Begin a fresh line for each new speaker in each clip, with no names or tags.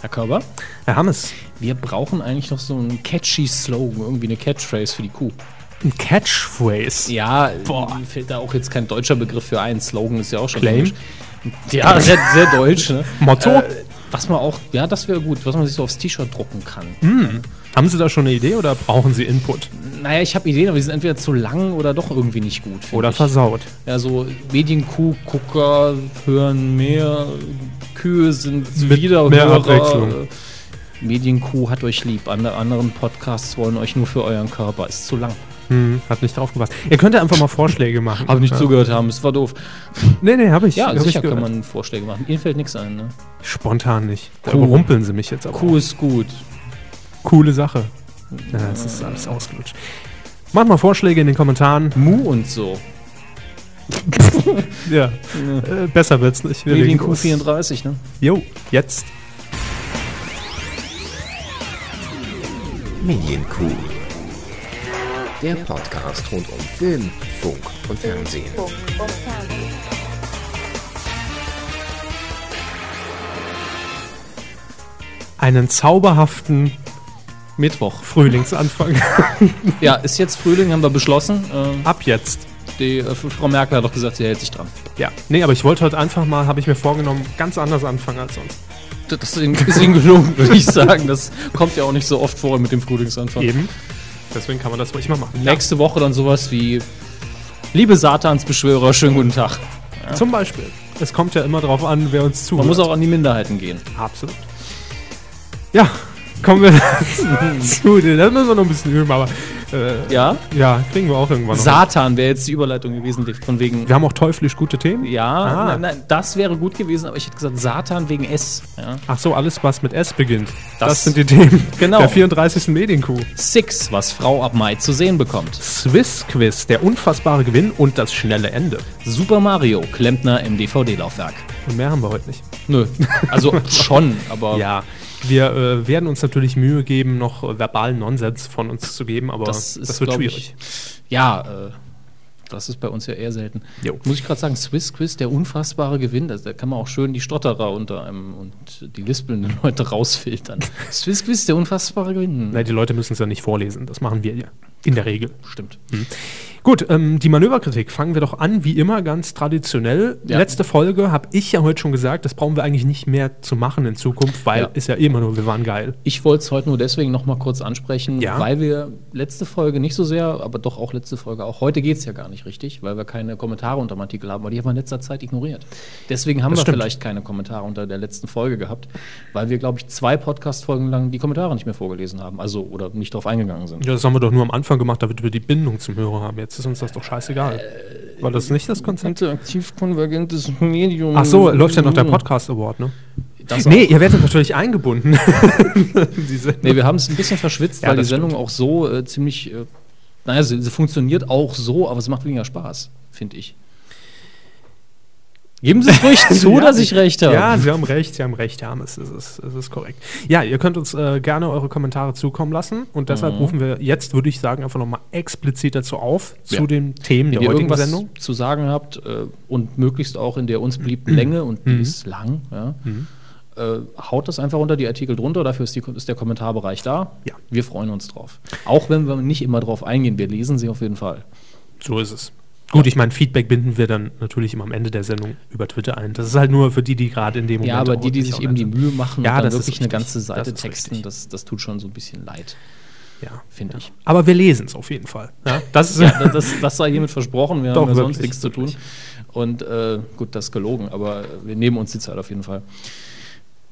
Herr Körber,
Herr Hammes,
wir brauchen eigentlich noch so einen catchy Slogan, irgendwie eine Catchphrase für die Kuh.
ein Catchphrase.
Ja,
Boah.
mir fällt da auch jetzt kein deutscher Begriff für ein. Slogan ist ja auch schon
Claim?
Englisch. Ja, sehr, sehr deutsch, ne?
Motto?
Äh, was man auch, ja, das wäre gut, was man sich so aufs T-Shirt drucken kann.
Haben Sie da schon eine Idee oder brauchen Sie Input?
Naja, ich habe Ideen, aber die sind entweder zu lang oder doch irgendwie nicht gut. find
Oder
ich.
versaut?
Ja, so Medienkuh, Gucker, hören mehr, Kühe sind
Mit
wieder
mehr Abwechslung.
Medienkuh hat euch lieb. Andere anderen Podcasts wollen euch nur für euren Körper. Ist zu lang.
Hm, hat nicht draufgepasst. Ihr könnt ja einfach mal Vorschläge machen.
Habe nicht
ja.
zugehört haben, es war doof.
Nee, nee, habe ich.
Ja,
hab
sicher
ich gehört.
kann man Vorschläge machen. Ihnen fällt nichts ein, ne?
Spontan nicht. Da
Cool.
überrumpeln Sie mich jetzt aber.
Kuh ist gut.
Coole Sache. Ja, es ist alles ausgelutscht. Macht mal Vorschläge in den Kommentaren.
Mu und so.
Ja, äh, besser wird's nicht. Wir legen
Medienkuh
los.
34, ne?
Jo, jetzt.
Medienkuh. Der Podcast rund um Film, Funk und Fernsehen.
Einen zauberhaften
Mittwoch.
Frühlingsanfang.
Ja, ist jetzt Frühling, haben wir beschlossen. Ähm,
Ab jetzt.
die äh, Frau Merkel hat doch gesagt, sie hält sich dran.
Ja, nee, aber ich wollte heute einfach mal, habe ich mir vorgenommen, ganz anders anfangen als sonst.
Das ist Ihnen ist Ihnen gelungen, würde ich sagen. Das kommt ja auch nicht so oft vor mit dem Frühlingsanfang.
Eben. Deswegen kann man das ruhig mal machen.
Nächste Woche dann sowas wie Liebe Satansbeschwörer, schönen guten Tag.
Ja. Zum Beispiel. Es kommt ja immer drauf an, wer uns zuhört.
Man muss auch an die Minderheiten gehen.
Absolut. Ja, kommen wir zu den. Das müssen wir noch ein bisschen üben, aber äh,
Ja?
ja, kriegen wir auch irgendwann noch.
Satan wäre jetzt die Überleitung gewesen, die- von wegen.
wir haben auch teuflisch gute Themen.
Ja,
Ah.
nein, nein, das wäre gut gewesen, aber ich hätte gesagt Satan wegen S. Ja.
Ach so, alles, was mit S beginnt. Das,
Das-
sind die Themen
Genau.
der 34. Medienkuh.
Six, was Frau ab Mai zu sehen bekommt.
Swiss Quiz, der unfassbare Gewinn und das schnelle Ende.
Super Mario, Klempner im DVD-Laufwerk.
Und mehr haben wir heute nicht.
Nö, also schon, aber
Ja, wir äh, werden uns natürlich Mühe geben, noch äh, verbalen Nonsens von uns zu geben, aber
Das
das,
ist,
wird
glaub ich,
schwierig.
ja, äh, das ist bei uns ja eher selten.
Jo.
Muss ich gerade sagen, Swiss Quiz, der unfassbare Gewinn, das, da kann man auch schön die Stotterer unter einem und die lispelnden Leute rausfiltern. Swiss Quiz, der unfassbare Gewinn.
Na, die Leute müssen es ja nicht vorlesen, das machen wir ja. In der Regel.
Stimmt.
Gut, ähm, die Manöverkritik fangen wir doch an, wie immer, ganz traditionell.
Ja.
Letzte Folge habe ich ja heute schon gesagt, das brauchen wir eigentlich nicht mehr zu machen in Zukunft, weil
Ja.
ist ja eh immer nur, wir waren geil.
Ich wollte es heute nur deswegen nochmal kurz ansprechen,
Ja.
weil wir letzte Folge nicht so sehr, aber doch auch letzte Folge auch. Heute geht es ja gar nicht richtig, weil wir keine Kommentare unter dem Artikel haben, aber die haben wir in letzter Zeit ignoriert. Deswegen haben
Das
wir
stimmt.
vielleicht keine Kommentare unter der letzten Folge gehabt, weil wir, glaube ich, zwei Podcast-Folgen lang die Kommentare nicht mehr vorgelesen haben, also oder nicht drauf eingegangen sind.
Ja, das haben wir doch nur am Anfang gemacht, damit wir die Bindung zum Hörer haben. Jetzt ist uns das doch scheißegal.
Äh,
War das nicht das Konzept?
Interaktiv konvergentes Medium.
Ach so, läuft ja noch der Podcast Award, ne?
mm. Das
Nee, ihr werdet natürlich eingebunden. Diese
Nee, wir haben es ein bisschen verschwitzt,
Ja,
weil die
das
Sendung auch so äh, ziemlich. Äh, naja, sie, sie funktioniert auch so, aber es macht weniger Spaß, finde ich. Geben Sie es ruhig zu,
Ja,
dass ich recht habe.
Ja, Sie haben recht, Sie haben recht, Hermes, es ist, es ist korrekt. Ja, ihr könnt uns äh, gerne eure Kommentare zukommen lassen und deshalb
Mhm.
rufen wir jetzt, würde ich sagen, einfach nochmal explizit dazu auf, zu
Ja.
den
Wenn
Themen der
ihr
heutigen
irgendwas
Sendung.
zu sagen habt äh, und möglichst auch in der uns beliebten Länge und
Mhm.
die ist lang, ja, äh, haut das einfach unter die Artikel drunter. Dafür ist, die, ist der Kommentarbereich da.
Ja.
Wir freuen uns drauf. Auch wenn wir nicht immer drauf eingehen, wir lesen sie auf jeden Fall.
So ist es. Gut, ich meine, Feedback binden wir dann natürlich immer am Ende der Sendung über Twitter ein. Das ist halt nur für die, die gerade in dem Moment
ja, aber
auch
die, die
wirklich
sich eben die
online
Mühe machen und
Ja,
dann
das ist
wirklich eine
richtig.
ganze Seite
Das ist
texten,
richtig.
das, das tut schon so ein bisschen leid.
sind. ja.
finde ich.
Aber wir lesen es auf jeden Fall. Ja, das ist
Ja, das, das sei hiermit versprochen, wir
Doch,
haben ja sonst
wirklich,
nichts zu tun. Und äh, gut, das ist gelogen, aber wir nehmen uns die Zeit auf jeden Fall.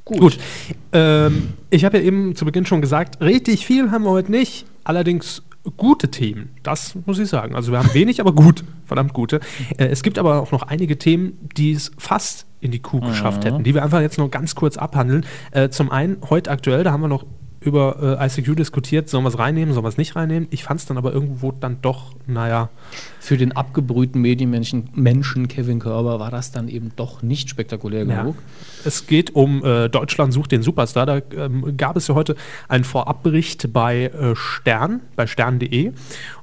Gut. Ähm, ich habe ja eben zu Beginn schon gesagt, richtig viel haben wir heute nicht. Allerdings gute Themen. Das muss ich sagen. Also wir haben wenig, aber gut. Verdammt gute. Äh, es gibt aber auch noch einige Themen, die es fast in die Kuh geschafft hätten, die wir einfach jetzt nur ganz kurz abhandeln. Äh, zum einen heute aktuell, da haben wir noch über äh, ICQ diskutiert, sollen wir es reinnehmen, sollen wir es nicht reinnehmen. Ich fand es dann aber irgendwo dann doch, naja,
Für den abgebrühten Medienmenschen Menschen Kevin Körber war das dann eben doch nicht spektakulär
Ja.
genug.
Es geht um äh, Deutschland sucht den Superstar. Da ähm, gab es ja heute einen Vorabbericht bei äh, Stern, bei stern.de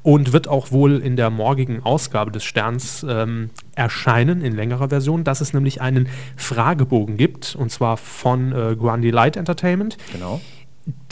und wird auch wohl in der morgigen Ausgabe des Sterns ähm, erscheinen, in längerer Version, dass es nämlich einen Fragebogen gibt, und zwar von äh, Grundy Light Entertainment.
Genau.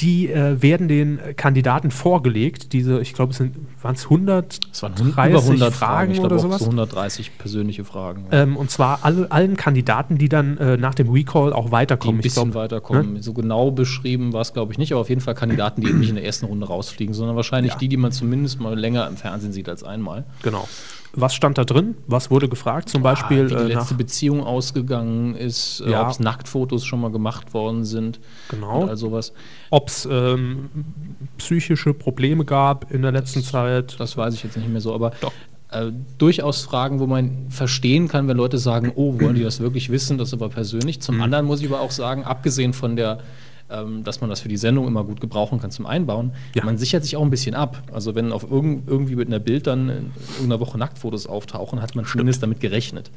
Die äh, werden den Kandidaten vorgelegt. Diese, ich glaube, es sind, waren es 100?
Es waren hun-
30
Hm? über 100 Fragen,
Fragen
ich glaube
oder
auch
sowas?
so 130 persönliche Fragen. ja.
Ähm, und zwar alle, allen Kandidaten, die dann äh, nach dem Recall auch
die ein
weiterkommen. Ich
bisschen
glaub, ne?
weiterkommen. So genau beschrieben war es, glaube ich, nicht, aber auf jeden Fall Kandidaten, die eben nicht in der ersten Runde rausfliegen, sondern wahrscheinlich
Ja.
die, die man zumindest mal länger im Fernsehen sieht als einmal.
Genau. Was stand da drin? Was wurde gefragt? Zum Beispiel
ah, wie die
äh, nach,
letzte Beziehung ausgegangen ist, äh,
Ja.
ob es Nacktfotos schon mal gemacht worden sind
genau,
und all sowas.
ob es ähm, psychische Probleme gab in der letzten Zeit.
Das weiß ich jetzt nicht mehr so, aber
Doch.
äh, durchaus Fragen, wo man verstehen kann, wenn Leute sagen, oh, wollen die das wirklich wissen, das ist aber persönlich.
Mhm.
Zum anderen muss ich aber auch sagen, abgesehen von der, ähm, dass man das für die Sendung immer gut gebrauchen kann zum Einbauen,
Ja.
man sichert sich auch ein bisschen ab. Also wenn auf irgend, irgendwie mit einer Bild dann in irgendeiner Woche Nacktfotos auftauchen, hat man zumindest damit gerechnet.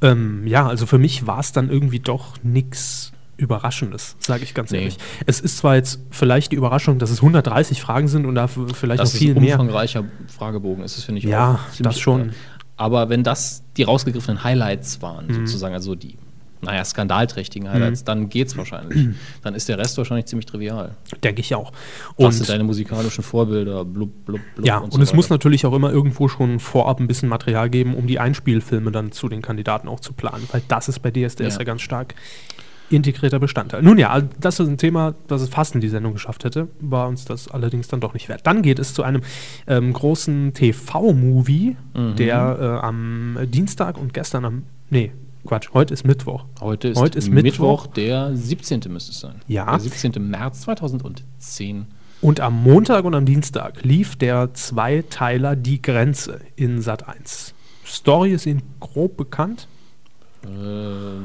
Ähm, ja, also für mich war es dann irgendwie doch nichts Überraschendes, sage ich ganz
Nee.
ehrlich. Es ist zwar jetzt vielleicht die Überraschung, dass es 130 Fragen sind und da f- vielleicht
Dass es
noch
ein
viel mehr.
umfangreicher Fragebogen ist, das finde ich
Ja,
auch
das schon.
äh, Aber wenn das die rausgegriffenen Highlights waren,
Mhm.
sozusagen, also die, naja, skandalträchtigen Highlights, dann geht's wahrscheinlich. Dann ist der Rest wahrscheinlich ziemlich trivial.
Denke ich auch.
Was sind deine musikalischen Vorbilder? Blub, blub, blub
Ja, und,
so
es muss
weiter.
natürlich auch immer irgendwo schon vorab ein bisschen Material geben, um die Einspielfilme dann zu den Kandidaten auch zu planen, weil das ist bei DSDS ja,
Ja.
ganz stark integrierter Bestandteil. Nun ja, also das ist ein Thema, das es fast in die Sendung geschafft hätte, war uns das allerdings dann doch nicht wert. Dann geht es zu einem ähm, großen TV-Movie,
Mhm.
der äh, am Dienstag und gestern am, nee, Quatsch, heute ist Mittwoch.
Heute ist,
heute ist
Mittwoch,
Mittwoch.
der 17. müsste es sein.
Ja.
Der 17. März 2010.
Und am Montag und am Dienstag lief der Zweiteiler Die Grenze in Sat 1. Story ist Ihnen grob bekannt.
Äh,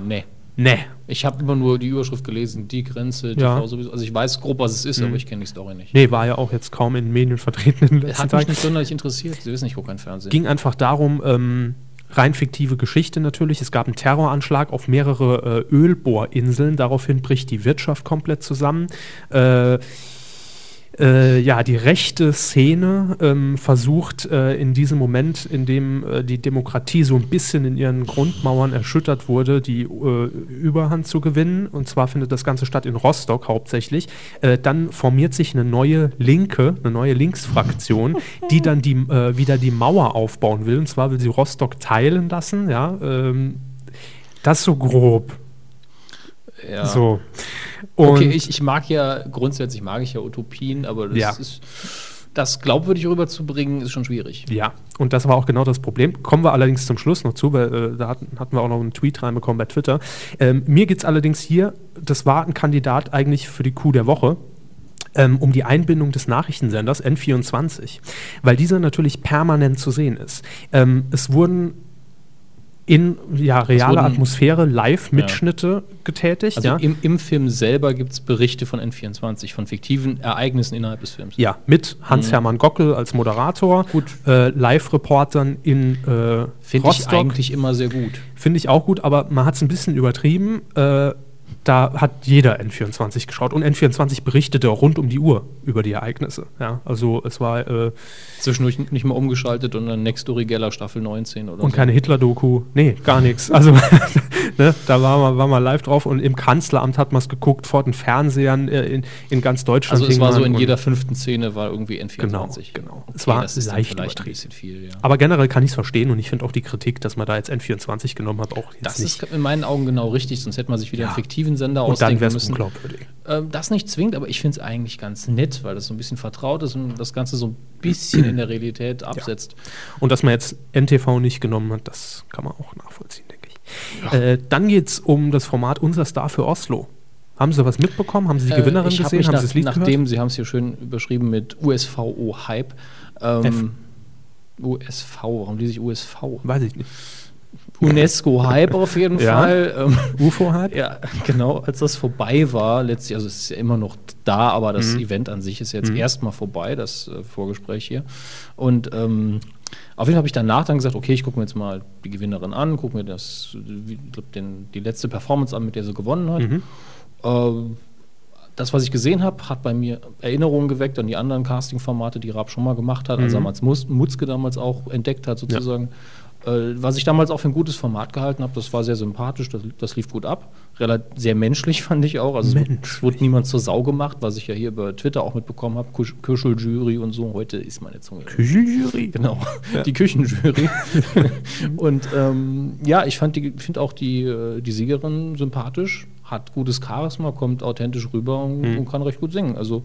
nee.
Nee.
Ich habe immer nur die Überschrift gelesen, die Grenze, die
Ja. Mhm.
Frau sowieso. Also ich weiß grob, was es ist, aber ich kenne die Story nicht.
Nee, war ja auch jetzt kaum in den Medien vertreten in den
Es hat
letzten
mich
Tagen.
nicht sonderlich interessiert. Sie wissen, ich gucke kein Fernsehen.
Ging einfach darum, ähm, rein fiktive Geschichte natürlich. Es gab einen Terroranschlag auf mehrere äh, Ölbohrinseln. Daraufhin bricht die Wirtschaft komplett zusammen. Äh, äh, ja, die rechte Szene ähm, versucht äh, in diesem Moment, in dem äh, die Demokratie so ein bisschen in ihren Grundmauern erschüttert wurde, die äh, Überhand zu gewinnen. Und zwar findet das Ganze statt in Rostock hauptsächlich. Äh, dann formiert sich eine neue Linke, eine neue Linksfraktion, die dann die, äh, wieder die Mauer aufbauen will. Und zwar will sie Rostock teilen lassen. Ja, ähm, das so grob.
Ja.
So.
okay,
Und-
ich, ich mag ja, grundsätzlich mag ich ja Utopien, aber das
Ja.
ist, das glaubwürdig rüberzubringen, ist schon schwierig.
Ja, und das war auch genau das Problem. Kommen wir allerdings zum Schluss noch zu, weil äh, da hatten, hatten wir auch noch einen Tweet reinbekommen bei Twitter. Ähm, mir geht es allerdings hier, das war ein Kandidat eigentlich für die Kuh der Woche. Ähm, um die Einbindung des Nachrichtensenders N24, weil dieser natürlich permanent zu sehen ist. Ähm, es wurden in ja, realer
wurden-
Atmosphäre Live-Mitschnitte getätigt.
Also
ja.
im, im Film selber gibt es Berichte von N24, von fiktiven Ereignissen innerhalb des Films.
Ja, mit Hans-Hermann Gockel als Moderator,
Mhm. Gut.
äh, Live-Reportern in äh,
Finde ich
Rostock.
eigentlich immer sehr gut.
Finde ich auch gut, aber man hat es ein bisschen übertrieben. Äh, da hat jeder N24 geschaut und N24 berichtete auch rund um die Uhr über die Ereignisse. Ja, also es war äh,
Zwischendurch nicht mal umgeschaltet und dann Next Story Geller Staffel 19 oder
und
so.
keine Hitler-Doku, nee, gar nichts. Also ne, da war man, war man live drauf und im Kanzleramt hat man es geguckt, vor den Fernsehern äh, in, in ganz Deutschland.
also es
hing
war so
man
in
und-
jeder fünften Szene war irgendwie N24.
Genau, genau.
Okay,
Es war
das ist dann
leicht
vielleicht ein
übertrieben.
bisschen viel, ja.
Aber generell kann ich es verstehen und ich finde auch die Kritik, dass man da jetzt N24 genommen hat, auch jetzt
Das
nicht.
ist in meinen Augen genau richtig, sonst hätte man sich wieder
Ja.
einen fiktiven Sender
und dann
ausdenken
wäre es
müssen.
unglaubwürdig.
Ähm, das nicht zwingend, aber ich finde es eigentlich ganz nett, weil das so ein bisschen vertraut ist und das Ganze so ein bisschen in der Realität absetzt.
Und dass man jetzt NTV nicht genommen hat, das kann man auch nachvollziehen, denke ich. Äh, dann geht es um das Format Unser Star für Oslo. Haben Sie was mitbekommen? Haben Sie die
Äh,
Gewinnerin
ich hab
gesehen?
Mich
Haben
nach,
Sie das Lied
nachdem,
gehört?
Sie haben es hier schön überschrieben mit USVO-Hype.
F.
Ähm, USV, warum lese ich USV?
Weiß ich nicht.
UNESCO-Hype auf jeden
Ja.
Fall. Ähm,
UFO-Hype?
ja, genau, als das vorbei war, letztlich, also es ist ja immer noch da, aber das Event an sich ist jetzt erstmal vorbei, das äh, Vorgespräch hier. Und ähm, auf jeden Fall habe ich danach dann gesagt, okay, ich gucke mir jetzt mal die Gewinnerin an, gucke mir das, wie, ich glaub, den, die letzte Performance an, mit der sie gewonnen hat. Ähm, das, was ich gesehen habe, hat bei mir Erinnerungen geweckt an die anderen Casting-Formate, die Raab schon mal gemacht hat, als er Mats Mus- Mutzke damals auch entdeckt hat, sozusagen. Äh, was ich damals auch für ein gutes Format gehalten habe, das war sehr sympathisch, das, das lief gut ab. Relat sehr menschlich fand ich auch. Also es wurde- wurde niemand zur Sau gemacht, was ich ja hier über Twitter auch mitbekommen habe. Kusch- Kirschel-Jury und so. Heute ist meine Zunge.
Jury.
Genau, die Küchenjury. und ähm, ja, ich fand die, finde auch die, äh, die Siegerin sympathisch, hat gutes Charisma, kommt authentisch rüber und, und kann recht gut singen. Also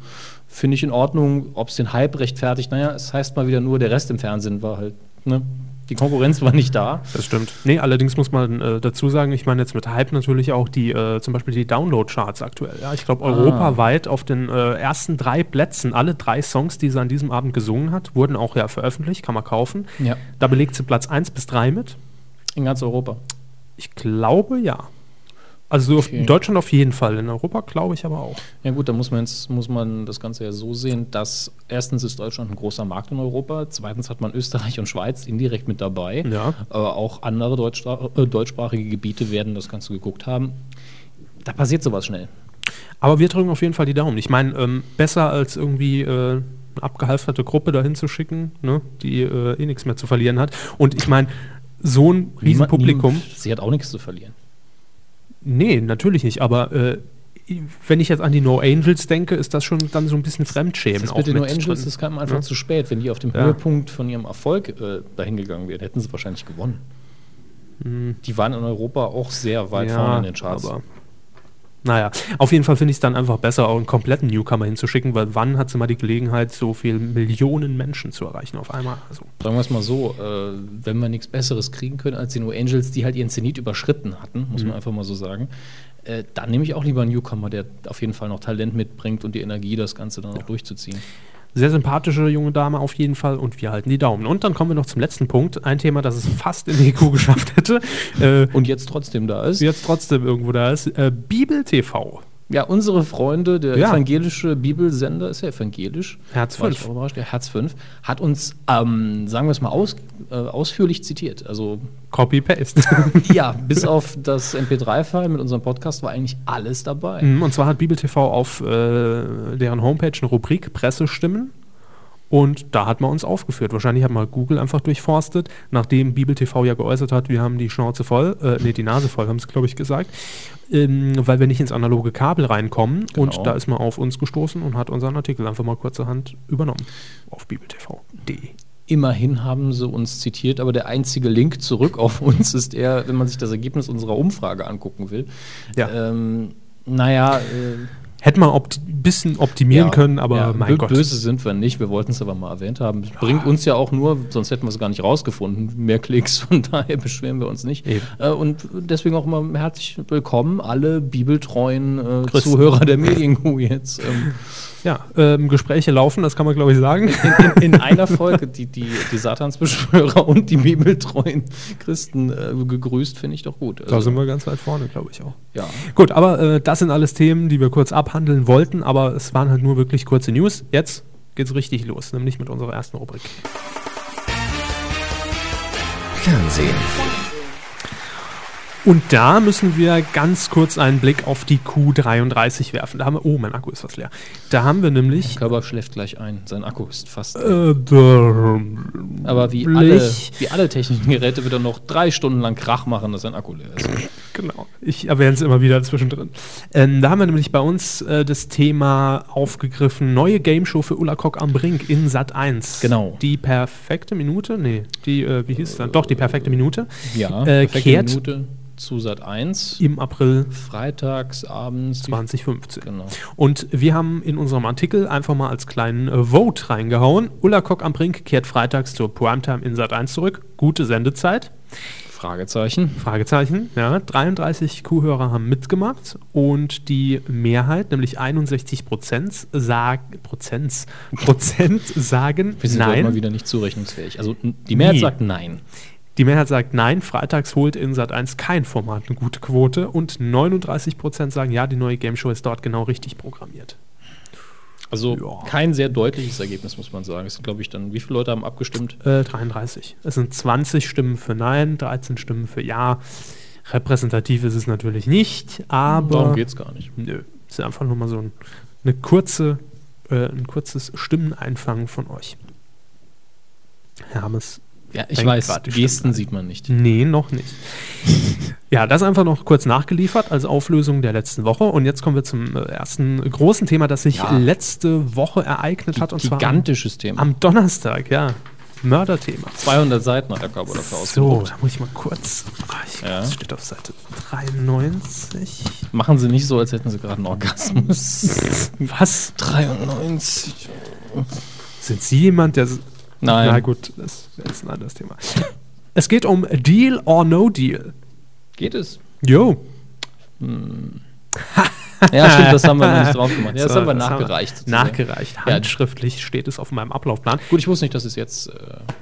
finde ich in Ordnung, ob es den Hype rechtfertigt. Naja, es heißt mal wieder nur, der Rest im Fernsehen war halt, ne? Die Konkurrenz war nicht da.
Das stimmt. Nee, allerdings muss man äh, dazu sagen, ich meine jetzt mit Hype natürlich auch die, äh, zum Beispiel die Download-Charts aktuell. Ja, ich
Ah.
glaube, europaweit auf den äh, ersten drei Plätzen, alle drei Songs, die sie an diesem Abend gesungen hat, wurden auch ja veröffentlicht, kann man kaufen.
Ja.
Da belegt sie Platz 1 bis 3 mit.
In ganz Europa.
Ich glaube ja. Also auf-
Okay.
in Deutschland auf jeden Fall, in Europa glaube ich aber auch.
Ja gut, da muss man jetzt muss man das Ganze ja so sehen, dass erstens ist Deutschland ein großer Markt in Europa, zweitens hat man Österreich und Schweiz indirekt mit dabei.
Ja.
Äh, auch andere deutschstra- äh, deutschsprachige Gebiete werden das Ganze geguckt haben. Da passiert sowas schnell.
Aber wir drücken auf jeden Fall die Daumen. Ich meine, ähm, besser als irgendwie äh, eine abgehalfterte Gruppe dahin zu schicken, ne, die äh, eh nichts mehr zu verlieren hat. Und ich meine, so ein
Niemand-
Riesenpublikum.
niemand- Sie hat auch nichts zu verlieren.
Nee, natürlich nicht. Aber äh, wenn ich jetzt an die No Angels denke, ist das schon dann so ein bisschen Fremdschämen.
Das mit den No Angels,
drin.
das kam einfach
Ja.
zu spät. Wenn die auf dem
Ja.
Höhepunkt von ihrem Erfolg äh, dahin gegangen wären, hätten sie wahrscheinlich gewonnen. Die waren in Europa auch sehr weit vorne in den Charts.
Hm. Aber naja, auf jeden Fall finde ich es dann einfach besser, auch einen kompletten Newcomer hinzuschicken, weil wann hat sie mal die Gelegenheit, so viel Millionen Menschen zu erreichen auf einmal? Also,
Sagen wir es mal so, äh, wenn wir nichts Besseres kriegen können als die No Angels, die halt ihren Zenit überschritten hatten, muss
Mhm.
man einfach mal so sagen, äh, dann nehme ich auch lieber einen Newcomer, der auf jeden Fall noch Talent mitbringt und die Energie, das Ganze dann auch durchzuziehen.
sehr sympathische junge Dame auf jeden Fall und wir halten die Daumen. Und dann kommen wir noch zum letzten Punkt, ein Thema, das es fast in die EQ geschafft hätte, äh,
Und jetzt trotzdem da ist.
jetzt trotzdem irgendwo da ist, äh, Bibel TV.
Ja, unsere Freunde, der
Ja.
evangelische Bibelsender, ist ja evangelisch.
Herz
War ich
fünf.
auch überrascht. Ja, Herz 5 hat uns, ähm, sagen wir es mal, aus, äh, ausführlich zitiert. Also
Copy-Paste.
ja, bis auf das MP3-File mit unserem Podcast war eigentlich alles dabei.
Mhm, Und zwar hat Bibel TV auf äh, deren Homepage eine Rubrik Pressestimmen. Und da hat man uns aufgeführt. Wahrscheinlich hat mal Google einfach durchforstet, nachdem Bibel TV ja geäußert hat, wir haben die Schnauze voll, äh, nee, die Nase voll, haben sie, glaube ich, gesagt, ähm, weil wir nicht ins analoge Kabel reinkommen.
Genau.
Und da ist man auf uns gestoßen und hat unseren Artikel einfach mal kurzerhand übernommen. Auf bibeltv.de.
Immerhin haben sie uns zitiert, aber der einzige Link zurück auf uns ist eher, wenn man sich das Ergebnis unserer Umfrage angucken will.
Ja.
Ähm, naja, äh,
Hätte man opt bisschen optimieren
ja,
können, aber
ja,
mein
bö-
Gott.
Böse sind wir nicht, wir wollten es aber mal erwähnt haben. Bringt uns ja auch nur, sonst hätten wir es gar nicht rausgefunden. Mehr Klicks, von daher beschweren wir uns nicht.
Eben.
Äh, und deswegen auch immer herzlich willkommen, alle bibeltreuen äh,
Christen.
Zuhörer der Medienkuh jetzt. Ähm,
Ja, ähm, Gespräche laufen, das kann man, glaube ich, sagen.
in einer Folge die, die, die Satansbeschwörer und die bibeltreuen Christen äh, gegrüßt, finde ich doch gut. Also,
Da sind wir ganz weit vorne, glaube ich auch.
ja.
Gut, aber äh, das sind alles Themen, die wir kurz abhandeln wollten, aber es waren halt nur wirklich kurze News. Jetzt geht's richtig los, nämlich mit unserer ersten Rubrik.
Fernsehen.
Und da müssen wir ganz kurz einen Blick auf die Q33 werfen. Da haben wir, oh, mein Akku ist fast leer. Da haben wir nämlich
Körper schläft gleich ein, sein Akku ist fast. leer.
äh, der-
Aber wie alle,
Blech.
wie alle technischen Geräte wird er noch drei Stunden lang Krach machen, dass sein Akku leer ist.
Genau. Ich erwähne es immer wieder zwischendrin. Ähm, da haben wir nämlich bei uns äh, das Thema aufgegriffen: neue Game Show für Ulla Kock am Brink in Sat 1.
Genau.
Die perfekte Minute? Nee, die, äh, wie hieß es dann? Doch, die perfekte Minute.
Ja,
äh,
perfekte
kehrt
Minute zu Sat 1,
im April
freitags abends. die-
2015.
Genau.
Und wir haben in unserem Artikel einfach mal als kleinen äh, Vote reingehauen: Ulla Kock am Brink kehrt freitags zur Primetime in Sat 1 zurück. Gute Sendezeit.
Fragezeichen.
Fragezeichen, ja. 33 Kuhhörer haben mitgemacht und die Mehrheit, nämlich 61 Prozent, sag, Prozent, Prozent sagen
Wir sind heute mal
nein.
wieder nicht zurechnungsfähig. Also n- die Mehrheit
Nie.
sagt nein.
Die Mehrheit sagt nein, freitags holt in Sat 1 kein Format eine gute Quote und 39% sagen ja, die neue Game Show ist dort genau richtig programmiert.
Also
Ja.
kein sehr deutliches Ergebnis, muss man sagen. Es sind, glaube ich, dann, wie viele Leute haben abgestimmt?
Äh, 33. Es sind 20 Stimmen für nein, 13 Stimmen für ja. Repräsentativ ist es natürlich nicht,
Darum
aber
geht es gar nicht.
nö, ist einfach nur mal so ein, eine kurze, äh, ein kurzes Stimmeneinfangen von euch. Hermes
Ja, ich
Fängt
weiß,
grad die Stimmen
Gesten
an.
sieht man nicht.
Nee, noch nicht. ja, das einfach noch kurz nachgeliefert als Auflösung der letzten Woche. Und jetzt kommen wir zum äh, ersten großen Thema, das sich
Ja.
letzte Woche ereignet hat. Und zwar am,
Gigantisches Thema.
am Donnerstag, ja. Mörderthema.
200 Seiten hat der Körper dafür
So,
ausgedruckt.
da muss ich mal kurz. Ah, ich,
Ja.
Das steht auf Seite 93.
Machen Sie nicht so, als hätten Sie gerade einen Orgasmus.
Was?
93.
Sind Sie jemand, der. s-
Nein.
Na gut, das ist jetzt ein anderes Thema. Es geht um Deal or No Deal.
Geht es?
Jo.
Ja, stimmt, das haben wir noch nicht drauf gemacht. Ja, das
So,
haben wir nachgereicht. sozusagen.
Nachgereicht. Handschriftlich steht es auf meinem Ablaufplan.
Gut, ich wusste nicht, dass Sie es jetzt äh,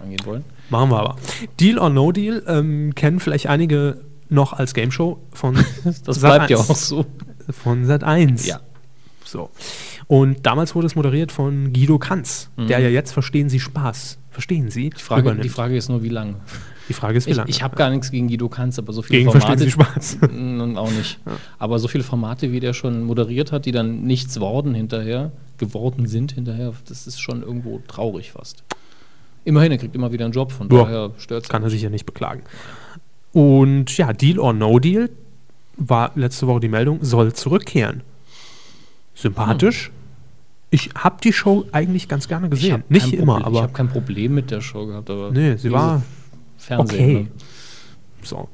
angehen wollen.
Machen wir aber. Deal or No Deal ähm, kennen vielleicht einige noch als Game Show von
Das
Sat.
bleibt ja
1.
auch so.
Von Sat 1.
Ja.
So. Und damals wurde es moderiert von Guido Kanz, der ja jetzt Verstehen Sie Spaß. Verstehen Sie?
Mhm. Die Frage, die
übernimmt.
Frage ist nur, wie lang.
Die Frage ist, wie
Ich,
lange?
ich habe gar nichts gegen Guido Kanz, aber so viele
Gegen Verstehen
Formate.
Sie Spaß.
Nun auch nicht. Aber so viele Formate, wie der schon moderiert hat, die dann nichts worden hinterher, geworden sind hinterher, das ist schon irgendwo traurig fast. Immerhin, er kriegt immer wieder einen Job, von
Ja.
daher stört
Kann er sich ja nicht beklagen. Und ja, Deal or No Deal war letzte Woche die Meldung, soll zurückkehren. Sympathisch.
Hm.
Ich habe die Show eigentlich ganz gerne gesehen. Nicht immer,
Ich
aber
habe kein Problem mit der Show gehabt, aber
nee, sie
diese
war
Fernsehen,
okay.
ne?
so.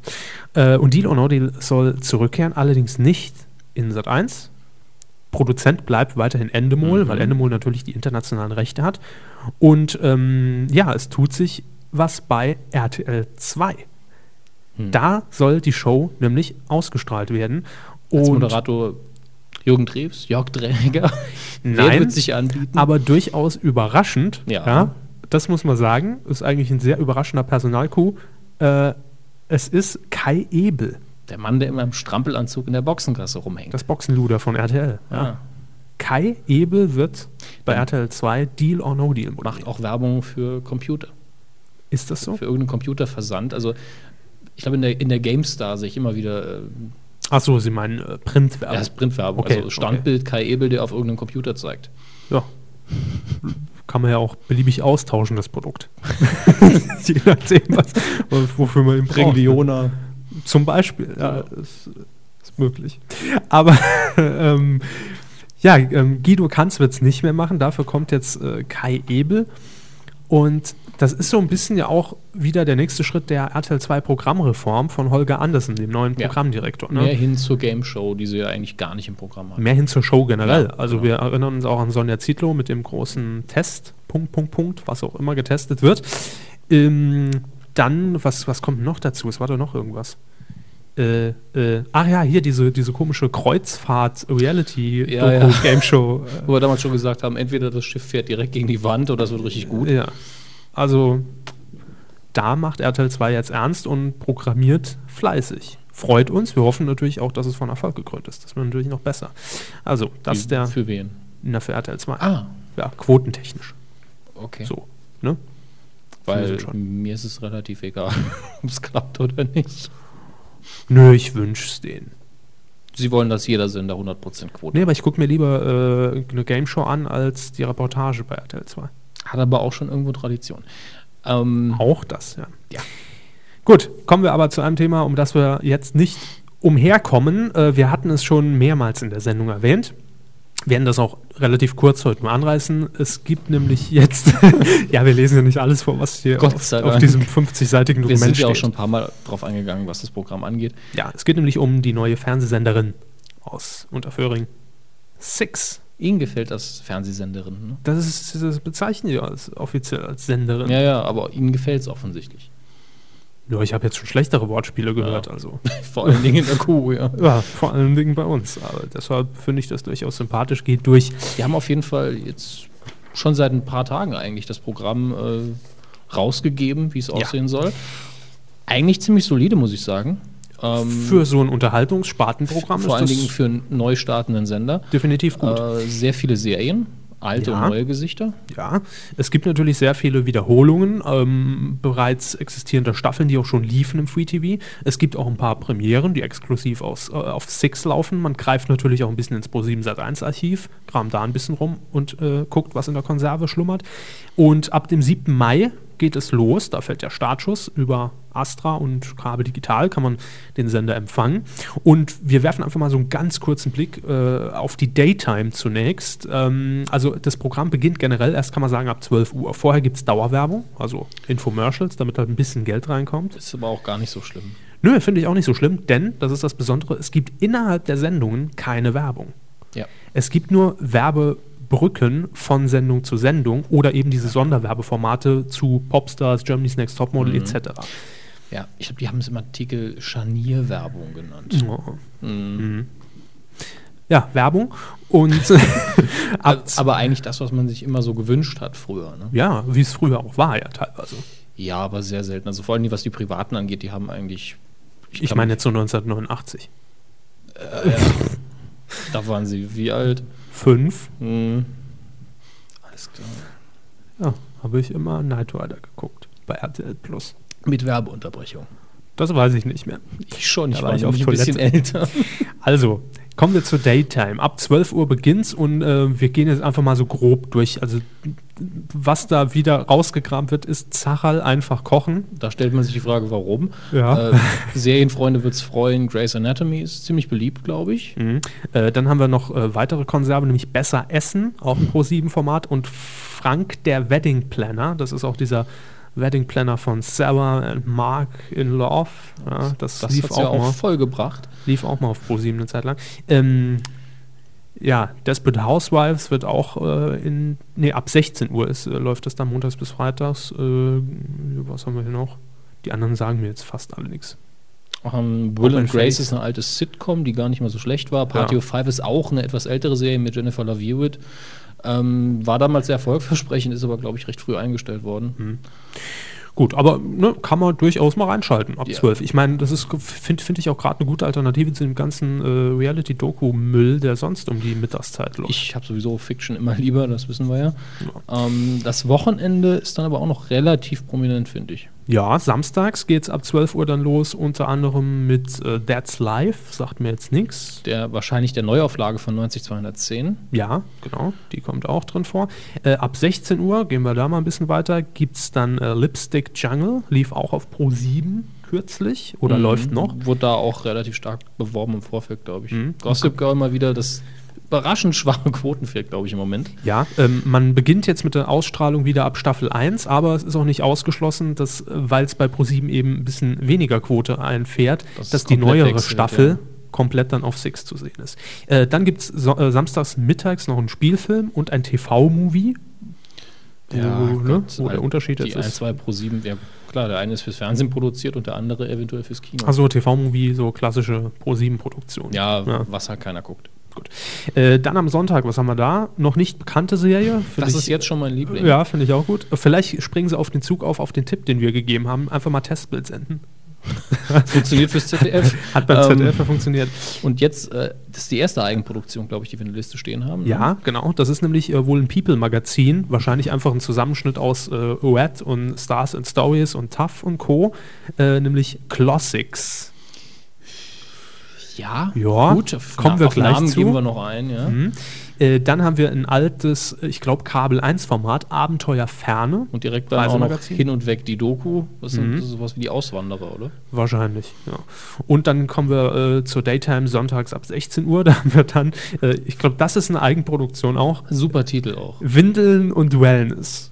Äh, und Deal or No Deal soll zurückkehren, allerdings nicht in Sat 1. Produzent bleibt weiterhin Endemol,
Mhm.
weil Endemol natürlich die internationalen Rechte hat. Und ähm, ja, es tut sich was bei RTL 2.
Hm.
Da soll die Show nämlich ausgestrahlt werden.
Als
Und
Moderator Jürgen Drews, Jörg Dräger. Wer
Nein.
wird sich anbieten?
aber durchaus überraschend.
Ja.
das muss man sagen. Ist eigentlich ein sehr überraschender Personalcoup. Äh, es ist Kai Ebel,
der Mann, der immer im Strampelanzug in der Boxengasse rumhängt.
das Boxenluder von RTL.
Ah,
Kai Ebel wird bei RTL 2 Deal or No Deal moderieren.
macht auch Werbung für Computer.
Ist das so?
für irgendeinen Computerversand. Also ich glaube, in der, in der GameStar sehe ich immer wieder äh,
Achso, Sie meinen äh, Printwerbung.
erst Printwerbung.
okay,
also Standbild Kai Ebel, der auf irgendeinem Computer zeigt.
Ja. Kann man ja auch beliebig austauschen, das Produkt. Je nachdem, was, wofür man ihn braucht.
Ringliona.
Zum Beispiel, ja,
Ja.
Ist, ist möglich. Aber ähm, ja, ähm, Guido Kanz wird es nicht mehr machen, dafür kommt jetzt äh, Kai Ebel. Und das ist so ein bisschen ja auch wieder der nächste Schritt der RTL 2 Programmreform von Holger Andersen, dem neuen
Ja.
Programmdirektor. Ne?
Mehr hin zur Game Show, die sie ja eigentlich gar nicht im Programm haben.
mehr hin zur Show generell.
Ja, genau.
also wir erinnern uns auch an Sonja Zietlow mit dem großen Test, Punkt, Punkt, Punkt, was auch immer getestet wird. Ähm, dann, was, was kommt noch dazu? Es war doch noch irgendwas. Äh, äh, ach ja, hier diese, diese komische
Ja, ja.
Kreuzfahrt-Reality-Game-Show.
Wo wir damals schon gesagt haben, entweder das Schiff fährt direkt gegen die Wand oder es wird richtig gut.
Ja. Also, da macht RTL 2 jetzt ernst und programmiert fleißig. Freut uns. Wir hoffen natürlich auch, dass es von Erfolg gekrönt ist. Das wird natürlich noch besser. Also, das ist der
Für wen?
na, für RTL 2.
Ah,
Ja, quotentechnisch.
okay.
So. Ne?
Weil
sind schon.
mir ist es relativ egal, ob es klappt oder nicht.
Nö, ich wünsch's denen.
Sie wollen, dass jeder Sender 100% Quote
Nee, aber ich guck mir lieber äh, eine Gameshow an als die Reportage bei RTL 2.
hat. Hat aber auch schon irgendwo Tradition. Ähm,
Auch das, ja.
Ja.
Gut, kommen wir aber zu einem Thema, um das wir jetzt nicht umherkommen. Äh, wir hatten es schon mehrmals in der Sendung erwähnt. werden das auch relativ kurz heute nur anreißen. Es gibt nämlich jetzt, ja, wir lesen ja nicht alles vor, was hier
Gott
auf,
sei
auf
Dank.
diesem 50-seitigen Dokument
wir sind
steht.
ja auch schon ein paar Mal drauf eingegangen, was das Programm angeht.
Ja, es geht nämlich um die neue Fernsehsenderin aus Unterföhring. Six.
Ihnen gefällt das Fernsehsenderin, ne?
Das, ist, das bezeichnen die als, offiziell als Senderin.
Ja, ja, aber Ihnen gefällt es offensichtlich.
Ja, ich habe jetzt schon schlechtere Wortspiele gehört, also.
Vor allen Dingen in der Kuh, ja.
Ja, vor allen Dingen bei uns. Aber deshalb finde ich das durchaus sympathisch. Geht durch.
Die haben auf jeden Fall jetzt schon seit ein paar Tagen eigentlich das Programm äh, rausgegeben, wie es aussehen soll. eigentlich ziemlich solide, muss ich sagen. Ähm,
Für so ein Unterhaltungsspartenprogramm
vor allen Dingen für einen neu startenden Sender.
definitiv gut.
Äh, sehr viele Serien, alte
Ja.
und neue Gesichter.
Ja, es gibt natürlich sehr viele Wiederholungen ähm, bereits existierender Staffeln, die auch schon liefen im Free TV. Es gibt auch ein paar Premieren, die exklusiv aus, äh, auf Six laufen. Man greift natürlich auch ein bisschen ins Pro7 Sat1 Archiv, kramt da ein bisschen rum und äh, guckt, was in der Konserve schlummert. Und ab dem 7. Mai geht es los, da fällt der Startschuss über Astra und Kabel Digital, kann man den Sender empfangen. Und wir werfen einfach mal so einen ganz kurzen Blick äh, auf die Daytime zunächst. Ähm, also das Programm beginnt generell erst, kann man sagen, ab 12 Uhr. Vorher gibt es Dauerwerbung, also Infomercials, damit halt ein bisschen Geld reinkommt.
Ist aber auch gar nicht so schlimm.
Nö, finde ich auch nicht so schlimm, denn, das ist das Besondere, es gibt innerhalb der Sendungen keine Werbung.
Ja.
Es gibt nur Werbebrücken von Sendung zu Sendung oder eben diese Sonderwerbeformate zu Popstars, Germany's Next Topmodel etc.
Ja, ich glaube, die haben es im Artikel Scharnierwerbung genannt.
Mhm. Ja, Werbung und ab,
Aber eigentlich das, was man sich immer so gewünscht hat früher. Ne?
ja, wie es früher auch war ja teilweise.
Ja, aber sehr selten. Also vor allem, was die Privaten angeht, die haben eigentlich,
Ich,
kann
meine jetzt so 1989.
da waren sie wie alt?
Fünf,
Hm. Alles klar.
ja, habe ich immer Night Rider geguckt bei RTL Plus.
Mit Werbeunterbrechung.
Das weiß ich nicht mehr.
Ich schon, ich
Da
war,
war ich auf
nämlich ein bisschen älter.
Also, kommen wir zur Daytime. Ab 12 Uhr beginnt's und äh, wir gehen jetzt einfach mal so grob durch. Also, was da wieder rausgekramt wird, ist Zachal einfach kochen.
Da stellt man sich die Frage, warum.
Ja.
Äh, Serienfreunde wird es freuen. Grey's Anatomy ist ziemlich beliebt, glaube ich.
Äh, dann haben wir noch äh, weitere Konserven, nämlich Besser Essen, auch im Pro7-Format. Und Frank, der Wedding Planner, das ist auch dieser Wedding Planner von Sarah and Mark in Love. Ja, das
Das
lief
hat
auch,
ja auch
mal,
vollgebracht.
lief auch mal auf Pro7 eine Zeit lang. Ähm, ja, Desperate Housewives wird auch äh, in, nee, ab 16 Uhr ist, äh, läuft das dann montags bis freitags. Äh, was haben wir hier noch? Die anderen sagen mir jetzt fast alle nichts.
Ähm, Will
Auch ein
and Grace
Face.
ist eine alte Sitcom, die gar nicht mal so schlecht war. Patio 5 ist auch eine etwas ältere Serie mit Jennifer Love Hewitt. Ähm, war damals sehr erfolgversprechend, ist aber, glaube ich, recht früh eingestellt worden.
Gut, aber ne, kann man durchaus mal reinschalten ab
Ja.
12. Ich meine, das ist finde find ich auch gerade eine gute Alternative zu dem ganzen äh, Reality-Doku-Müll, der sonst um die Mittagszeit läuft.
Ich habe sowieso Fiction immer lieber, das wissen wir ja. Ähm, das Wochenende ist dann aber auch noch relativ prominent, finde ich.
ja, samstags geht's ab 12 Uhr dann los, unter anderem mit äh, That's Life, sagt mir jetzt nichts.
Der, wahrscheinlich der Neuauflage von 90210.
Ja, genau, die kommt auch drin vor. Äh, ab 16 Uhr, gehen wir da mal ein bisschen weiter, gibt's dann äh, Lipstick Jungle, lief auch auf Pro 7 kürzlich oder
Mhm.
läuft noch.
Wurde da auch relativ stark beworben im Vorfeld, glaube ich.
Mhm.
Gossip Girl mal wieder das überraschend schwache Quotenfeld, glaube ich, im Moment.
Ja, ähm, man beginnt jetzt mit der Ausstrahlung wieder ab Staffel 1, aber es ist auch nicht ausgeschlossen, dass, äh, weil es bei ProSieben eben ein bisschen weniger Quote einfährt,
Dass es
dass die
komplett
neuere
wechselt,
Staffel
ja.
komplett dann auf Six zu sehen ist. Äh, dann gibt es so, äh, samstags mittags noch einen Spielfilm und ein TV-Movie. wo, ne,
Oh, Gott,
wo der
ein-
Unterschied
die
jetzt
1,
ist.
2 pro 7, ja klar, der eine ist fürs Fernsehen produziert und der andere eventuell fürs Kino.
Also TV-Movie, so klassische ProSieben-Produktion.
ja, was halt keiner guckt.
gut. Äh, dann am Sonntag, was haben wir da? Noch nicht bekannte Serie.
Das
Finde
ist
ich-
jetzt schon mein Liebling.
Ja, finde ich auch gut. Vielleicht springen sie auf den Zug auf, auf den Tipp, den wir gegeben haben. Einfach mal Testbild senden.
Funktioniert fürs ZDF.
Hat beim
Ähm,
ZDF ja funktioniert.
Und jetzt, äh, das ist die erste Eigenproduktion, glaube ich, die wir in der Liste stehen haben. ne?
Ja, genau. Das ist nämlich äh, wohl ein People-Magazin. Wahrscheinlich einfach ein Zusammenschnitt aus äh, Red und Stars and Stories und Tough und Co. Äh, nämlich Classics.
Ja,
Ja,
gut. Auf,
kommen
na,
wir
auf
gleich
Namen
zu.
geben wir noch ein, ja.
Mhm. Äh, dann haben wir ein altes, ich glaube, Kabel 1-Format, Abenteuer Ferne.
Und direkt dann auch noch
Reisemagazin.
hin und weg die Doku. Das sind
Mhm.
sowas wie die Auswanderer, oder?
Wahrscheinlich, ja. Und dann kommen wir äh, zur Daytime sonntags ab 16 Uhr. Da haben wir dann, äh, ich glaube, das ist eine Eigenproduktion auch.
Super Titel auch.
Windeln und Wellness.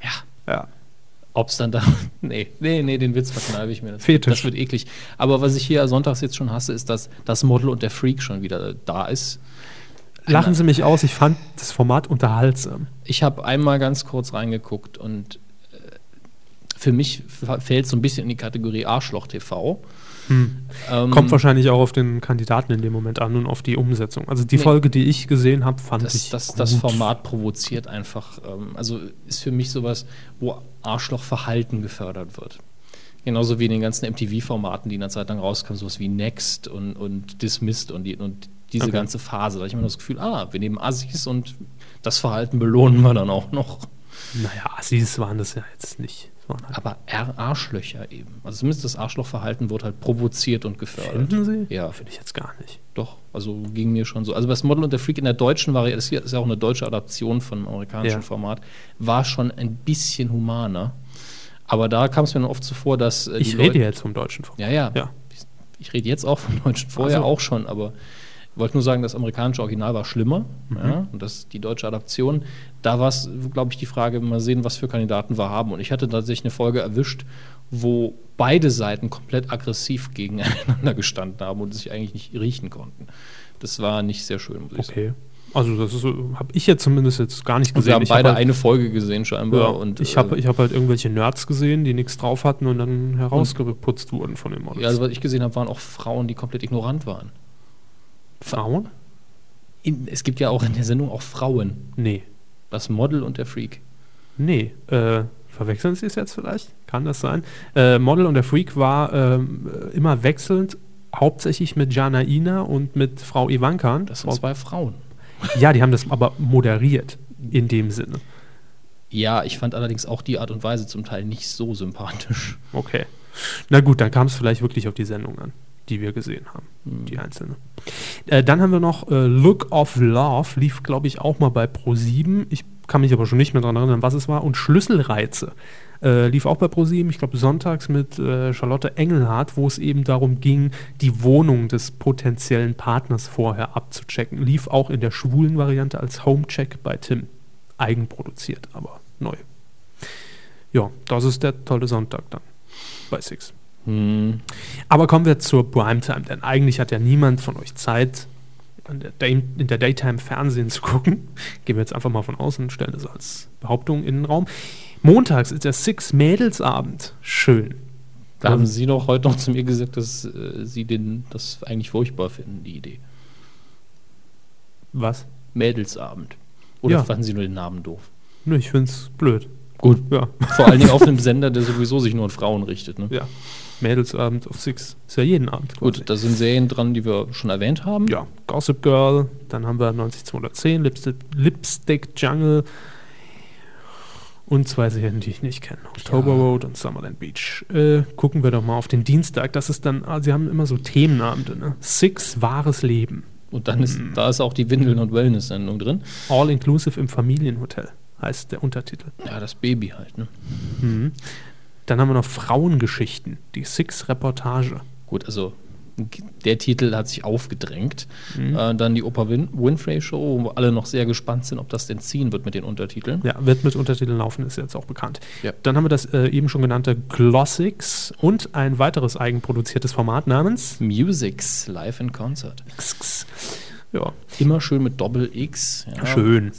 Ja.
Ja.
Ob's dann da. Nee, nee, nee, den Witz verkneife ich mir. Das,
Fetisch.
das wird eklig. Aber was ich hier sonntags jetzt schon hasse, ist, dass das Model und der Freak schon wieder da ist.
Lachen Sie mich aus, ich fand das Format unterhaltsam.
Ich habe einmal ganz kurz reingeguckt und äh, für mich fällt so ein bisschen in die Kategorie Arschloch TV. Ähm,
Hm. Kommt wahrscheinlich auch auf den Kandidaten in dem Moment an und auf die Umsetzung. Also die
Nee.
Folge, die ich gesehen habe, fand
das,
ich
das, das
gut.
Format provoziert einfach, ähm, also ist für mich sowas, wo Arschlochverhalten gefördert wird. Genauso wie in den ganzen MTV-Formaten, die in der Zeit lang rauskamen, sowas wie Next und, und Dismissed und, die, und diese
Okay.
ganze Phase. Da hatte ich immer das Gefühl, ah, wir nehmen Assis und das Verhalten belohnen wir dann auch noch.
Naja, Assis waren das ja jetzt nicht. Das waren halt-
Aber R Arschlöcher eben. Also zumindest das Arschlochverhalten wurde halt provoziert und gefördert.
Finden Sie?
Ja.
Finde ich jetzt gar nicht.
Doch, also ging mir schon so. Also das Model und der Freak in der deutschen Variante, das hier ist ja auch eine deutsche Adaption von einem amerikanischen
Ja.
Format, war schon ein bisschen humaner. Aber da kam es mir dann oft so vor, dass äh, die
Ich rede
Leute-
jetzt vom deutschen Format.
Ja, ja.
Ja.
Ich rede jetzt auch von Deutschen, vorher
Ach so.
auch schon, aber wollte nur sagen, das amerikanische Original war schlimmer
Mhm.
ja, und das die deutsche Adaption. Da war es, glaube ich, die Frage, mal sehen, was für Kandidaten wir haben. Und ich hatte tatsächlich eine Folge erwischt, wo beide Seiten komplett aggressiv gegeneinander gestanden haben und sich eigentlich nicht riechen konnten. Das war nicht sehr schön, muss ich sagen.
Okay. Also das ist, habe ich jetzt zumindest jetzt gar nicht
Und
gesehen.
wir haben
ich hab
beide
halt,
eine Folge gesehen scheinbar.
ja,
und,
ich habe
äh,
ich hab halt irgendwelche Nerds gesehen, die nichts drauf hatten und dann herausgeputzt wurden von den Models.
ja, also, was ich gesehen habe, waren auch Frauen, die komplett ignorant waren.
Frauen?
In, es gibt ja auch in der Sendung auch Frauen.
Nee.
Das Model und der Freak.
Nee. Äh, verwechseln Sie es jetzt vielleicht? Kann das sein? Äh, Model und der Freak war ähm, äh, immer wechselnd, hauptsächlich mit Jana Ina und mit Frau Ivanka.
Das sind zwei Frauen.
Ja, die haben das aber moderiert in dem Sinne.
Ja, ich fand allerdings auch die Art und Weise zum Teil nicht so sympathisch.
Okay. Na gut, dann kam es vielleicht wirklich auf die Sendung an, die wir gesehen haben, die einzelne. Äh, dann haben wir noch äh, Look of Love, lief glaube ich auch mal bei Pro7. Ich kann mich aber schon nicht mehr daran erinnern, was es war. Und Schlüsselreize äh, lief auch bei Pro7, ich glaube sonntags mit äh, Charlotte Engelhardt, wo es eben darum ging, die Wohnung des potenziellen Partners vorher abzuchecken. Lief auch in der schwulen Variante als Homecheck bei Tim. Eigenproduziert, aber neu. Ja, das ist der tolle Sonntag dann bei Six.
Hm.
Aber kommen wir zur Primetime, denn eigentlich hat ja niemand von euch Zeit, in der, Day in der Daytime Fernsehen zu gucken. Gehen wir jetzt einfach mal von außen und stellen das als Behauptung in den Raum. Montags ist der Six Mädelsabend. Schön.
Da
Ja.
haben Sie doch heute noch zu mir gesagt, dass äh, Sie den, das eigentlich furchtbar finden, die Idee.
Was?
Mädelsabend. Oder
Ja.
fanden Sie nur den Namen doof?
Nö, ich find's blöd.
Gut.
Ja.
Vor allen Dingen auf einem Sender, der sowieso sich nur an Frauen richtet. Ne?
ja. Mädelsabend auf Six. Ist ja jeden Abend quasi.
Gut, da sind Serien dran, die wir schon erwähnt haben.
ja, Gossip Girl, dann haben wir 90210, Lipstick, Lipstick Jungle und zwei Serien, die ich nicht kenne. October
Ja.
Road und Summerland Beach. Äh, gucken wir doch mal auf den Dienstag. Das ist dann, ah, sie haben immer so Themenabende, ne? Six, wahres Leben.
Und dann ist, da ist auch die Windeln- und Wellness-Sendung drin.
All Inclusive im Familienhotel heißt der Untertitel.
Ja, das Baby halt. Ne?
Mhm. Dann haben wir noch Frauengeschichten, die Six-Reportage.
Gut, also der Titel hat sich aufgedrängt. Äh, dann die Oprah Win Winfrey Show, wo alle noch sehr gespannt sind, ob das denn ziehen wird mit den Untertiteln.
Ja, wird mit Untertiteln laufen, ist jetzt auch bekannt.
Ja.
Dann haben wir das äh, eben schon genannte Glossix und ein weiteres eigenproduziertes Format namens
Musics live in Concert.
XX. Ja,
Immer schön mit Doppel X. ja.
schön.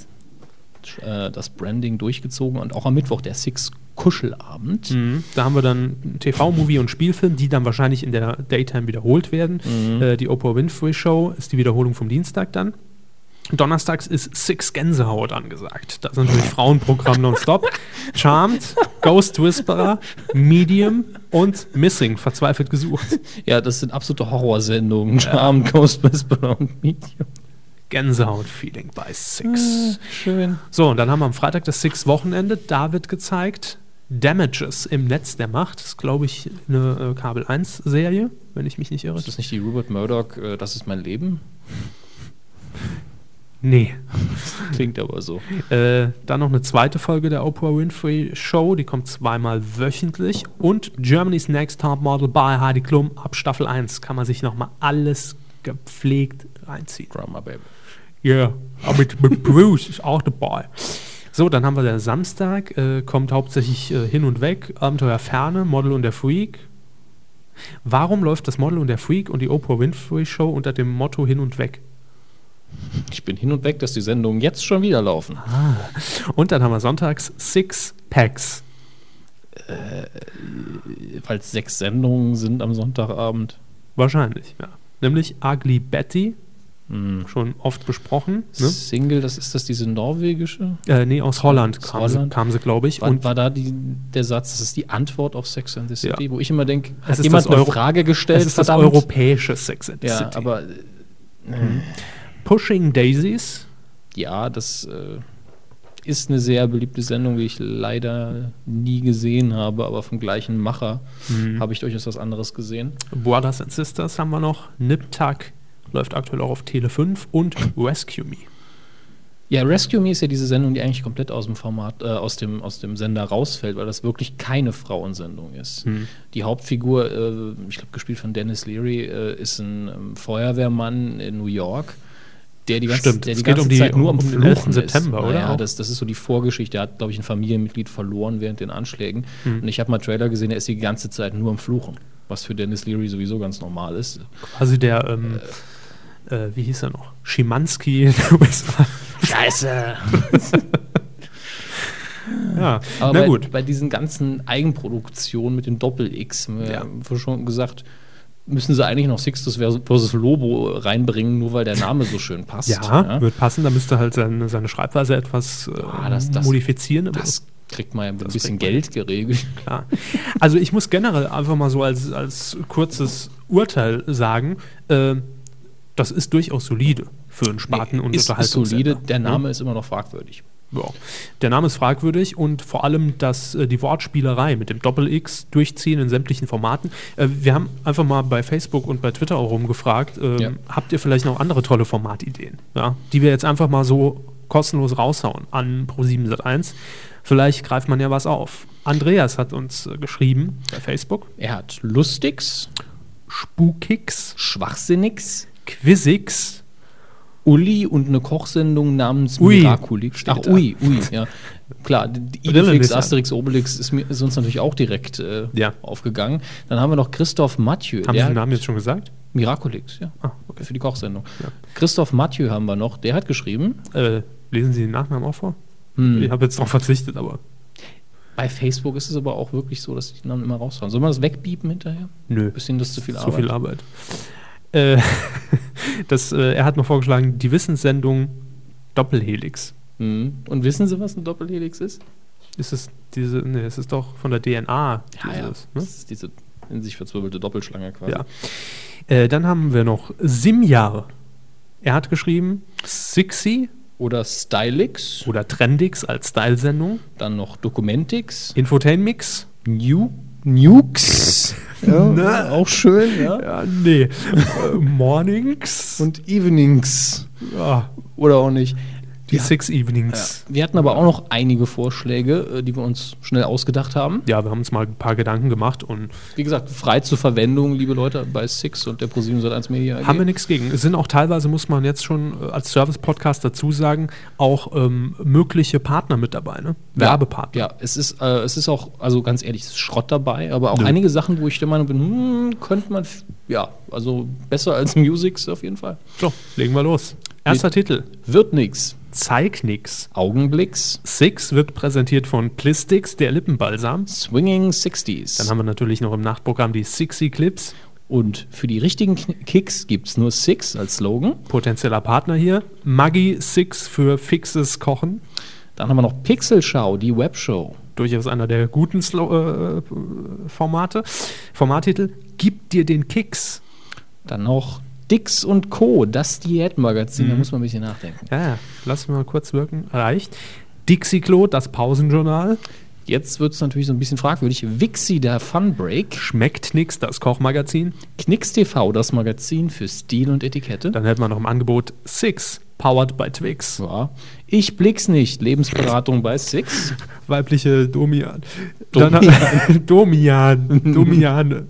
Äh, das Branding durchgezogen und auch am Mittwoch der Six Kuschelabend.
Mhm. Da haben wir dann TV, Movie und Spielfilm, die dann wahrscheinlich in der Daytime wiederholt werden.
Mhm.
Äh, die Oprah Winfrey Show ist die Wiederholung vom Dienstag dann. Donnerstags ist Six Gänsehaut angesagt. Das sind natürlich Frauenprogramm nonstop. Charmed, Ghost Whisperer, Medium und Missing, verzweifelt gesucht.
Ja, das sind absolute Horrorsendungen. Charm, Ghost Whisperer und Medium.
Gänsehaut-Feeling bei Six.
Schön.
So, und dann haben wir am Freitag das Six-Wochenende. Da wird gezeigt Damages im Netz der Macht. Das ist, glaube ich, eine äh, Kabel 1-Serie, wenn ich mich nicht irre.
Ist das nicht die Rupert Murdoch, äh, das ist mein Leben?
Nee.
Klingt aber so.
Äh, dann noch eine zweite Folge der Oprah Winfrey Show. Die kommt zweimal wöchentlich. Und Germany's Next Top Model bei Heidi Klum ab Staffel 1. Kann man sich nochmal alles gepflegt reinziehen.
Drama Baby.
Ja, yeah. aber mit, mit Bruce ist auch dabei. So, dann haben wir der Samstag, äh, kommt hauptsächlich äh, hin und weg, Abenteuer Ferne, Model und der Freak. Warum läuft das Model und der Freak und die Oprah Winfrey Show unter dem Motto hin und weg?
Ich bin hin und weg, dass die Sendungen jetzt schon wieder laufen.
Und dann haben wir sonntags Six Packs.
Weil es sechs Sendungen sind am Sonntagabend.
Wahrscheinlich, ja. Nämlich Ugly Betty,
Mhm.
schon oft besprochen. Ne?
Single, das ist das diese norwegische?
Äh, nee, aus Holland
Aus
kam
Holland.
sie, kam sie glaube ich.
War,
Und
war da die, der Satz, das ist die Antwort auf Sex and the City,
Ja.
wo ich immer denke,
Es
hat
ist
jemand
das
eine
Euro-
Frage gestellt?
es ist das
äh, verdammt?
europäische Sex and the
Ja,
City. Mhm.
aber äh,
Pushing Daisies.
ja, das äh, ist eine sehr beliebte Sendung, die ich leider nie gesehen habe, aber vom gleichen Macher
Mhm.
habe ich durchaus was anderes gesehen.
Brothers and Sisters haben wir noch. Nip Tuck läuft aktuell auch auf Tele 5 und Rescue Me.
Ja, Rescue Me ist ja diese Sendung, die eigentlich komplett aus dem Format, äh, aus, dem, aus dem Sender rausfällt, weil das wirklich keine Frauensendung ist.
Hm.
Die Hauptfigur, äh, ich glaube, gespielt von Dennis Leary, äh, ist ein ähm, Feuerwehrmann in New York, der die ganze,
Stimmt,
der
es geht um die-
Zeit nur am
um den
Fluchen
11.
ist.
September, oder?
Ja,
Auch?
das, das ist so die Vorgeschichte. Er hat, glaube ich, ein Familienmitglied verloren während den Anschlägen.
Hm.
Und ich habe mal Trailer gesehen, er ist die ganze Zeit nur am Fluchen. Was für Dennis Leary sowieso ganz normal ist.
Quasi der, ähm, äh, wie hieß er noch? Schimanski in den USA.
Scheiße!
Ja,
Aber
na
bei,
gut.
bei diesen ganzen Eigenproduktionen mit dem Doppel-X, wir
Ja.
haben vorhin schon gesagt, müssen sie eigentlich noch Sixtus vers- versus Lobo reinbringen, nur weil der Name so schön passt.
Ja, wird passen. Da müsste halt seine, seine Schreibweise etwas äh,
ne? Ah, das- das-
modifizieren. aber
Das kriegt man ja mit ein
Das
bisschen
kriegt man.
Geld geregelt.
klar. Also ich muss generell einfach mal so als, als kurzes Urteil sagen, äh, das ist durchaus solide für einen Spaten- und
ist, ist
Unterhaltungssender. Hm?
solide, der Name ist immer noch fragwürdig.
Ja. Der Name ist fragwürdig und vor allem das, äh, die Wortspielerei mit dem Doppel-X durchziehen in sämtlichen Formaten. Äh, wir haben einfach mal bei Facebook und bei Twitter auch rumgefragt, ähm,
Ja.
habt ihr vielleicht noch andere tolle Formatideen, ja, die wir jetzt einfach mal so kostenlos raushauen an Pro7 Sat1. Vielleicht greift man ja was auf. Andreas hat uns äh, geschrieben bei Facebook.
Er hat Lustigs,
Spukix,
Schwachsinnigs,
Quizix,
Uli und eine Kochsendung namens
Ui,
Miraculix.
steht da.
Ui, Ui, ja. Klar, die- die
Brille
Idefix,
nicht an.
Asterix, Obelix ist, mir, ist uns natürlich auch direkt äh,
Ja.
aufgegangen. Dann haben wir noch Christoph Mathieu.
haben
der
Sie den
hat-
Namen jetzt schon gesagt?
Miraculix, ja.
Ah, okay.
Für die Kochsendung. Christoph Mathieu haben wir noch, der hat geschrieben, hm,
Äh, lesen Sie den Nachnamen auch vor? Ich habe jetzt darauf verzichtet, aber
bei Facebook ist es aber auch wirklich so, dass die Namen immer raushauen. Soll man das wegbiepen hinterher?
nö.
Bisschen das zu viel
Zu
Arbeit.
viel Arbeit. Äh, das, äh, er hat noch vorgeschlagen, die Wissenssendung Doppelhelix.
Mhm. Und wissen Sie, was ein Doppelhelix ist?
Ist es diese, nee, es ist doch von der DNA. dieses,
Das ist diese in sich verzwirbelte Doppelschlange quasi.
Ne? ja. Äh, dann haben wir noch Simjar. Er hat geschrieben, Sixi
Oder Stylix,
oder Trendix als Style-Sendung,
dann noch Dokumentix,
Infotainmix.
New Nukes. Ne?
Ja, auch schön, ja.
Ja, nee. äh, Mornings.
Und Evenings.
ja,
Oder auch nicht.
die Six Evenings.
Wir hatten aber auch noch einige Vorschläge, äh, die wir uns schnell ausgedacht haben.
Ja, wir haben uns mal ein paar Gedanken gemacht und
Wie gesagt, frei zur Verwendung, liebe Leute, bei Six und der ProSieben 1 Media. AG.
Haben wir nichts gegen. Es sind auch teilweise, muss man jetzt schon äh, als Service-Podcast dazu sagen, auch ähm, mögliche Partner mit dabei, ne? Werbepartner.
Ja, es ist, äh, es ist auch, also ganz ehrlich, es ist Schrott dabei, aber auch
Nö.
einige Sachen, wo ich der Meinung bin, hm, könnte man, f- ja, also besser als Musics auf jeden Fall.
So, legen wir los. Erster
Mit-
Titel:
Wird nix.
Zeig nix.
Augenblicks.
Six wird präsentiert von Plistix, der Lippenbalsam.
Swinging
Dann
60s.
haben wir natürlich noch im Nachtprogramm die Sixy Clips,
Und für die richtigen Kn- Kicks gibt es nur Six als Slogan.
potenzieller Partner hier. Maggi Six für fixes Kochen.
Dann haben wir noch Pixel Show, die Webshow.
Durchaus einer der guten Slo äh, Formate. Formattitel: Gib dir den Kicks.
Dann noch Dix und Co., das Diätmagazin. Da muss man ein bisschen nachdenken.
Ja, ja, lassen wir mal kurz wirken. Reicht. Dixie-Klo, das Pausenjournal.
Jetzt wird es natürlich so ein bisschen fragwürdig. Wixi, der Fun Break.
Schmeckt nix, das Kochmagazin.
Knicks TV, das Magazin für Stil und Etikette.
Dann hätten wir noch im Angebot Six, powered by Twix.
Ja. Ich blick's nicht. Lebensberatung bei Six.
Weibliche Domian.
Domian.
Dann, Domian. Domiane.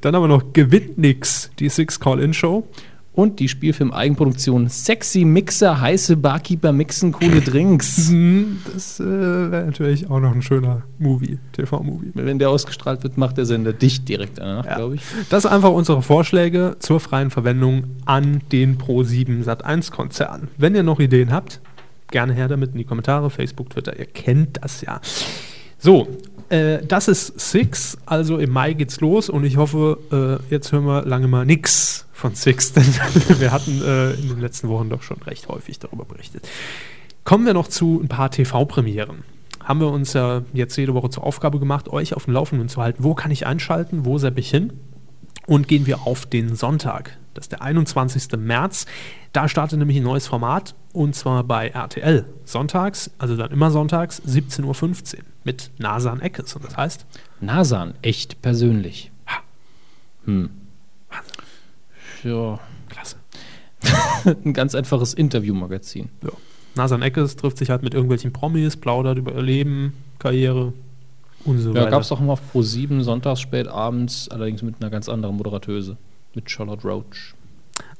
Dann haben wir noch Gewinnt nix, die Six Call-In-Show.
Und die Spielfilm-Eigenproduktion Sexy Mixer, heiße Barkeeper mixen coole Drinks.
Hm, Das äh, wäre natürlich auch noch ein schöner Movie, TV-Movie.
Wenn der ausgestrahlt wird, macht der Sender dicht direkt danach,
Ja.
glaube ich.
Das sind einfach unsere Vorschläge zur freien Verwendung an den Pro7 Sat1 Konzern. Wenn ihr noch Ideen habt, gerne her damit in die Kommentare, Facebook, Twitter, ihr kennt das ja. So, äh, das ist Six, also im Mai geht's los und ich hoffe, äh, jetzt hören wir lange mal nix von Six, denn wir hatten äh, in den letzten Wochen doch schon recht häufig darüber berichtet. Kommen wir noch zu ein paar TV-Premieren. Haben wir uns ja jetzt jede Woche zur Aufgabe gemacht, euch auf dem Laufenden zu halten. Wo kann ich einschalten? Wo sepp ich hin? Und gehen wir auf den Sonntag. Das ist der 21. März. Da startet nämlich ein neues Format und zwar bei RTL. Sonntags, also dann immer sonntags, 17.15 Uhr mit Nasan Eckes. Und das heißt?
Nasan, echt persönlich.
Ha.
Hm. Ja,
Klasse.
ein ganz einfaches Interviewmagazin.
Ja. Nasan Eckes trifft sich halt mit irgendwelchen Promis, plaudert über Leben, Karriere und so
Ja,
weiter.
gab es auch immer auf Pro7 sonntags spät abends, allerdings mit einer ganz anderen Moderatöse. Mit Charlotte Roach.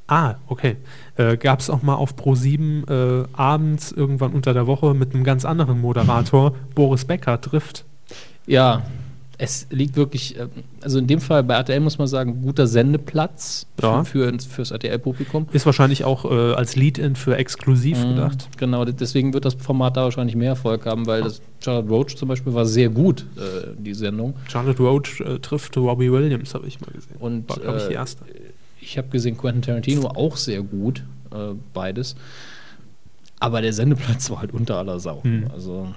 Ah, okay. Äh, Gab es auch mal auf Pro7 äh, abends irgendwann unter der Woche mit einem ganz anderen Moderator, Boris Becker, trifft.
Ja, es liegt wirklich, ähm, also in dem Fall bei RTL muss man sagen, guter Sendeplatz
Ja.
für, für das RTL-Publikum.
Ist wahrscheinlich auch äh, als Lead-In für exklusiv gedacht.
Genau, de- deswegen wird das Format da wahrscheinlich mehr Erfolg haben, weil das Charlotte Roach zum Beispiel war sehr gut, äh, die Sendung.
Charlotte Roach äh, trifft Robbie Williams, habe ich mal gesehen.
Und,
War, glaube ich, die
äh,
erste.
Ich habe gesehen, Quentin Tarantino auch sehr gut, äh, beides. Aber der Sendeplatz war halt unter aller Sau. Also,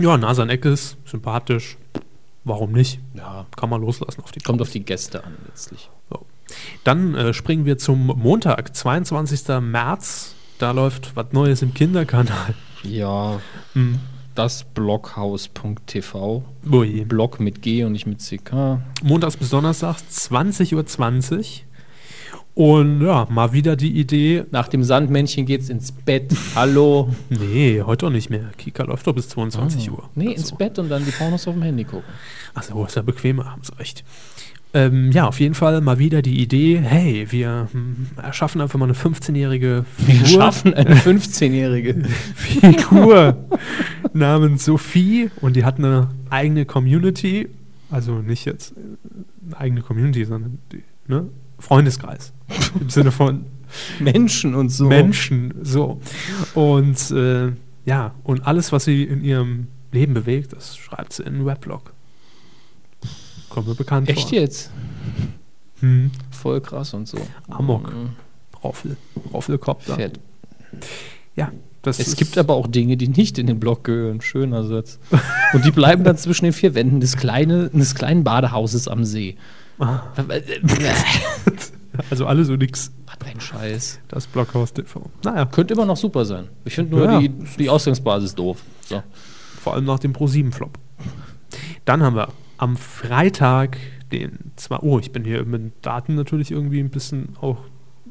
Ja, Nasan Eckes, sympathisch. Warum nicht?
ja,
Kann man loslassen auf die
kommt auf die Gäste an letztlich.
Dann äh, springen wir zum Montag, 22. März. Da läuft was Neues im Kinderkanal.
Ja,
Hm.
das Blockhaus.tv.
Ui.
Block mit G und nicht mit CK.
Montags bis Donnerstags, 20.20 Uhr. Und ja, mal wieder die Idee.
Nach dem Sandmännchen geht's ins Bett. Hallo.
Nee, heute auch nicht mehr. Kika läuft doch bis 22 Uhr.
Ah. Nee,
Also-
ins Bett und dann die Pornos auf dem Handy gucken.
Achso, ist ja bequemer, haben Sie recht. Ähm, ja, auf jeden Fall mal wieder die Idee, hey, wir hm, erschaffen einfach mal eine 15-jährige
Wir
Figur.
schaffen eine 15-Jährige.
Figur namens Sophie und die hat eine eigene Community, also nicht jetzt äh, eine eigene Community, sondern die, ne? Freundeskreis im Sinne von
Menschen und so.
Menschen, so und äh, ja und alles, was sie in ihrem Leben bewegt, das schreibt sie in einen Weblog. Kommt mir bekannt
Echt
vor.
jetzt?
Hm.
Voll krass und so.
Amok.
Mhm.
Roffel, Roffelkopter.
Fett.
Ja, das
Es
ist-
gibt aber auch Dinge, die nicht in den Blog gehören. Schöner Satz. Und die bleiben dann zwischen den vier Wänden des, kleine, des kleinen Badehauses am See.
Ah,
Was
also alles und nix.
ein Scheiß.
Das Blockhaus TV. Naja,
Könnte immer noch super sein. Ich finde nur
Ja.
die, die Ausgangsbasis doof. So.
Vor allem nach dem Pro-7-Flop. Dann haben wir am Freitag den zwei Oh, ich bin hier mit Daten natürlich irgendwie ein bisschen auch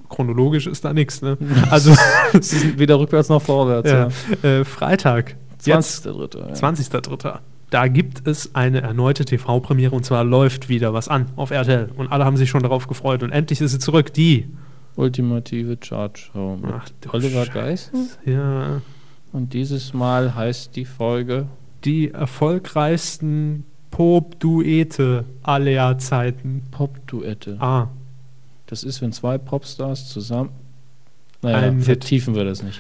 chronologisch ist da nichts, ne? Also
Es ist weder rückwärts noch vorwärts.
ja,
Ja.
äh, Freitag, jetzt
20.3. Ja.
20.03. Da gibt es eine erneute TV-Premiere und zwar läuft wieder was an auf RTL und alle haben sich schon darauf gefreut und endlich ist sie zurück, die
Ultimative Charge Home.
Ach, du
Oliver Geist.
Scheiße. ja,
Und dieses Mal heißt die Folge
die erfolgreichsten Pop-Duete aller Zeiten.
Popduette.
Ah,
Das ist, wenn zwei Popstars zusammen. Naja,
Ein Hit.
vertiefen wir das nicht.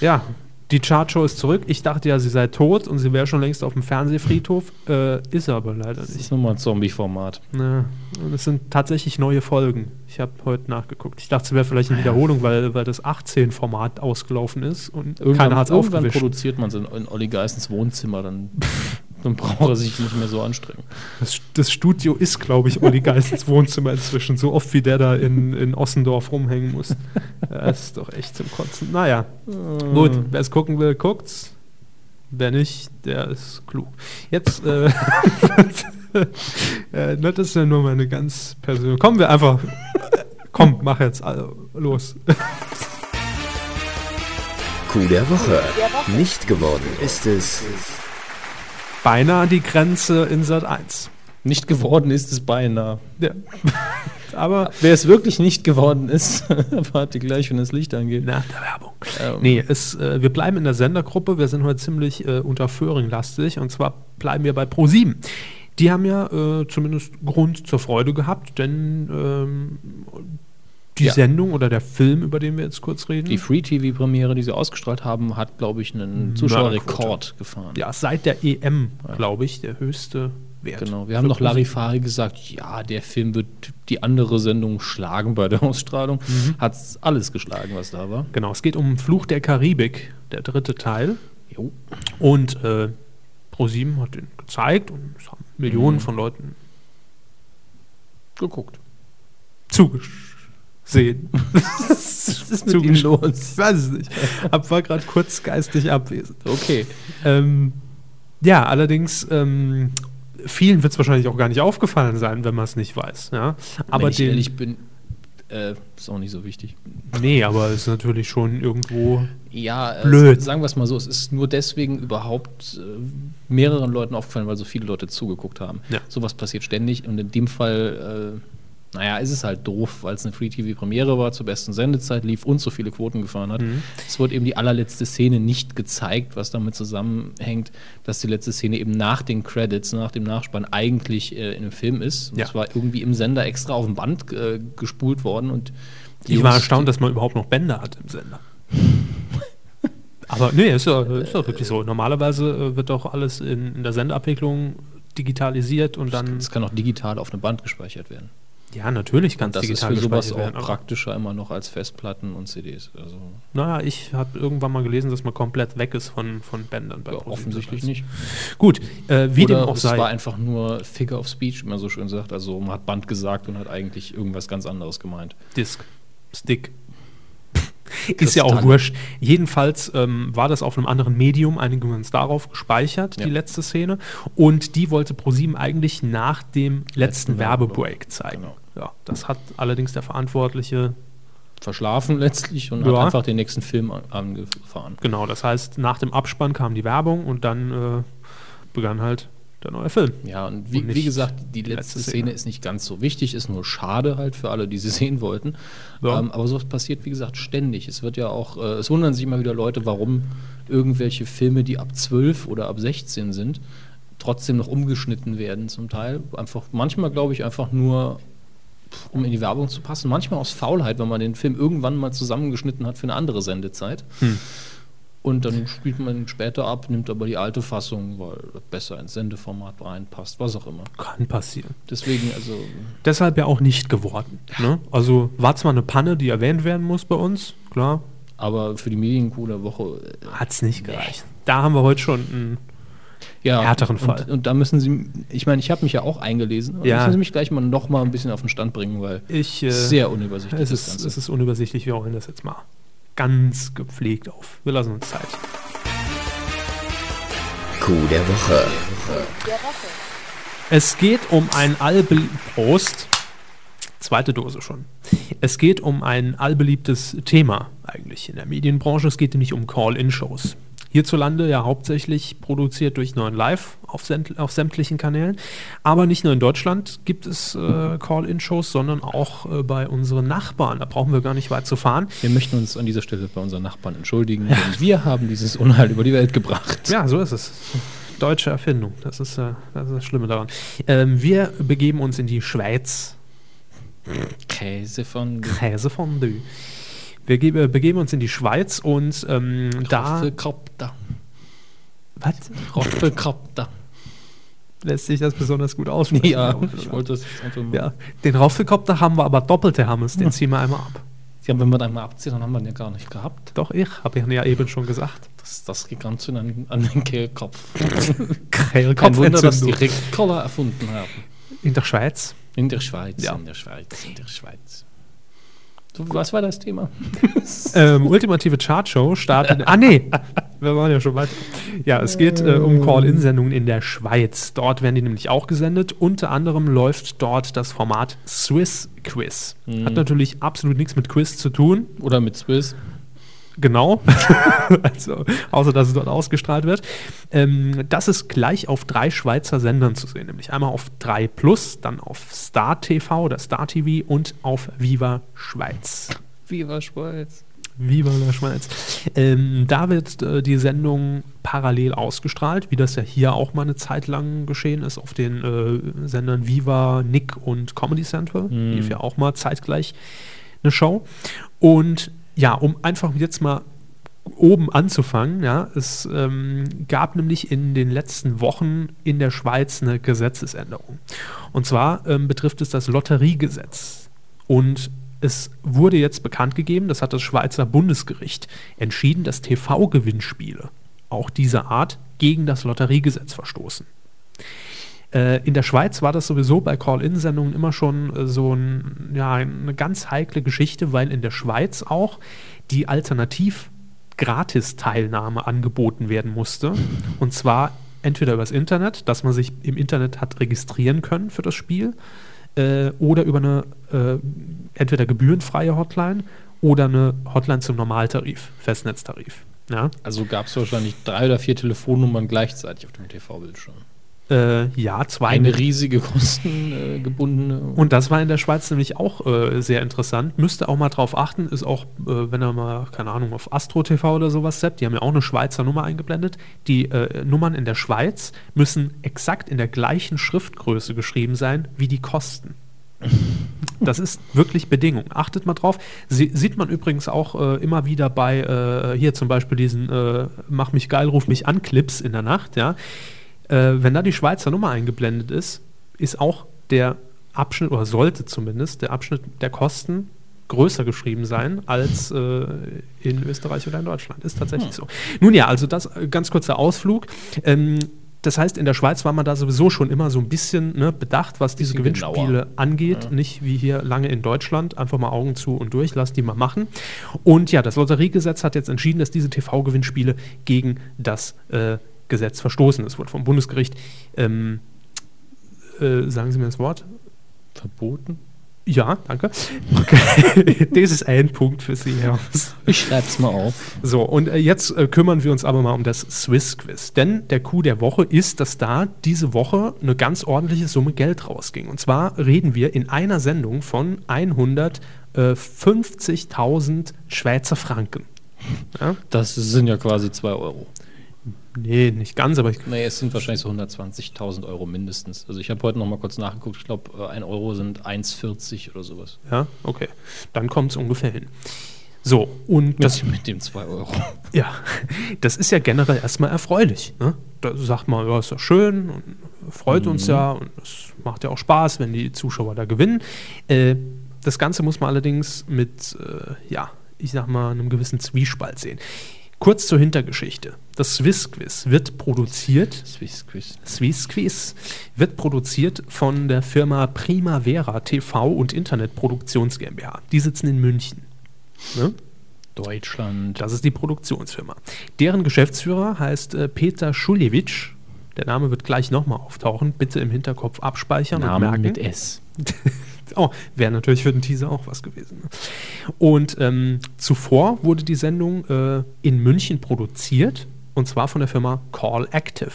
Ja, die Chartshow ist zurück. Ich dachte ja, sie sei tot und sie wäre schon längst auf dem Fernsehfriedhof. Äh, ist sie aber leider
Das
nicht.
ist nochmal ein Zombie-Format.
Na, und es sind tatsächlich neue Folgen. Ich habe heute nachgeguckt. Ich dachte, es wäre vielleicht eine
Ah
Wiederholung, weil, weil das 18-Format ausgelaufen ist und keiner hat es
irgendwann
aufgewischt.
produziert man es in, in Olli Geissens Wohnzimmer, dann, dann braucht er sich nicht mehr so anstrengen.
Das, das Studio ist, glaube ich, Olli Geissens Wohnzimmer inzwischen. So oft, wie der da in, in Ossendorf rumhängen muss. Das ist doch echt zum Kotzen. Naja, gut, wer es gucken will, guckt's. Wer nicht, der ist klug. Jetzt, äh, äh, das ist ja nur meine ganz persönliche. Kommen wir einfach. Komm, mach jetzt also, los.
Coup der Woche. Nicht geworden ist es
Beinahe an die Grenze in Sat 1.
Nicht geworden ist es beinahe.
Ja. Aber
Wer es wirklich nicht geworden ist, warte gleich, wenn das Licht angeht.
nach der Werbung.
Ähm,
Nee, es, äh, wir bleiben in der Sendergruppe. Wir sind heute ziemlich äh, unter Föhring-lastig. Und zwar bleiben wir bei Pro7. Die haben ja äh, zumindest Grund zur Freude gehabt, denn ähm, die
Ja.
Sendung oder der Film, über den wir jetzt kurz reden?
Die Free-TV-Premiere, die sie ausgestrahlt haben, hat, glaube ich, einen Zuschauerrekord gefahren.
ja, seit der EM, glaube ich, der höchste Wert.
Genau, wir haben
Für
noch
Musik.
Larifari gesagt, ja, der Film wird die andere Sendung schlagen bei der Ausstrahlung. Hat alles geschlagen, was da war.
Genau, es geht um Fluch der Karibik, der dritte Teil.
Jo.
Und äh, ProSieben hat den gezeigt und es haben
Mhm.
Millionen von Leuten
Geguckt.
zugesehen.
Was ist
mit Ihnen
los?
Ich weiß es nicht. Hab- war gerade kurz geistig abwesend.
Okay.
Ähm, ja, allerdings, ähm, vielen wird es wahrscheinlich auch gar nicht aufgefallen sein, wenn man es nicht weiß. Ja? Aber
Wenn ich
den,
ehrlich bin, äh, ist auch nicht so wichtig.
nee, aber es ist natürlich schon irgendwo.
Ja, äh,
Blöd.
sagen wir es mal so, es ist nur deswegen überhaupt äh, mehreren Leuten aufgefallen, weil so viele Leute zugeguckt haben.
Ja.
Sowas passiert ständig und in dem Fall, äh, naja, ist es halt doof, weil es eine Free-TV-Premiere war, zur besten Sendezeit lief und so viele Quoten gefahren hat.
Mhm.
Es wurde eben die allerletzte Szene nicht gezeigt, was damit zusammenhängt, dass die letzte Szene eben nach den Credits, nach dem Nachspann eigentlich äh, in dem Film ist. Und
Ja.
Das war irgendwie im Sender extra auf dem Band äh, gespult worden und die
Ich war
Jungs-
erstaunt, dass man überhaupt noch Bänder hat im Sender. Aber nee, ist ja, ist ja wirklich so. Normalerweise äh, wird doch alles in, in der Sendeabwicklung digitalisiert und dann.
Es kann auch digital auf einem Band gespeichert werden.
Ja, natürlich kann
Und
es
das ist
digital
für sowas
gespeichert
auch
werden. aber-
praktischer immer noch als Festplatten und CDs. Also
Naja, ich habe irgendwann mal gelesen, dass man komplett weg ist von, von Bändern. bei
ja,
ProSieben.
offensichtlich nicht.
Gut, äh, wie
Oder
dem auch
es
sei.
war einfach nur Figure of Speech, wie man so schön sagt. Also man hat Band gesagt und hat eigentlich irgendwas ganz anderes gemeint.
Disc. Stick. Ist ja auch
Kristalle.
wurscht. Jedenfalls ähm, war das auf einem anderen Medium, einigen uns darauf gespeichert,
Ja.
die letzte Szene. Und die wollte ProSieben eigentlich nach dem letzten
Letzten Werbeblock.
Werbebreak zeigen.
Genau.
Ja, das hat allerdings der Verantwortliche,
Verschlafen letztlich und
Ja.
hat einfach den nächsten Film an- angefahren.
genau, das heißt, nach dem Abspann kam die Werbung und dann äh, begann halt der neue Film.
Ja, und wie,
Und nicht
wie gesagt, die letzte
letzte
Szene.
Szene.
ist nicht ganz so wichtig, ist nur schade halt für alle, die sie sehen wollten.
Ja.
Ähm, aber sowas passiert, wie gesagt, ständig. Es wird ja auch, äh, es wundern sich immer wieder Leute, warum irgendwelche Filme, die ab 12 oder ab 16 sind, trotzdem noch umgeschnitten werden zum Teil. Einfach, manchmal glaube ich einfach nur, pff, um in die Werbung zu passen, manchmal aus Faulheit, wenn man den Film irgendwann mal zusammengeschnitten hat für eine andere Sendezeit. Und dann spielt man ihn später ab, nimmt aber die alte Fassung, weil das besser ins Sendeformat reinpasst, was auch immer.
Kann passieren.
Deswegen, also,
Deshalb ja auch nicht geworden. Ne? Also war zwar eine Panne, die erwähnt werden muss bei uns, klar,
aber für die Medienkuh der Woche, äh,
hat es nicht gereicht. Da haben wir heute schon einen
ja.
Härteren
und,
Fall.
Und da müssen Sie, ich meine, ich habe mich ja auch eingelesen, aber
Ja.
da müssen Sie mich gleich mal noch mal ein bisschen auf den Stand bringen, weil
Ich, äh,
sehr unübersichtlich
es
das
ist, es ist unübersichtlich, wir rollen das jetzt mal ganz gepflegt auf. Wir lassen uns Zeit.
Coup der Woche.
Es geht um ein allbe- Prost. Zweite Dose schon. Es geht um ein allbeliebtes Thema eigentlich in der Medienbranche. Es geht nämlich um Call-In-Shows. Hierzulande ja hauptsächlich produziert durch 9 Live auf, sämt- auf sämtlichen Kanälen. Aber nicht nur in Deutschland gibt es äh, Call-In-Shows, sondern auch äh, bei unseren Nachbarn. Da brauchen wir gar nicht weit zu fahren.
Wir möchten uns an dieser Stelle bei unseren Nachbarn entschuldigen, denn wir haben dieses Unheil über die Welt gebracht.
Ja, so ist es. Deutsche Erfindung. Das ist, äh, das, ist das Schlimme daran. Ähm, wir begeben uns in die Schweiz.
Käse von
Käse Fondue. Wir ge äh, begeben uns in die Schweiz und ähm, da.
Roffelkopter.
Was?
Roffelkopter.
Lässt sich das besonders gut aussprechen?
Ja,
glaub ich,
ich
oder?
wollte das jetzt einfach mal.
ja. Den Raufgekopter haben wir aber doppelte Hammers.
Hm.
Den ziehen wir einmal ab.
Ja, wenn wir dann mal abziehen, dann haben wir den ja gar nicht gehabt.
Doch, ich habe ihn ja eben schon gesagt.
Das, das geht ganz schön an, an den Kehlkopf. Kein Wunder, dass die
Kehlkopfentzündung.
Ricola erfunden haben.
In der Schweiz.
In der Schweiz,
Ja.
in der Schweiz, in der Schweiz. So, was war das Thema?
Ähm, ultimative Chartshow startet. ah, nee. Wir waren ja schon weiter. Ja, es geht äh, um Call-In-Sendungen in der Schweiz. Dort werden die nämlich auch gesendet. Unter anderem läuft dort das Format Swiss Quiz. Hat natürlich absolut nichts mit Quiz zu tun.
Oder mit Swiss?
Genau. also, außer dass es dort ausgestrahlt wird. Ähm, das ist gleich auf drei Schweizer Sendern zu sehen, nämlich einmal auf 3 Plus, dann auf Star TV oder Star TV und auf Viva Schweiz.
Viva Schweiz.
Viva la Schweiz. Ähm, da wird äh, die Sendung parallel ausgestrahlt, wie das ja hier auch mal eine Zeit lang geschehen ist, auf den äh, Sendern Viva, Nick und Comedy Central, lief ja auch mal zeitgleich eine Show. Und ja, um einfach jetzt mal oben anzufangen, ja, es ähm, gab nämlich in den letzten Wochen in der Schweiz eine Gesetzesänderung. Und zwar ähm, betrifft es das Lotteriegesetz. Und es wurde jetzt bekannt gegeben, das hat das Schweizer Bundesgericht entschieden, dass TV-Gewinnspiele auch dieser Art gegen das Lotteriegesetz verstoßen. Äh, in der Schweiz war das sowieso bei Call-In-Sendungen immer schon äh, so ein, ja, eine ganz heikle Geschichte, weil in der Schweiz auch die Alternativ- Gratisteilnahme angeboten werden musste. Und zwar entweder übers Internet, dass man sich im Internet hat registrieren können für das Spiel, äh, oder über eine äh, entweder gebührenfreie Hotline oder eine Hotline zum Normaltarif, Festnetztarif. Ja,
Also gab es wahrscheinlich drei oder vier Telefonnummern gleichzeitig auf dem TV-Bildschirm.
äh, ja zwei
Eine riesige kostengebundene.
Und das war in der Schweiz nämlich auch äh, sehr interessant. Müsste auch mal drauf achten, ist auch, äh, wenn er mal, keine Ahnung, auf Astro TV oder sowas seppt, die haben ja auch eine Schweizer Nummer eingeblendet. Die äh, Nummern in der Schweiz müssen exakt in der gleichen Schriftgröße geschrieben sein wie die Kosten. Das ist wirklich Bedingung. Achtet mal drauf. Sie, sieht man übrigens auch äh, immer wieder bei äh, hier zum Beispiel diesen äh, Mach mich geil, ruf mich an Clips in der Nacht, ja. Äh, wenn da die Schweizer Nummer eingeblendet ist, ist auch der Abschnitt oder sollte zumindest der Abschnitt der Kosten größer geschrieben sein als äh, in Österreich oder in Deutschland. Ist tatsächlich
Hm.
so. Nun ja, also das äh, ganz kurzer Ausflug. Ähm, das heißt, in der Schweiz war man da sowieso schon immer so ein bisschen ne, bedacht, was diese
Bisschen genauer.
Gewinnspiele angeht, nicht wie hier lange in Deutschland. Einfach mal Augen zu und durch, lass die mal machen. Und ja, das Lotteriegesetz hat jetzt entschieden, dass diese TV-Gewinnspiele gegen das äh, Gesetz verstoßen. Es wurde vom Bundesgericht, ähm, äh, sagen Sie mir das Wort?
verboten?
Ja, danke. Okay. das ist ein Punkt für Sie, Herr. Hoffs.
Ich schreib's mal auf.
So, und äh, jetzt äh, kümmern wir uns aber mal um das Swiss Quiz. Denn der Coup der Woche ist, dass da diese Woche eine ganz ordentliche Summe Geld rausging. Und zwar reden wir in einer Sendung von 150.000 Schweizer Franken. Ja?
Das sind ja quasi 2 Euro.
Nee, nicht ganz, aber ich,
Nee, es sind wahrscheinlich so 120.000 Euro mindestens. Also ich habe heute noch mal kurz nachgeguckt. Ich glaube, 1 Euro sind 1,40 oder sowas.
ja, okay. Dann kommt es ungefähr hin. So, und das
Das mit dem 2 Euro.
Ja, das ist ja generell erstmal erfreulich. Ne? Da sagt man, ja, ist ja schön und freut uns ja und es macht ja auch Spaß, wenn die Zuschauer da gewinnen. Äh, das Ganze muss man allerdings mit, äh, ja, ich sag mal, einem gewissen Zwiespalt sehen. Kurz zur Hintergeschichte. Das Swiss Quiz wird produziert
Swiss Quiz.
Swiss Quiz wird produziert von der Firma Primavera TV und Internetproduktions GmbH. Die sitzen in München. Ne?
Deutschland.
Das ist die Produktionsfirma. Deren Geschäftsführer heißt äh, Peter Schuliewicz. Der Name wird gleich nochmal auftauchen. Bitte im Hinterkopf abspeichern und merken.
S.
Oh, wäre natürlich für den Teaser auch was gewesen. ne? Und ähm, zuvor wurde die Sendung äh, in München produziert und zwar von der Firma Call Active.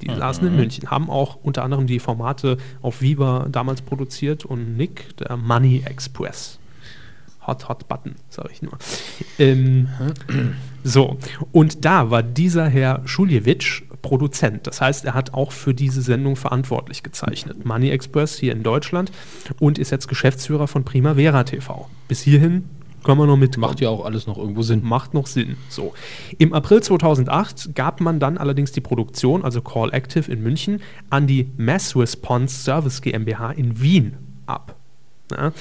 Die saßen in München, haben auch unter anderem die Formate auf Viva damals produziert und Nick, der Money Express. Hot, hot button, sage ich nur. Ähm, so, und da war dieser Herr Schuljewitsch Produzent. Das heißt, er hat auch für diese Sendung verantwortlich gezeichnet. Money Express hier in Deutschland und ist jetzt Geschäftsführer von Primavera TV. Bis hierhin können wir noch mitmachen
Macht ja auch alles noch irgendwo Sinn.
macht noch Sinn. So. Im April 2008 gab man dann allerdings die Produktion, also Call Active in München, an die Mass Response Service GmbH in Wien ab. Ja,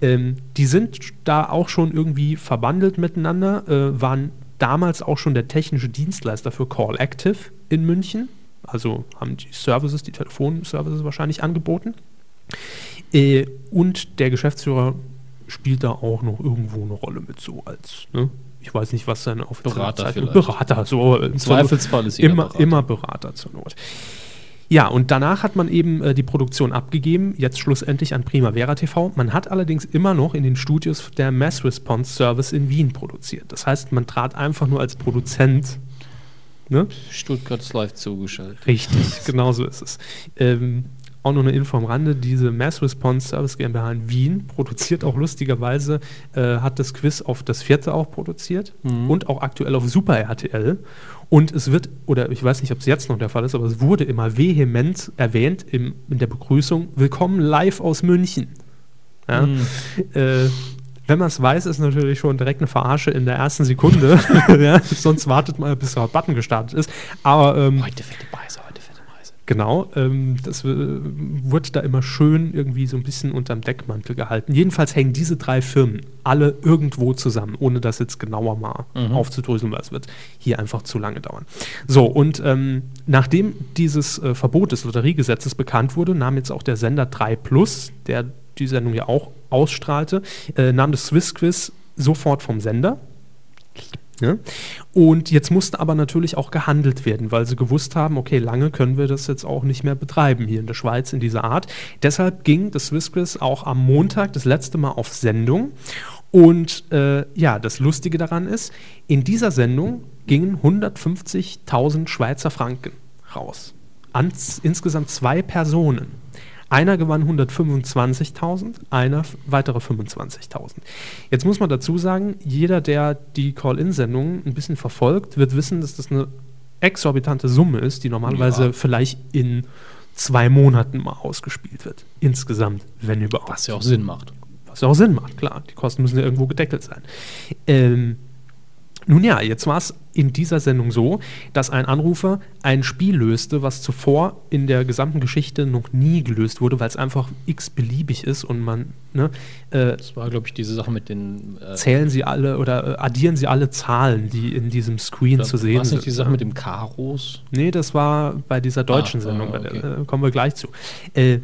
ähm, die sind da auch schon irgendwie verbandelt miteinander, äh, waren damals auch schon der technische Dienstleister für Call Active in München. Also haben die Services, die Telefonservices wahrscheinlich angeboten. Äh, und der Geschäftsführer spielt da auch noch irgendwo eine Rolle mit so als, ne? Ich weiß nicht, was seine offizielle
Berater
Bezeichnung-
vielleicht.
Berater, so. Im
Zweifelsfall ist jeder
immer
Berater.
Immer Berater zur Not. Ja, und danach hat man eben äh, die Produktion abgegeben, jetzt schlussendlich an Primavera TV. Man hat allerdings immer noch in den Studios der Mass Response Service in Wien produziert. Das heißt, man trat einfach nur als Produzent. Ne?
Stuttgart's live zugeschaltet.
Richtig, genau so ist es. Ähm, auch noch eine Info am Rande, diese Mass Response Service GmbH in Wien produziert auch lustigerweise, äh, hat das Quiz auf das vierte auch produziert und auch aktuell auf Super RTL. Und es wird, oder ich weiß nicht, ob es jetzt noch der Fall ist, aber es wurde immer vehement erwähnt im,
Mhm. Hm.
Hm. in der Begrüßung, willkommen live aus München. Ja? Äh, Wenn man es weiß, ist natürlich schon direkt eine Verarsche in der ersten Sekunde. ja, sonst wartet mal, bis der Button gestartet ist. Aber ähm,
Heute fette Preise, heute fette Preise.
Genau, ähm, das äh, wird da immer schön irgendwie so ein bisschen unterm Deckmantel gehalten. Jedenfalls hängen diese drei Firmen alle irgendwo zusammen, ohne das jetzt genauer mal aufzudröseln, weil es wird hier einfach zu lange dauern. So, und ähm, nachdem dieses äh, Verbot des Lotteriegesetzes bekannt wurde, nahm jetzt auch der Sender 3 Plus, der die Sendung ja auch ausstrahlte, äh, nahm das Swissquiz sofort vom Sender. Ne? Und jetzt musste aber natürlich auch gehandelt werden, weil sie gewusst haben, okay, lange können wir das jetzt auch nicht mehr betreiben hier in der Schweiz in dieser Art. Deshalb ging das Swissquiz auch am Montag das letzte Mal auf Sendung. Und äh, ja, das Lustige daran ist, in dieser Sendung gingen 150.000 Schweizer Franken raus. An z- insgesamt zwei Personen. Einer gewann 125.000, einer f- weitere 25.000. Jetzt muss man dazu sagen, jeder, der die Call-In-Sendung ein bisschen verfolgt, wird wissen, dass das eine exorbitante Summe ist, die normalerweise
Ja.
vielleicht in zwei Monaten mal ausgespielt wird. Insgesamt, wenn überhaupt.
Was ja auch Sinn macht.
Was ja auch Sinn macht, klar. Die Kosten müssen ja irgendwo gedeckelt sein. Ähm, nun ja, jetzt war es in dieser Sendung so, dass ein Anrufer ein Spiel löste, was zuvor in der gesamten Geschichte noch nie gelöst wurde, weil es einfach x-beliebig ist und man, ne, äh,
Das war, glaube ich, diese Sache mit den. Äh,
zählen sie alle oder äh, addieren sie alle Zahlen, die in diesem Screen zu sehen äh,
War es
sind. ne?
nicht die Sache mit dem Karos?
Nee, das war bei dieser deutschen
Ah,
Sendung,
ah,
bei der,
okay.
äh, kommen wir gleich zu. Äh,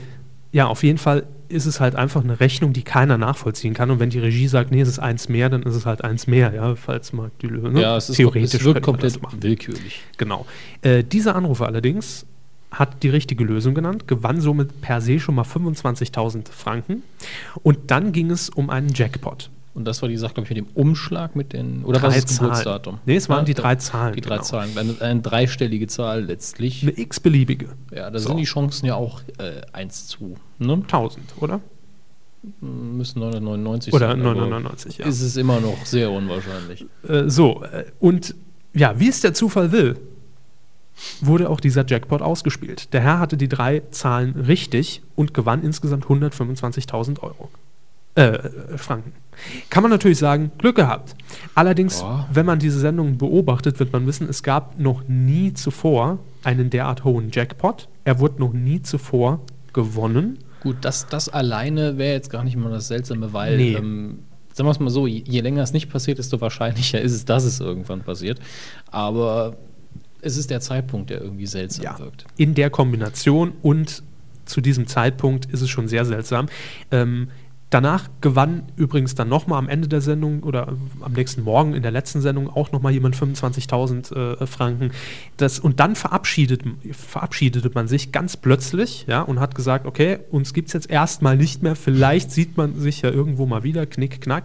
ja, auf jeden Fall ist es halt einfach eine Rechnung, die keiner nachvollziehen kann. Und wenn die Regie sagt, nee, es ist eins mehr, dann ist es halt eins mehr, ja, falls man die ne?
Ja, es ist
theoretisch
es wirkt
könnte man das
komplett willkürlich.
Genau. Äh, dieser Anrufer allerdings hat die richtige Lösung genannt, gewann somit per se schon mal 25.000 Franken. Und dann ging es um einen Jackpot.
Und das war die Sache, glaube ich, mit dem Umschlag mit den. Oder was ist das
Zahlen.
Geburtsdatum?
Nee, es waren
Ja,
die
da-
drei Zahlen.
Die drei
genau.
Zahlen. Eine, eine dreistellige Zahl letztlich.
Eine x-beliebige.
Ja, da
So.
sind die Chancen ja auch äh, 1 zu. Ne?
1000, oder?
Müssen 999
Oder
sein. aber
999, ja.
Ist es immer noch sehr unwahrscheinlich.
Äh, so, äh, und ja, wie es der Zufall will, wurde auch dieser Jackpot ausgespielt. Der Herr hatte die drei Zahlen richtig und gewann insgesamt 125.000 Euro. Äh, Franken. Kann man natürlich sagen, Glück gehabt. Allerdings,
Ja.
wenn man diese Sendung beobachtet, wird man wissen, es gab noch nie zuvor einen derart hohen Jackpot. Er wurde noch nie zuvor gewonnen.
Gut, das, das alleine wäre jetzt gar nicht mal das Seltsame, weil,
Nee.
ähm, sagen wir es mal so, je, je länger es nicht passiert, desto wahrscheinlicher ist es, dass es irgendwann passiert. Aber es ist der Zeitpunkt, der irgendwie seltsam wirkt.
In der Kombination und zu diesem Zeitpunkt ist es schon sehr seltsam. Ähm, danach gewann übrigens dann nochmal am Ende der Sendung oder am nächsten Morgen in der letzten Sendung auch nochmal jemand 25.000 äh, Franken. Das, und dann verabschiedet, verabschiedete man sich ganz plötzlich ja, und hat gesagt, okay, uns gibt es jetzt erstmal nicht mehr, vielleicht sieht man sich ja irgendwo mal wieder, knick, knack.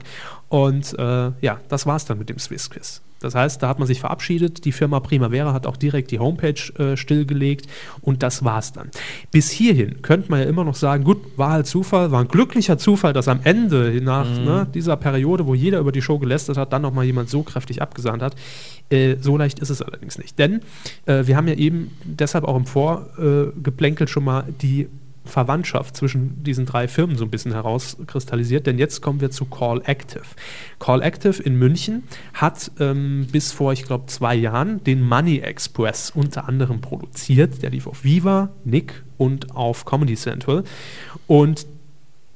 Und äh, ja, das war's dann mit dem Swiss Quiz. Das heißt, da hat man sich verabschiedet. Die Firma Primavera hat auch direkt die Homepage äh, stillgelegt und das war's dann. Bis hierhin könnte man ja immer noch sagen, gut, war halt Zufall, war ein glücklicher Zufall, dass am Ende nach ne, dieser Periode, wo jeder über die Show gelästert hat, dann nochmal jemand so kräftig abgesandt hat. Äh, so leicht ist es allerdings nicht. Denn äh, wir haben ja eben deshalb auch im Vorgeplänkel äh, Geplänkel schon mal die Verwandtschaft zwischen diesen drei Firmen so ein bisschen herauskristallisiert, denn jetzt kommen wir zu Call Active. Call Active in München hat ähm, bis vor, ich glaube, zwei Jahren den Money Express unter anderem produziert. Der lief auf Viva, Nick und auf Comedy Central. Und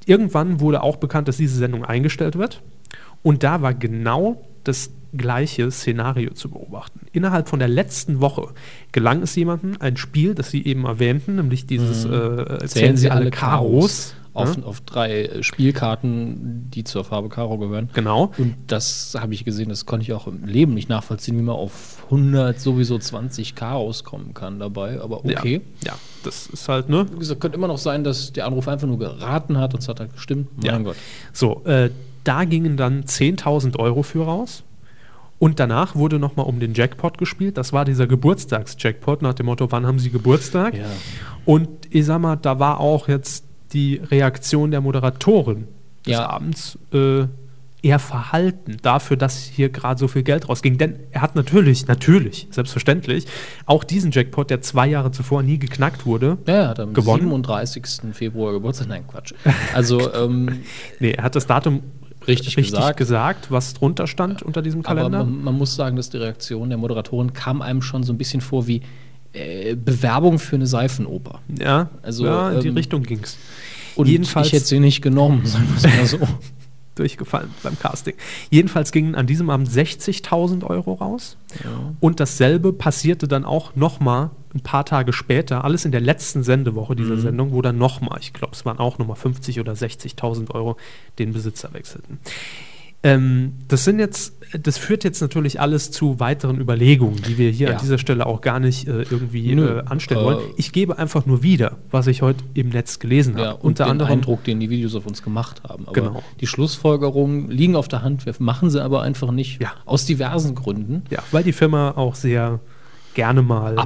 irgendwann wurde auch bekannt, dass diese Sendung eingestellt wird. Und da war genau das gleiche Szenario zu beobachten. Innerhalb von der letzten Woche gelang es jemandem, ein Spiel, das Sie eben erwähnten, nämlich dieses äh, Zählen Sie alle Karos.
Auf,
ne?
auf drei äh, Spielkarten, die zur Farbe Karo gehören.
Genau.
Und das habe ich gesehen, das konnte ich auch im Leben nicht nachvollziehen, wie man auf 100 sowieso 20 Karos kommen kann dabei. Aber okay.
Ja, ja, das ist halt, ne?
Wie gesagt, könnte immer noch sein, dass der Anruf einfach nur geraten hat und es hat halt gestimmt. Mein
Ja.
Gott.
So, äh, da gingen dann 10.000 Euro für raus. Und danach wurde nochmal um den Jackpot gespielt. Das war dieser Geburtstags-Jackpot nach dem Motto, wann haben Sie Geburtstag?
Ja.
Und ich sag mal, da war auch jetzt die Reaktion der Moderatorin des
Ja.
Abends äh, eher verhalten dafür, dass hier gerade so viel Geld rausging. Denn er hat natürlich, natürlich, selbstverständlich, auch diesen Jackpot, der zwei Jahre zuvor nie geknackt wurde,
Ja, er hat am
Gewonnen?
37. Februar Geburtstag. Nein, Quatsch. Also, ähm,
Nee, er hat das Datum
Richtig gesagt.
was drunter stand unter diesem Kalender.
Aber man, man muss sagen, dass die Reaktion der Moderatorin kam einem schon so ein bisschen vor wie äh, Bewerbung für eine Seifenoper.
ja,
also,
ja, in die
ähm,
Richtung ging's.
Und
Jedenfalls-
ich hätte sie nicht genommen, sagen wir es mal so.
Durchgefallen beim Casting. Jedenfalls gingen an diesem Abend 60.000 Euro raus. Und dasselbe passierte dann auch nochmal ein paar Tage später, alles in der letzten Sendewoche
Mhm.
dieser Sendung, wo dann nochmal, ich glaube, es waren auch nochmal 50 oder 60.000 Euro, den Besitzer wechselten. Ähm, das sind jetzt, das führt jetzt natürlich alles zu weiteren Überlegungen, die wir hier
Ja.
an dieser Stelle auch gar nicht äh, irgendwie
Nö,
äh, anstellen
äh,
wollen. Ich gebe einfach nur wieder, was ich heute im Netz gelesen habe.
Ja, und den Eindruck, den die Videos auf uns gemacht haben. Aber
Genau.
die Schlussfolgerungen liegen auf der Hand, wir machen sie aber einfach nicht.
Ja.
Aus diversen Gründen.
Ja, weil die Firma auch sehr gerne mal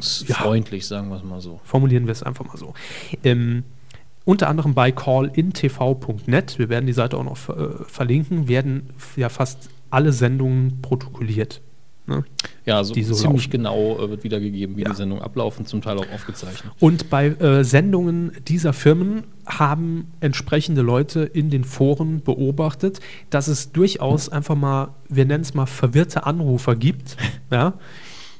Abmahnungsfreundlich, sagen wir es mal so.
formulieren wir es einfach mal so. Ähm, unter anderem bei callintv.net, wir werden die Seite auch noch äh, verlinken, werden f- ja fast alle Sendungen protokolliert. Ne?
Ja, so,
Die so
ziemlich
laufen.
genau äh, wird wiedergegeben, wie
Ja.
die Sendungen ablaufen, zum Teil auch aufgezeichnet.
Und bei äh, Sendungen dieser Firmen haben entsprechende Leute in den Foren beobachtet, dass es durchaus einfach mal, wir nennen es mal, verwirrte Anrufer gibt. ja?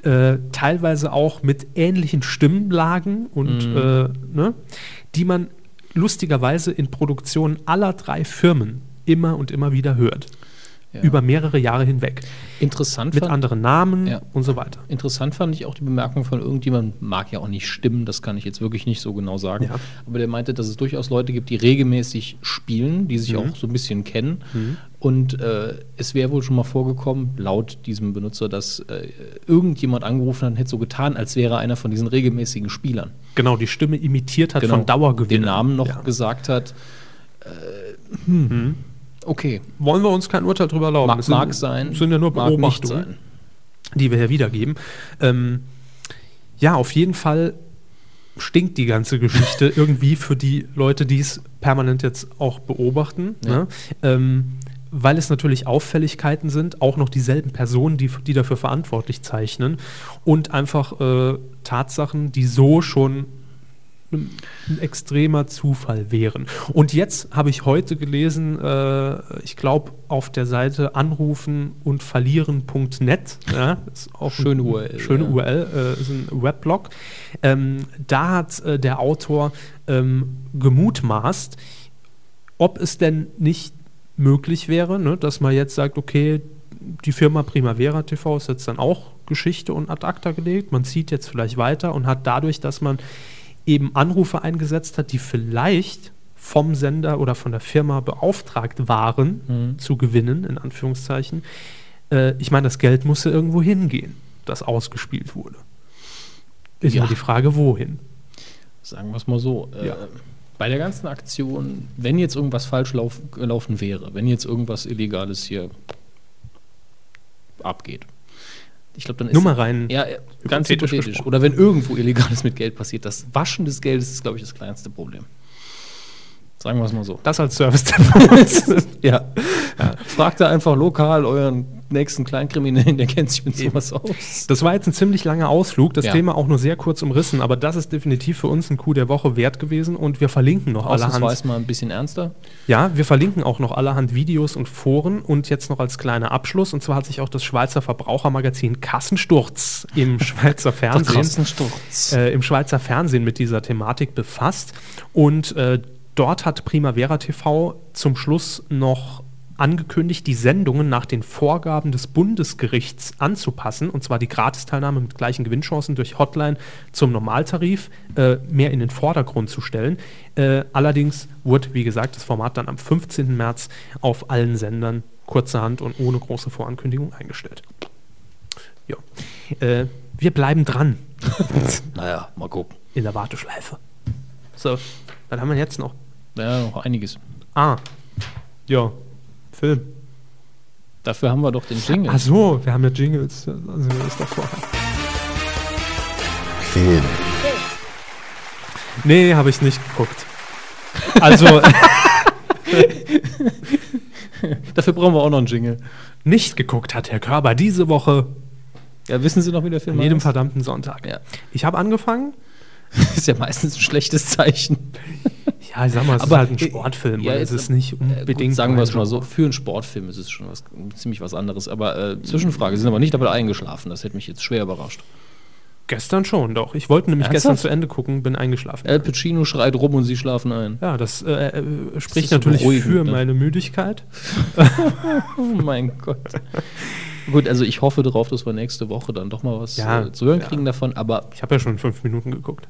äh, teilweise auch mit ähnlichen Stimmlagen
Mhm.
und äh, ne? die man lustigerweise in Produktionen aller drei Firmen immer und immer wieder hört.
Ja.
Über mehrere Jahre hinweg.
Interessant
Mit
fand-
anderen Namen
Ja.
und so weiter.
Interessant fand ich auch die Bemerkung von irgendjemandem, mag ja auch nicht stimmen, das kann ich jetzt wirklich nicht so genau sagen,
Ja.
aber der meinte, dass es durchaus Leute gibt, die regelmäßig spielen, die
Mhm.
sich auch so ein bisschen kennen. Und äh, es wäre wohl schon mal vorgekommen, laut diesem Benutzer, dass äh, irgendjemand angerufen hat und hätte so getan, als wäre er einer von diesen regelmäßigen Spielern.
Genau, die Stimme imitiert hat von
Genau. Den
Dauergewinnen.
Namen noch
Ja. Mhm.
gesagt hat. Äh, hm. Okay,
wollen wir uns kein Urteil drüber erlauben.
mag,
Es sind,
mag sein,
sind ja nur
mag nicht
Beobachtungen, die wir hier wiedergeben. Ähm, ja, auf jeden Fall stinkt die ganze Geschichte irgendwie für die Leute, die es permanent jetzt auch beobachten.
Ja.
Ne? Ähm, weil es natürlich Auffälligkeiten sind, auch noch dieselben Personen, die, die dafür verantwortlich zeichnen und einfach äh, Tatsachen, die so schon ein extremer Zufall wären. Und jetzt habe ich heute gelesen, äh, ich glaube, auf der Seite anrufen und verlieren.net, ja, ist auch
Schöne
ein-
URL,
Schöne
ja.
URL, äh, ist ein Weblog. Ähm, da hat äh, der Autor ähm, gemutmaßt, ob es denn nicht möglich wäre, ne, dass man jetzt sagt, okay, die Firma Primavera TV ist jetzt dann auch Geschichte und ad acta gelegt, man zieht jetzt vielleicht weiter und hat dadurch, dass man eben Anrufe eingesetzt hat, die vielleicht vom Sender oder von der Firma beauftragt waren,
Mhm.
zu gewinnen, in Anführungszeichen. Äh, ich meine, das Geld musste irgendwo hingehen, das ausgespielt wurde. Ist
Ja.
nur die Frage, wohin.
sagen wir es mal so.
Ja.
Äh, bei der ganzen Aktion, wenn jetzt irgendwas falsch lauf, gelaufen wäre, wenn jetzt irgendwas Illegales hier abgeht, ich glaube, dann ist
Nur mal rein.
ja, äh, ganz
hypothetisch
hypothetisch.
gesprochen.
Oder wenn irgendwo Illegales mit Geld passiert, das Waschen des Geldes ist, glaube ich, das kleinste Problem. Sagen wir es mal so.
Das als Service von uns.
Ja. Fragt da einfach lokal euren nächsten Kleinkriminellen, der kennt sich mit sowas aus.
Das war jetzt ein ziemlich langer Ausflug, das
Ja.
Thema auch nur sehr kurz umrissen, aber das ist definitiv für uns ein Coup der Woche wert gewesen und wir verlinken noch allerhand.
Ausnahmsweise mal ein bisschen ernster.
Ja, wir verlinken auch noch allerhand Videos und Foren und jetzt noch als kleiner Abschluss und zwar hat sich auch das Schweizer Verbrauchermagazin Kassensturz im Schweizer Fernsehen
Sturz.
äh, im Schweizer Fernsehen mit dieser Thematik befasst. Und äh, dort hat Primavera TV zum Schluss noch angekündigt, die Sendungen nach den Vorgaben des Bundesgerichts anzupassen, und zwar die Gratisteilnahme mit gleichen Gewinnchancen durch Hotline zum Normaltarif äh, mehr in den Vordergrund zu stellen. Äh, allerdings wurde, wie gesagt, das Format dann am 15. März auf allen Sendern kurzerhand und ohne große Vorankündigung eingestellt. Ja. Äh, wir bleiben dran
Naja, mal gucken.
in der Warteschleife. So, was haben wir jetzt noch?
Ja, noch einiges.
Ah, ja, Film.
Dafür haben wir doch den Jingle.
Ach so, wir haben ja Jingles. Also wir das doch vorher.
Film.
Nee, habe ich nicht geguckt. Also
Dafür brauchen wir auch noch einen Jingle.
nicht geguckt hat Herr Körber diese Woche
Ja, wissen Sie noch, wie der Film
an jedem
heißt?
verdammten Sonntag.
Ja.
Ich habe angefangen.
Das ist ja meistens ein schlechtes Zeichen.
Ja, ich sag mal, es
Aber,
ist halt ein
äh,
Sportfilm.
ja,
oder es
jetzt,
ist nicht
Äh,
unbedingt.
Gut, sagen wir es
ein
mal so, für einen Sportfilm ist es schon was, ziemlich was anderes. Aber äh, Zwischenfrage, Sie sind aber nicht dabei eingeschlafen. Das hätte mich jetzt schwer überrascht.
Gestern schon, doch. Ich wollte nämlich
Ernsthaft? Äh,
gestern zu Ende gucken, bin eingeschlafen.
El Pacino schreit rum und Sie schlafen ein.
ja, das äh, äh, spricht
so
natürlich
beruhigend,
für
ne?
meine Müdigkeit.
Oh mein Gott. Gut, also ich hoffe darauf, dass wir nächste Woche dann doch mal was
Ja,
äh, zu hören
ja.
kriegen davon. Aber
Ich habe ja schon fünf Minuten geguckt.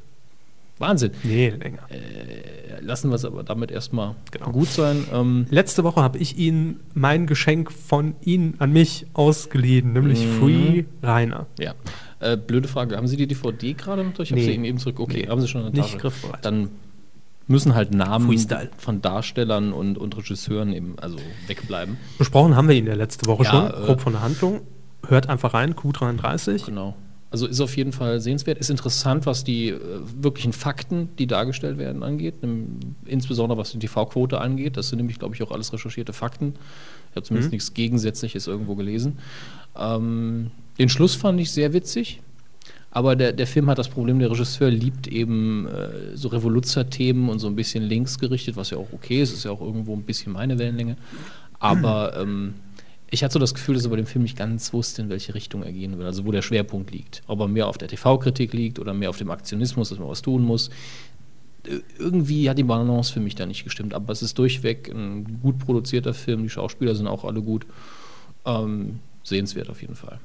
Wahnsinn.
Nee, länger.
Äh, Lassen wir es aber damit erstmal
Genau.
gut sein. Ähm,
Letzte Woche habe ich Ihnen mein Geschenk von Ihnen an mich ausgeliehen, nämlich
Mhm.
Free Rainer.
ja. Äh, blöde Frage. Haben Sie die DVD gerade noch durch? Ich habe
Nee.
sie Ihnen eben zurück. Okay,
Nee.
haben Sie schon eine
Nicht griffbereit.
Dann müssen halt Namen
Freestyle.
von Darstellern und, und Regisseuren eben also wegbleiben.
Besprochen haben wir ihn ja letzte Woche
Ja,
schon,
äh,
grob von der Handlung. Hört einfach rein, Q33.
Genau. Also ist auf jeden Fall sehenswert, ist interessant, was die äh, wirklichen Fakten, die dargestellt werden, angeht, Nimm- insbesondere was die TV-Quote angeht. Das sind nämlich, glaube ich, auch alles recherchierte Fakten. Ich habe zumindest
Mhm.
nichts Gegensätzliches irgendwo gelesen. Ähm, den Schluss fand ich sehr witzig, aber der, der Film hat das Problem, der Regisseur liebt eben äh, so Revoluzzer-Themen und so ein bisschen linksgerichtet, was ja auch okay ist, ist ja auch irgendwo ein bisschen meine Wellenlänge. Aber ähm, ich hatte so das Gefühl, dass er bei dem Film nicht ganz wusste, in welche Richtung er gehen will, also wo der Schwerpunkt liegt. Ob er mehr auf der TV-Kritik liegt oder mehr auf dem Aktionismus, dass man was tun muss. Äh, Irgendwie hat die Balance für mich da nicht gestimmt, aber es ist durchweg ein gut produzierter Film, die Schauspieler sind auch alle gut. Ähm, sehenswert auf jeden Fall.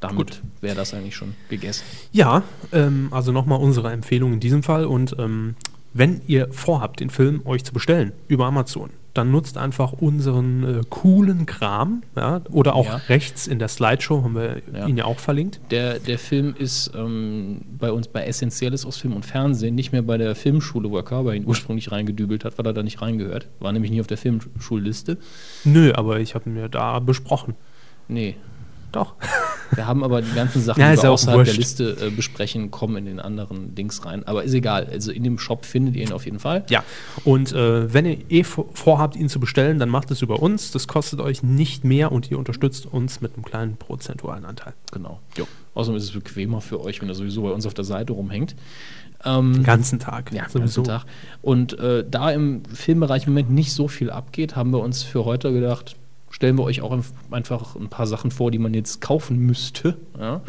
Damit wäre das eigentlich schon gegessen.
Ja, ähm, also nochmal unsere Empfehlung in diesem Fall. Und ähm, wenn ihr vorhabt, den Film euch zu bestellen über Amazon, dann nutzt einfach unseren äh, coolen Kram. Ja, oder auch
Ja.
rechts in der Slideshow haben wir
Ja.
ihn ja auch verlinkt.
Der, der Film ist ähm, bei uns bei Essentielles aus Film und Fernsehen, nicht mehr bei der Filmschule, wo er Körber ihn ursprünglich reingedübelt hat, weil er da nicht reingehört. War nämlich nie auf der Filmschulliste.
Nö, aber ich habe ihn ja da besprochen.
Nee.
Doch.
Wir haben aber die ganzen Sachen,
Ja,
die
ist
wir
ja auch
außerhalb der
wurscht.
Liste äh, besprechen, kommen in den anderen Dings rein. Aber ist egal. Also in dem Shop findet ihr ihn auf jeden Fall.
Ja, und äh, wenn ihr eh vor- vorhabt, ihn zu bestellen, dann macht es über uns. Das kostet euch nicht mehr und ihr unterstützt uns mit einem kleinen prozentualen Anteil.
Genau. Außerdem ist es bequemer für euch, wenn er sowieso bei uns auf der Seite rumhängt. Ähm,
Den ganzen Tag.
Ja, sowieso. Tag. Und äh, da im Filmbereich im Moment nicht so viel abgeht, haben wir uns für heute gedacht, stellen wir euch auch einf- einfach ein paar Sachen vor, die man jetzt kaufen müsste. Ja?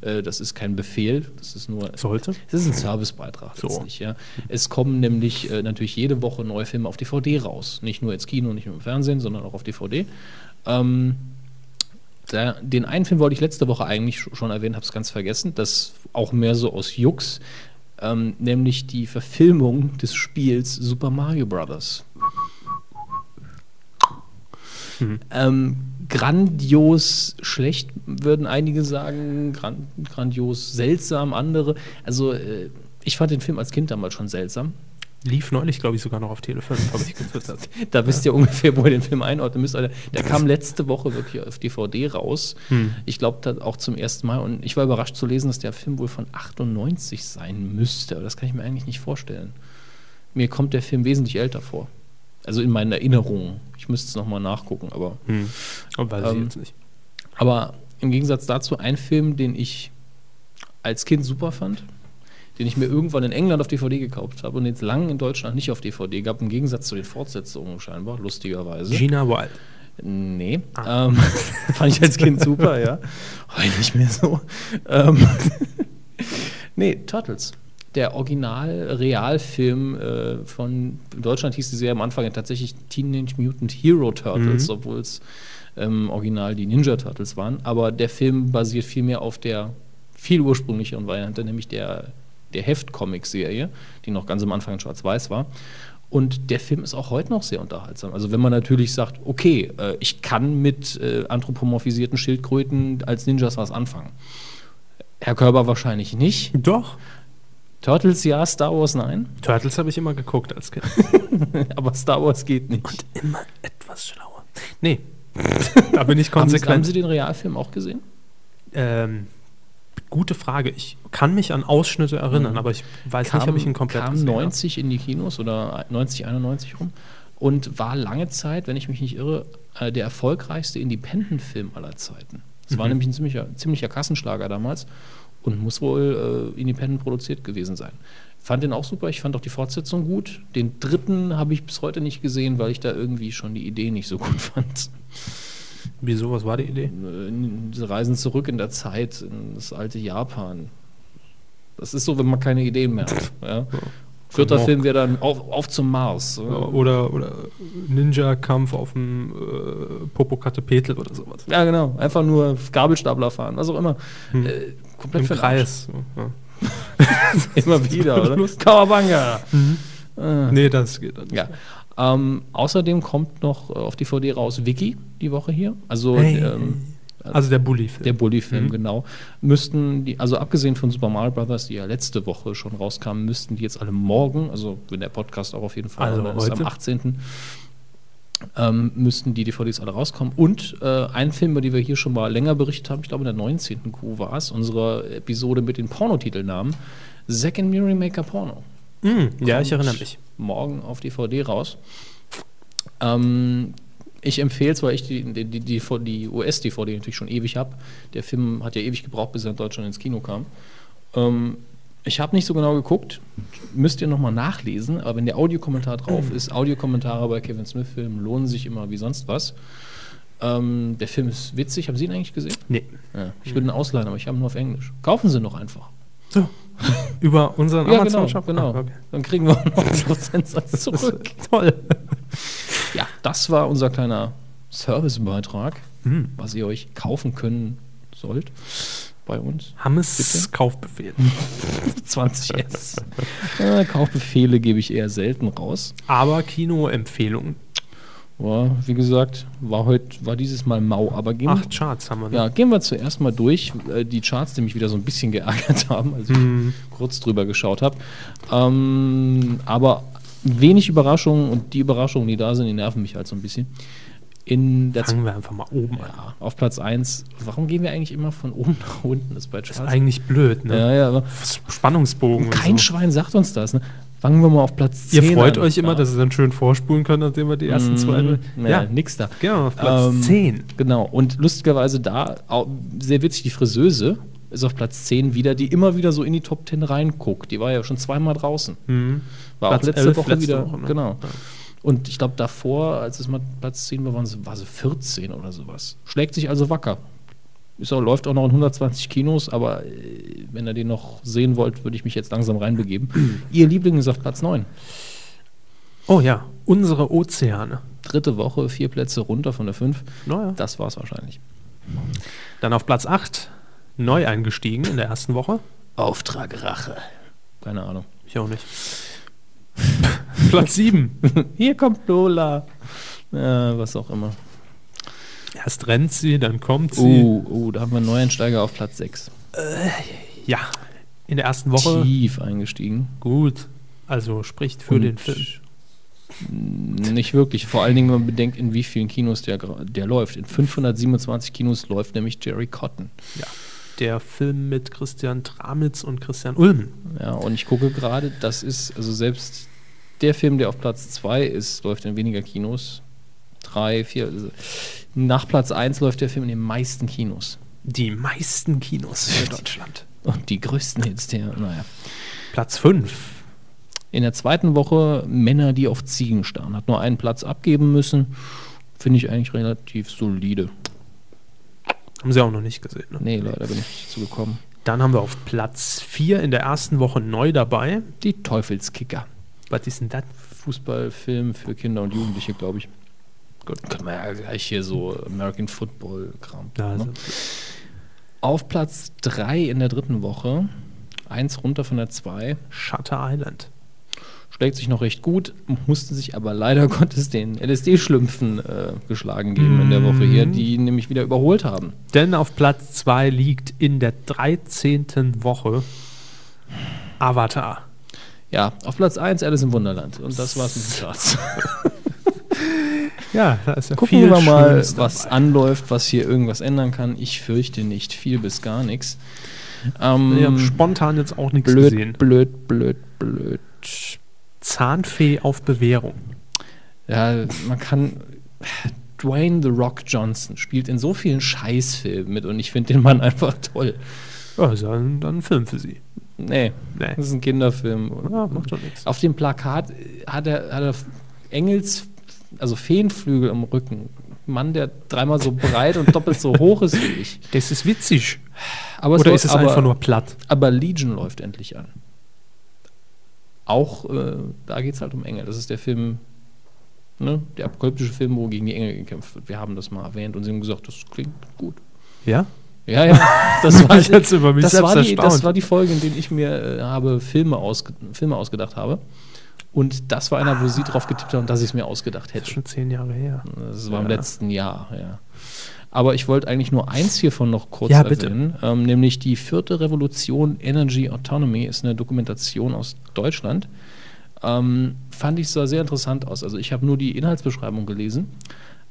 Äh, das ist kein Befehl, das ist nur.
Sollte.
Es ist ein Servicebeitrag
So.
letztlich, ja. Es kommen nämlich äh, natürlich jede Woche neue Filme auf DVD raus. Nicht nur ins Kino, nicht nur im Fernsehen, sondern auch auf DVD. Ähm, da, den einen Film wollte ich letzte Woche eigentlich sch- schon erwähnen, habe es ganz vergessen. Das auch mehr so aus Jux, ähm, nämlich die Verfilmung des Spiels Super Mario Bros. Ähm, grandios schlecht, würden einige sagen, gran grandios seltsam, andere. Also, äh, ich fand den Film als Kind damals schon seltsam.
Lief neulich, glaube ich, sogar noch auf Telefon, habe ich getwittert.
Da wisst ihr ungefähr, wo ihr den Film einordnen müsst. Alter. Der kam letzte Woche wirklich auf DVD raus. Ich glaube, auch zum ersten Mal. Und ich war überrascht zu lesen, dass der Film wohl von 98 sein müsste. Aber das kann ich mir eigentlich nicht vorstellen. Mir kommt der Film wesentlich älter vor. Also in meinen Erinnerungen. Ich müsste es nochmal nachgucken. Aber,
Hm. Weiß
Ähm,
ich jetzt nicht.
aber im Gegensatz dazu ein Film, den ich als Kind super fand, den ich mir irgendwann in England auf DVD gekauft habe und jetzt lange in Deutschland nicht auf DVD gab, im Gegensatz zu den Fortsetzungen scheinbar, lustigerweise.
Gina Wild.
Nee. Ähm, fand ich als Kind super, ja. Heute nicht mehr so. Ähm, nee, Turtles. Der Original-Realfilm äh, von in Deutschland hieß die Serie am Anfang ja tatsächlich Teenage Mutant Hero Turtles,
Mhm.
obwohl es ähm, original die Ninja Turtles waren. Aber der Film basiert vielmehr auf der viel ursprünglicheren Variante, nämlich der, der Heft-Comic-Serie, die noch ganz am Anfang in Schwarz-Weiß war. Und der Film ist auch heute noch sehr unterhaltsam. Also wenn man natürlich sagt, okay, äh, ich kann mit äh, anthropomorphisierten Schildkröten als Ninjas was anfangen. Herr Körber wahrscheinlich nicht.
Doch.
Turtles ja, Star Wars nein,
Turtles habe ich immer geguckt als Kind.
aber Star Wars geht nicht.
immer etwas schlauer. Nee. da bin ich
Haben Sie, haben Sie
konsequent.
den Realfilm auch gesehen?
Ähm, gute Frage. Ich kann mich an Ausschnitte erinnern, aber ich weiß nicht, ob ich ihn komplett
Hm. kam
gesehen habe.
90 in die Kinos oder 90, 91 rum und war lange Zeit, wenn ich mich nicht irre, äh, der erfolgreichste Independent-Film aller Zeiten. Das
Mhm.
war nämlich ein ziemlicher, ziemlicher Kassenschlager damals und muss wohl äh, independent produziert gewesen sein. Fand den auch super, ich fand auch die Fortsetzung gut. Den dritten habe ich bis heute nicht gesehen, weil ich da irgendwie schon die Idee nicht so gut fand.
Wieso, was war die Idee?
Äh, Diese Reisen zurück in der Zeit, in das alte Japan. Das ist so, wenn man keine Ideen mehr hat. Ja. Vierter
Genau.
Film wäre dann auf, auf zum Mars.
Äh, Oder, oder Ninja-Kampf auf dem äh, Popocatepetl oder sowas.
Ja, genau. Einfach nur Gabelstapler fahren, was auch immer. Äh, komplett
Hm. Im
für den
Kreis. So, ja.
Arsch. Immer wieder, oder?
Lustig.
Kawabanga!
Mhm. Nee, das geht dann.
Ja. Ähm, außerdem kommt noch äh, auf DVD raus Wiki die Woche hier. Also
Hey.
ähm,
Also der Bully-Film.
der Bully-Film,
Mhm.
genau. Müssten die, also abgesehen von Super Mario Brothers, die ja letzte Woche schon rauskamen, müssten die jetzt alle morgen, also wenn der Podcast auch auf jeden Fall
Also
online ist, am
heute.
18. Ähm, müssten die DVDs alle rauskommen. Und äh, ein Film, über den wir hier schon mal länger berichtet haben, ich glaube in der 19. Q war es, unsere Episode mit den Pornotitelnamen, Zack and Miri Maker Porno
Mhm, ja, ich
kommt
erinnere mich.
Morgen auf DVD raus. Ähm, ich empfehle es, weil ich die, die, die, die, die US-DVD natürlich schon ewig habe. Der Film hat ja ewig gebraucht, bis er in Deutschland ins Kino kam. Ähm, ich habe nicht so genau geguckt, müsst ihr nochmal nachlesen, aber wenn der Audiokommentar drauf ist, Audiokommentare bei Kevin Smith-Filmen lohnen sich immer wie sonst was. Ähm, der Film ist witzig, haben Sie ihn eigentlich gesehen?
Nee.
Ja. Ich würde ihn ausleihen, aber ich habe ihn nur auf Englisch. Kaufen Sie noch einfach.
So. Über unseren
Ja, genau,
Amazon-Shop.
genau.
Ah, okay.
Dann kriegen wir auch noch einen Prozentsatz
Das
zurück.
ist toll.
Ja, das war unser kleiner Servicebeitrag, was ihr euch kaufen können sollt bei uns.
Hammes Kaufbefehl.
20S. äh, Kaufbefehle gebe ich eher selten raus.
Aber Kinoempfehlungen.
War, wie gesagt, war heute, war dieses Mal mau, aber gehen,
Acht Charts haben wir. ne?
ja, gehen wir zuerst mal durch äh, die Charts, die mich wieder so ein bisschen geärgert haben, als ich kurz drüber geschaut habe. Ähm, aber wenig Überraschungen und die Überraschungen, die da sind, die nerven mich halt so ein bisschen. In der
Fangen wir einfach mal oben an.
Ja, auf Platz 1. Warum gehen wir eigentlich immer von oben nach unten? Das ist bei Charts.
Eigentlich blöd, ne?
ja, ja, aber
Spannungsbogen.
kein
und so.
Schwein sagt uns das. Ne? Fangen wir mal auf Platz 10
Ihr freut
an.
euch immer,
ja. Mhm.
dass ihr dann schön vorspulen könnt, dann sehen wir die ersten zwei. drei.
Ja, nix da.
Genau, auf Platz
Ähm,
10.
Genau. Und lustigerweise da, au- sehr witzig, die Friseuse ist auf Platz 10 wieder, die immer wieder so in die Top 10 reinguckt. Die war ja schon zweimal draußen. War
Mhm. Platz
auch letzte
11
Woche
letzte
wieder.
Woche, ne?
Genau. Und ich glaube, davor, als es mal Platz 10 war, waren sie, war sie 14 oder sowas. Schlägt sich also wacker. Ist auch, läuft auch noch in 120 Kinos, aber äh, wenn ihr den noch sehen wollt, würde ich mich jetzt langsam reinbegeben. Ihr Liebling ist auf Platz 9.
Oh ja, unsere Ozeane.
Dritte Woche, vier Plätze runter von der 5.
Naja.
Das war's wahrscheinlich.
Dann auf Platz 8, neu eingestiegen in der ersten Woche.
Auftrag Rache. Keine Ahnung.
Ich auch nicht. Platz 7,
Hier kommt Lola. Äh, was auch immer.
erst rennt sie, dann kommt sie.
Uh, uh, da haben wir einen Neuensteiger auf Platz 6.
Ja, in der ersten Woche
Tief eingestiegen.
gut. Also spricht für
Und-
den Film.
Nicht wirklich. Vor allen Dingen, wenn man bedenkt, in wie vielen Kinos der, gra- der läuft. In 527 Kinos läuft nämlich Jerry Cotton.
Ja. Der Film mit Christian Tramitz und Christian Ulm.
Ja, und ich gucke gerade, das ist, also selbst der Film, der auf Platz 2 ist, läuft in weniger Kinos. Drei, vier. Also nach Platz 1 läuft der Film in den meisten Kinos.
Die meisten Kinos für Deutschland.
Und die größten Hits der, naja.
Platz 5.
In der zweiten Woche Männer, die auf Ziegen starren. Hat nur einen Platz abgeben müssen. Finde ich eigentlich relativ solide.
Haben sie auch noch nicht gesehen. Ne?
Nee, leider bin ich nicht dazu gekommen.
Dann haben wir auf Platz 4 in der ersten Woche neu dabei.
Die Teufelskicker.
Was ist denn das?
Fußballfilm für Kinder und Jugendliche, glaube ich. Gut, können wir ja gleich hier so American Football-Kram.
Ja, also-
ne? Auf Platz 3 in der dritten Woche, eins runter von der 2,
Shutter Island.
schlägt sich noch recht gut, mussten sich aber leider Gottes den LSD-Schlümpfen äh, geschlagen geben in der Woche hier, die ihn nämlich wieder überholt haben.
Denn auf Platz 2 liegt in der 13. Woche Avatar.
Ja, auf Platz 1 Alice im Wunderland. Und das war's mit den Charts.
Ja, da ist ja
Gucken wir mal,
Schönes
was
dabei.
anläuft, was hier irgendwas ändern kann. Ich fürchte nicht viel bis gar nichts. Ähm,
Wir haben spontan jetzt auch nichts gesehen.
blöd, blöd, blöd, blöd.
Zahnfee auf Bewährung.
Ja, man kann. Dwayne The Rock Johnson spielt in so vielen Scheißfilmen mit und ich finde den Mann einfach toll.
Ja, ist ja dann ein Film für sie.
Nee,
Nee.
das ist ein Kinderfilm.
Ja, macht doch nichts.
Auf dem Plakat äh, hat er, hat er Engels, also Feenflügel im Rücken. Mann, der dreimal so breit und doppelt so hoch ist wie ich.
Das ist witzig.
Aber
Oder
läuft-
ist es
aber,
einfach nur platt?
Aber Legion läuft endlich an. Auch äh, da geht es halt um Engel. Das ist der Film, ne? der apokalyptische Film, wo gegen die Engel gekämpft wird. Wir haben das mal erwähnt und sie haben gesagt, das klingt gut.
Ja?
Ja, ja, das war,
Ich jetzt über mich
das
selbst
war, die, das
erstaunt.
war die Folge, in denen ich mir äh, habe Filme, ausge Filme ausgedacht habe. Und das war einer, wo sie drauf getippt haben, dass ich es mir ausgedacht hätte.
Schon zehn Jahre her.
Das war im
Ja.
letzten Jahr, ja. Aber ich wollte eigentlich nur eins hiervon noch kurz
Ja, bitte.
erwähnen, ähm, nämlich die vierte Revolution Energy Autonomy ist eine Dokumentation aus Deutschland. Ähm, fand ich sah sehr interessant aus. Also ich habe nur die Inhaltsbeschreibung gelesen,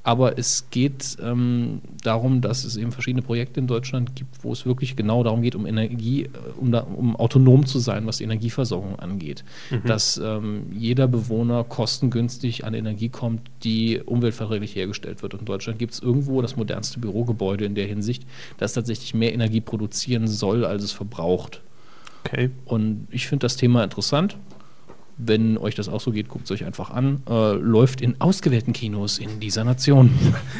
aber es geht ähm, darum, dass es eben verschiedene Projekte in Deutschland gibt, wo es wirklich genau darum geht, um Energie, äh, um, da, um autonom zu sein, was die Energieversorgung angeht. Dass ähm, jeder Bewohner kostengünstig an Energie kommt, die umweltverträglich hergestellt wird. Und in Deutschland gibt es irgendwo das modernste Bürogebäude in der Hinsicht, das tatsächlich mehr Energie produzieren soll, als es verbraucht.
Okay.
Und ich finde das Thema interessant. Wenn euch das auch so geht, guckt es euch einfach an. Äh, läuft in ausgewählten Kinos in dieser Nation.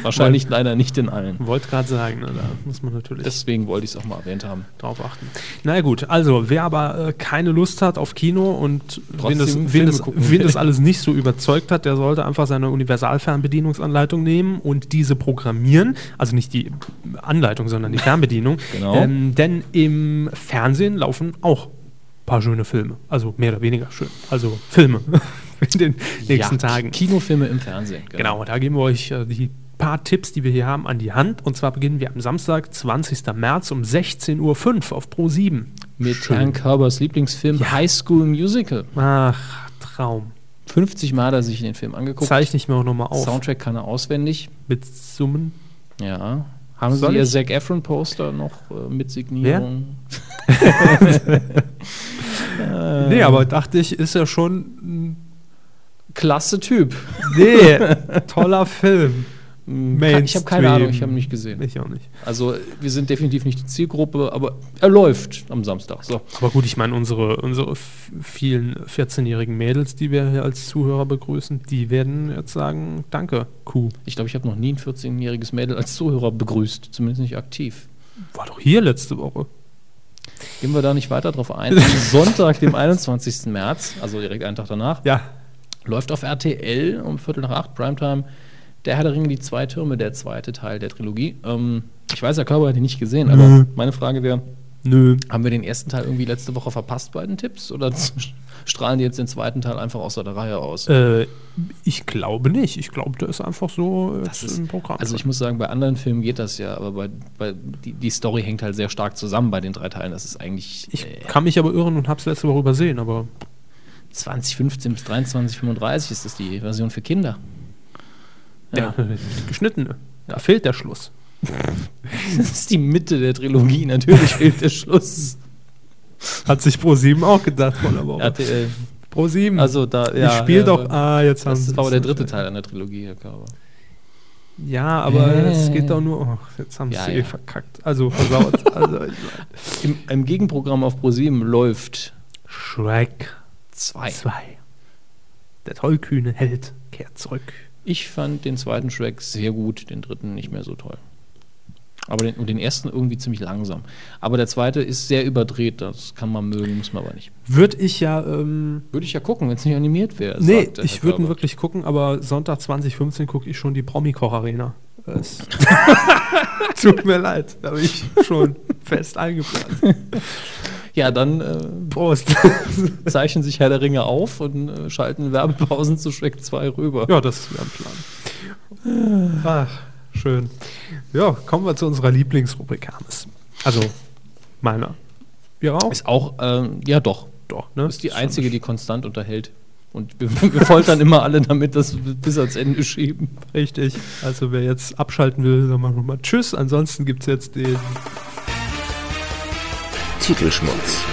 Wahrscheinlich leider nicht in allen.
Wollte gerade sagen, ne, da muss man natürlich
Deswegen wollte ich es auch mal erwähnt haben.
drauf achten. Na ja, gut, also wer aber äh, keine Lust hat auf Kino und wen
Trotzdem
das, wen,
Filme
das,
gucken
wen
will.
das alles nicht so überzeugt hat, der sollte einfach seine Universalfernbedienungsanleitung nehmen und diese programmieren. Also nicht die Anleitung, sondern die Fernbedienung.
Genau.
Ähm, denn im Fernsehen laufen auch ein paar schöne Filme. Also mehr oder weniger schön. Also Filme in den nächsten
Ja,
Tagen.
Kinofilme im Fernsehen.
Genau, da geben wir euch äh, die paar Tipps, die wir hier haben, an die Hand. Und zwar beginnen wir am Samstag, 20. März um 16.05 Uhr auf Pro7.
Mit Herrn Körbers Lieblingsfilm High School Musical.
Ach, Traum.
50 Mal hat er sich den Film angeguckt.
Zeichne ich mir auch nochmal auf.
Soundtrack kann er auswendig.
Mit Summen.
Ja. Haben
Soll
Sie Ihr
ich?
Zac Efron Poster noch äh, mit Signierung?
Nee, aber dachte ich, ist ja schon.
Äh, Klasse Typ.
Nee, toller Film.
Kann- Hm, Ich habe keine Ahnung, ich habe ihn nicht gesehen.
Ich auch nicht.
Also wir sind definitiv nicht die Zielgruppe, aber er läuft am Samstag. So.
Aber gut, ich meine, unsere, unsere f- vielen 14-jährigen Mädels, die wir hier als Zuhörer begrüßen, die werden jetzt sagen: Danke, Kuh.
Ich glaube, ich habe noch nie ein 14-jähriges Mädel als Zuhörer begrüßt, zumindest nicht aktiv.
War doch hier letzte Woche.
Gehen wir da nicht weiter drauf ein. Am Sonntag, dem 21. März, also direkt einen Tag danach,
Ja,
läuft auf RTL um Viertel nach acht, Primetime, der Herr der Ringe, die zwei Türme, der zweite Teil der Trilogie. Ähm, ich weiß, Herr Körber hat ihn nicht gesehen, aber
Nö.
meine Frage wäre,
Nö.
haben wir den ersten Teil irgendwie letzte Woche verpasst bei den Tipps oder strahlen die jetzt den zweiten Teil einfach außer der Reihe aus?
Äh, ich glaube nicht. Ich glaube, der ist einfach so äh,
Das
jetzt
ist-
im Programm.
Also ich muss sagen, bei anderen Filmen geht das ja, aber bei, bei die, die Story hängt halt sehr stark zusammen bei den drei Teilen. Das ist eigentlich
ich
äh,
kann mich aber irren und habe es letzte Woche übersehen, aber
2015 bis 23, 35 ist das die Version für Kinder.
ja. geschnittene. Da fehlt der Schluss.
Das ist die Mitte der Trilogie. Natürlich fehlt der Schluss.
Hat sich Pro7 auch gedacht vor der Woche.
RTL.
Pro7.
Also da, ja,
ich spiele
ja,
doch.
aber
Ah, jetzt haben
Das
sie
war aber der
es nicht.
dritte Teil einer Trilogie, Herr Körber.
Ja, aber
Äh.
es geht doch nur. Och, jetzt haben
Ja,
sie
ja.
eh verkackt. Also versaut. also, ich mein.
Im, Im Gegenprogramm auf ProSieben läuft
Shrek
zwei.
2. Der tollkühne Held kehrt zurück.
Ich fand den zweiten Shrek sehr gut, den dritten nicht mehr so toll. Aber den, und den ersten irgendwie ziemlich langsam. Aber der zweite ist sehr überdreht, das kann man mögen, muss man aber nicht.
Würde ich ja. Ähm,
Würde ich ja gucken, wenn es nicht animiert wäre.
Nee,
sagt der
ich
Herr
würde ihn
Körber.
wirklich gucken, aber Sonntag 2015 gucke ich schon die Promi-Koch-Arena. Es- Tut mir leid, da bin ich schon fest eingeplant.
Ja, dann äh,
Prost.
zeichnen sich Herr der Ringe auf und äh, schalten Werbepausen zu Shrek 2 rüber.
ja, das wäre ein Plan. Ach, schön. Ja, kommen wir zu unserer Lieblingsrubrik, Hermes. Also, meiner. Ja, auch.
Ist auch, ähm, ja doch,
doch, ne?
ist die einzige, die konstant unterhält. Und wir, wir foltern immer alle damit, dass wir bis ans Ende schieben.
Richtig. Also, wer jetzt abschalten will, dann machen wir mal Tschüss. Ansonsten gibt es jetzt den
Titelschmutz.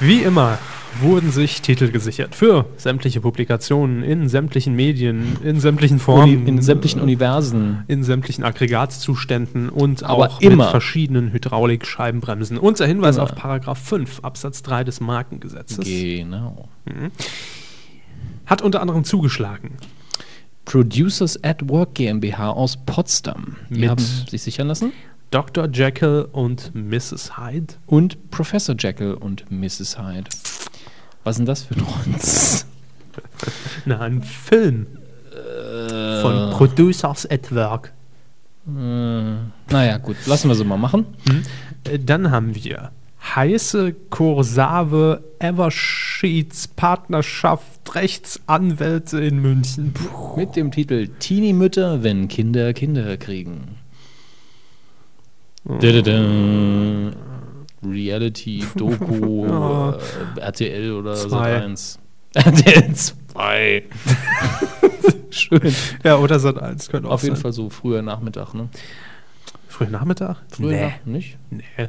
Wie immer wurden sich Titel gesichert für sämtliche Publikationen in sämtlichen Medien, in sämtlichen Formen,
Uni, in sämtlichen Universen.
in sämtlichen Aggregatzuständen und
Aber
auch
immer.
mit verschiedenen Hydraulikscheibenbremsen. Unser Hinweis
Immer.
auf Paragraph 5 Absatz 3 des Markengesetzes
Genau.
hat unter anderem zugeschlagen.
Producers at Work GmbH aus Potsdam. Die
Mit-
haben sich sichern lassen.
Dr. Jekyll und Mrs. Hyde.
Und Professor Jekyll und Mrs. Hyde. Was sind das für ein Rotz?
Na, ein Film
Äh.
von Producers at Work.
Naja, gut, lassen wir sie mal machen.
Äh, Dann haben wir heiße Kursave Eversheets Partnerschaft Rechtsanwälte in München. Puh.
Mit dem Titel Teenie-Mütter, wenn Kinder Kinder kriegen.
Oh.
Dadada. Reality, Doku,
Ja.
äh, RTL oder
Zwei.
Sat1. RTL 2. Schön.
Ja, oder Sat 1 könnte auch
Auf jeden
sein.
Fall so früher Nachmittag, ne?
Frühen Nachmittag?
Früher Nach nicht?
nee. nee.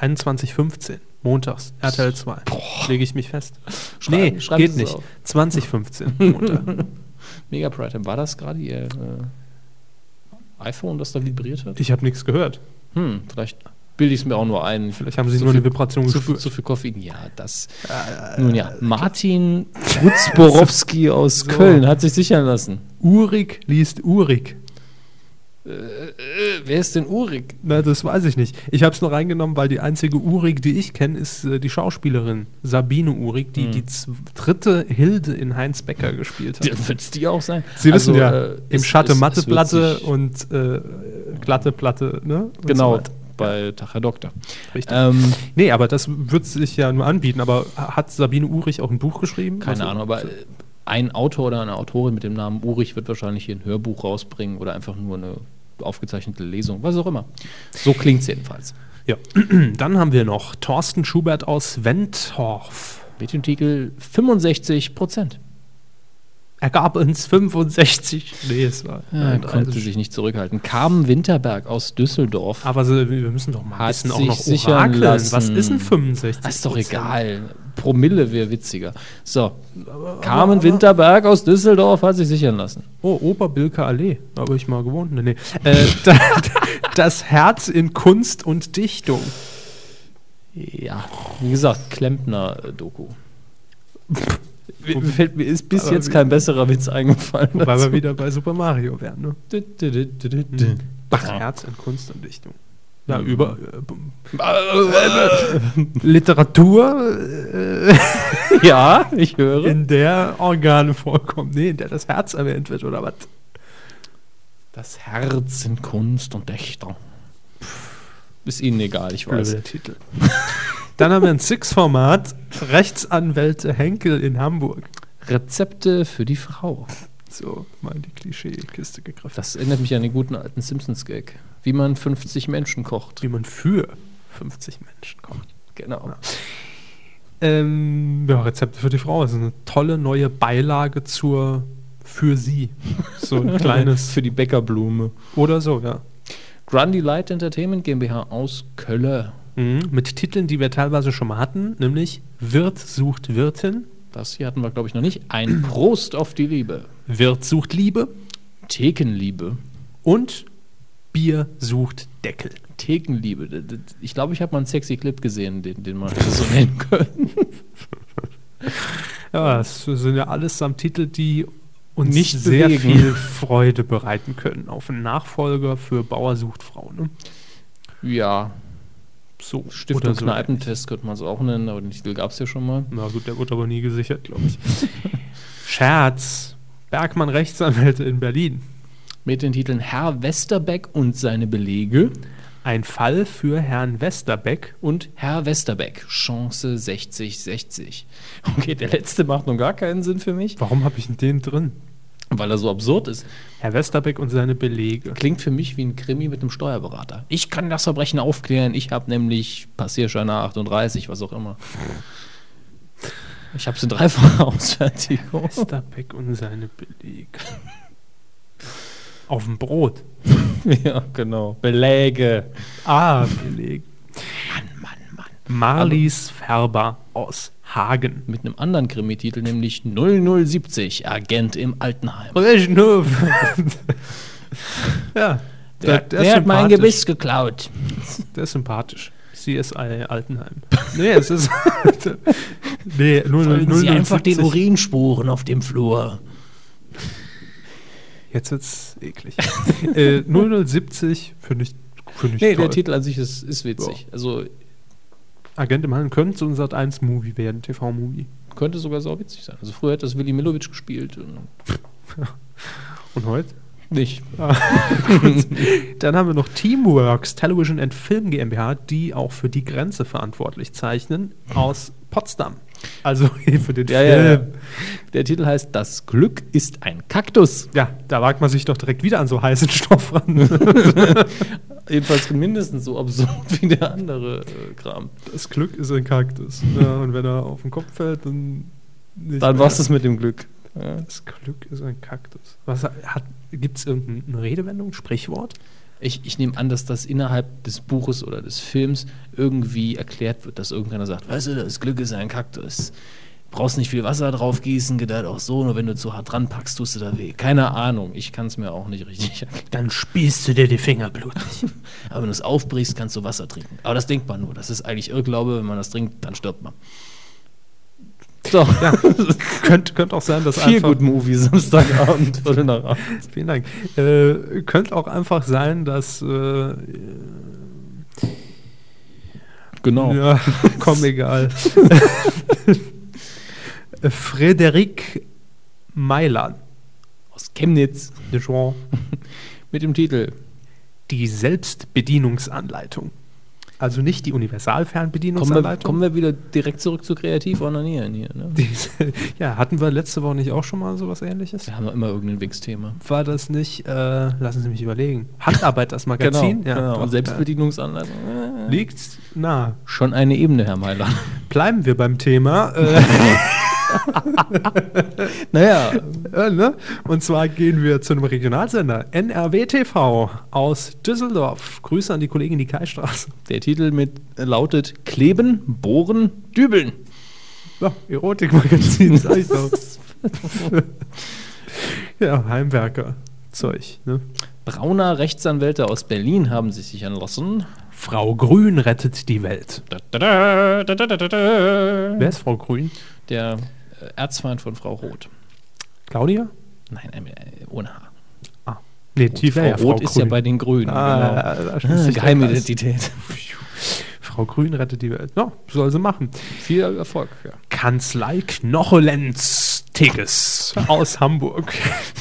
21.15 montags, RTL 2. Lege ich mich fest.
Schreiben-
nee,
schreiben
geht
Sie es
nicht.
auf.
20.15 Montag.
Mega Pride Time. War das gerade ihr äh, iPhone, das da vibriert hat?
ich habe nichts gehört.
Hm, vielleicht bilde ich es mir auch nur ein.
Vielleicht haben sie
Zu
nur eine
viel-
Vibration
zu viel,
gespürt.
zu viel Koffein, ja, das. Nun ja, Martin Rutzborowski aus Köln hat sich sichern lassen.
Urik liest Urik. Äh,
Äh, Wer ist denn Urik?
Na, das weiß ich nicht. Ich habe es nur reingenommen, weil die einzige Urik, die ich kenne, ist äh, die Schauspielerin Sabine Urik,
Mhm.
die die z- dritte Hilde in Heinz Becker gespielt hat.
Wird es die auch sein?
Sie wissen ja,
äh,
im
es-
Schatte
es- es
matte
wird
Platte
sich-
und äh, glatte Platte, ne? Und so
Genau,
weiter.
bei Tag, Herr Doktor.
Richtig.
Ähm,
nee, aber das wird sich ja nur anbieten. Aber hat Sabine Urik auch ein Buch geschrieben?
keine
Also-
Ahnung, aber äh, ein Autor oder eine Autorin mit dem Namen Urik wird wahrscheinlich hier ein Hörbuch rausbringen oder einfach nur eine aufgezeichnete Lesung, was auch immer. So klingt es jedenfalls.
Ja. Dann haben wir noch Thorsten Schubert aus Wentorf.
Mit dem Titel 65 Prozent.
Er gab uns 65. Nee, es war.
Ja,
nein,
konnte
also-
sich nicht zurückhalten. Carmen Winterberg aus Düsseldorf.
Aber so, wir müssen doch mal ein
Hat
bisschen auch
sich
noch
sichern
orakeln.
lassen.
Was ist ein 65?
ist doch egal. Promille wäre witziger. So, Carmen Winterberg aus Düsseldorf hat sich sichern lassen.
Oh, Oberbilker Allee. Da habe ich mal gewohnt. Nee, nee. Äh, da, das Herz in Kunst und Dichtung.
Ja, wie gesagt, Klempner-Doku. Mir, fällt, mir ist bis
Aber
jetzt
wie-
kein besserer Witz eingefallen.
Wobei
dazu.
wir wieder bei Super Mario wären. Ne?
Du, du, du, du, du, du.
Bach,
Ja.
Herz in Kunst und Dichtung. Ja, über äh, bum- Äh, Literatur, äh,
Ja, ich höre.
in der Organe vorkommen. Nee, in der das Herz erwähnt wird, oder was?
Das Herz in Kunst und Dächter. Ist Ihnen egal, ich weiß.
Blöder Titel. Dann haben wir ein Six-Format. Rechtsanwälte Henkel in Hamburg.
Rezepte für die Frau.
So, mal in die Klischeekiste gegriffen.
Das erinnert mich an den guten alten Simpsons-Gag. Wie man 50 Menschen kocht.
wie man für 50 Menschen kocht.
Genau.
Ähm, ja, Rezepte für die Frau. Das ist eine tolle neue Beilage zur für sie. So ein kleines.
für die Bäckerblume.
oder so, ja.
Grundy Light Entertainment GmbH aus Kölle.
Mhm. Mit Titeln, die wir teilweise schon mal hatten, nämlich Wirt sucht Wirtin,
Das hier hatten wir, glaube ich, noch nicht. Ein Prost auf die Liebe.
Wirt sucht Liebe
Thekenliebe.
und Bier sucht Deckel.
Thekenliebe. D- d- Ich glaube, ich habe mal einen sexy Clip gesehen, den, den man hätte so nennen können.
Ja, das sind ja allesamt Titel, die uns
Nicht
sehr
bewegen.
viel Freude bereiten können auf einen Nachfolger für Bauer sucht Frau. Ne?
Ja,
So,
Stiftung Kneipentest könnte man es auch nennen, aber den Titel gab es ja schon mal.
Na gut, der wurde aber nie gesichert, glaube ich. Scherz. Bergmann Rechtsanwälte in Berlin.
Mit den Titeln Herr Westerbeck und seine Belege
Ein Fall für Herrn Westerbeck.
und Herr Westerbeck, Chance 60-60. Okay, der letzte macht nun gar keinen Sinn für mich,
Warum habe ich denn den drin?
weil er so absurd ist.
Herr Westerbeck und seine Belege.
Klingt für mich wie ein Krimi mit einem Steuerberater. Ich kann das Verbrechen aufklären. Ich habe nämlich Passierscheine 38, was auch immer. Ich habe es in dreifacher
Oh.
Ausfertigung.
Westerbeck und seine Belege. Auf dem Brot.
Ja, genau. Beläge.
Ah, Beleg.
Mann, Also- Mann.
Marlies Färber aus Hagen.
Mit einem anderen Krimi-Titel, nämlich 0070, Agent im Altenheim.
Brezhnev. ja.
Der,
der
der,
ist
hat mein
sympathisch.
Gebiss geklaut.
Der ist sympathisch. CSI Altenheim. Nee, es ist. nee, 00,
Folgen Sie einfach den Urinspuren auf dem Flur.
Jetzt wird's eklig. äh, 0070 finde ich, find ich
Nee,
toll.
der Titel an sich ist, ist witzig. Also
Agent im Handel könnte so ein Sat 1 Movie werden, TV Movie.
könnte sogar so witzig sein. Also früher hat das Willi Milovic gespielt. und
Und heute?
Nicht.
Dann haben wir noch Teamworks Television and Film GmbH, die auch für die Grenze verantwortlich zeichnen, aus Potsdam. Also für den
Ja, ja, ja.
Film.
Der Titel heißt Das Glück ist ein Kaktus.
Ja, da wagt man sich doch direkt wieder an so heißen Stoff ran.
Jedenfalls mindestens so absurd wie der andere äh, Kram.
Das Glück ist ein Kaktus. Ja, und wenn er auf den Kopf fällt, dann. Nicht
Dann
mehr.
war's das mit dem Glück. Ja.
Das Glück ist ein Kaktus. Was hat. Gibt es irgendeine Redewendung, Sprichwort?
Ich, ich nehme an, dass das innerhalb des Buches oder des Films irgendwie erklärt wird, dass irgendeiner sagt, weißt du, das Glück ist ein Kaktus. Brauchst nicht viel Wasser drauf gießen, gedeiht auch so, nur wenn du zu hart dran packst, tust du da weh. Keine Ahnung, ich kann es mir auch nicht richtig erklären.
Dann spießt du dir die Finger blutig.
Aber wenn du es aufbrichst, kannst du Wasser trinken. Aber das denkt man nur, das ist eigentlich Irrglaube, wenn man das trinkt, dann stirbt man. So,
ja, könnte könnt auch sein, dass
viel
einfach.
gut Movie Samstagabend, Viertel nach acht.
Vielen Dank. Äh, könnte auch einfach sein, dass. Äh,
Genau.
Ja, komm, egal. Frederik Mailan.
Aus Chemnitz
De Jean.
mit dem Titel
die Selbstbedienungsanleitung. Also nicht die
Kommen wir,
Universalfernbedienungsanleitung.
kommen wir wieder direkt zurück zu kreativ onanieren hier. Ne?
Die- ja, hatten wir letzte Woche nicht auch schon mal sowas ähnliches?
Wir haben ja immer irgendein Wix-Thema.
War das nicht, äh, Genau, lassen Sie mich überlegen, Handarbeit, das Magazin?
ja,
doch,
Genau, Und Selbstbedienungsanleitung.
ja.
äh,
Liegt nah.
Schon eine Ebene, Herr Meiler.
Bleiben wir beim Thema. Äh,
naja,
äh, ne? Und zwar gehen wir zu einem Regionalsender, NRW TV aus Düsseldorf. Grüße an die Kollegin die Kaistraße.
der Titel mit, äh, lautet Kleben, Bohren, Dübeln.
Ja, Erotikmagazin, sag ich doch. ja, Heimwerker. Zeug, ne?
Brauner Rechtsanwälte aus Berlin haben sich sich anlassen.
Frau Grün rettet die Welt.
Da, da, da, da, da, da, da.
Wer ist Frau Grün?
Der äh, Erzfeind von Frau Roth.
Claudia?
Nein, äh, ohne Haar.
Ah. Nee, die
Frau
wäre ja Frau
Roth ist ja
Grün.
bei den Grünen.
Ah,
genau.
da schließt sich der Kreis.
Geheimidentität.
Frau Grün rettet die Welt. Ja, soll sie machen.
Viel Erfolg. Ja.
Kanzlei Knochelenz Tigges aus Hamburg.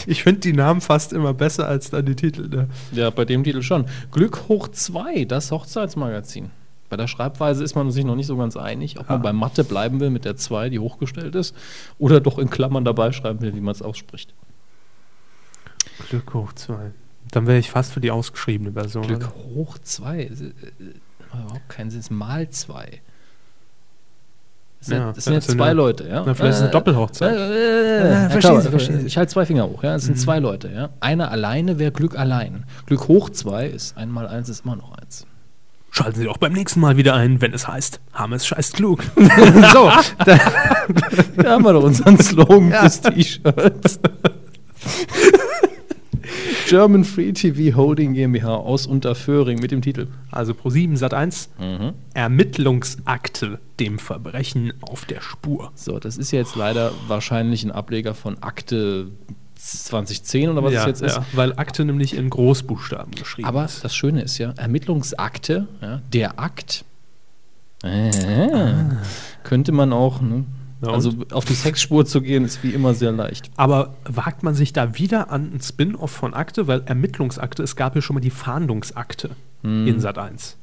Ich finde die Namen fast immer besser als dann die Titel. Ne?
ja, bei dem Titel schon. Glück hoch 2, das Hochzeitsmagazin. Bei der Schreibweise ist man sich noch nicht so ganz einig, ob
Ah.
man bei Mathe bleiben will mit der 2, die hochgestellt ist, oder doch in Klammern dabei schreiben will, wie man es ausspricht.
Glück hoch zwei. Dann wäre ich fast für die ausgeschriebene Version.
Glück
oder?
hoch 2. Macht überhaupt keinen Sinn. Ist Mal 2. Das sind,
Ja,
das sind jetzt
also
zwei
eine-
Leute, ja?
Na, vielleicht ist eine
Äh,
Doppelhochzeit.
Äh,
verstehen
Herr Kauer,
Sie, verstehen Sie. Mhm.
Ich halte zwei Finger hoch. Ja, es sind zwei Leute. Ja, einer alleine wäre Glück allein. Glück hoch zwei ist einmal eins ist immer noch eins.
Schalten Sie doch beim nächsten Mal wieder ein, wenn es heißt, Hames scheißt klug. so,
Da haben wir doch unseren Slogan fürs T-Shirt. German Free TV Holding GmbH aus Unterföhring mit dem Titel.
Also Pro7 Sat1 Ermittlungsakte dem Verbrechen auf der Spur.
So, das ist ja jetzt leider wahrscheinlich ein Ableger von Akte 2010 oder was es jetzt ist.
weil Akte nämlich in Großbuchstaben geschrieben
Aber das Schöne ist ja, Ermittlungsakte, ja, der Akt, äh, könnte man auch, ne?
Na
also auf die Sexspur zu gehen, ist wie immer sehr leicht.
Aber wagt man sich da wieder an einen Spin-off von Akte, weil Ermittlungsakte, es gab ja schon mal die Fahndungsakte
Hm.
in Sat1.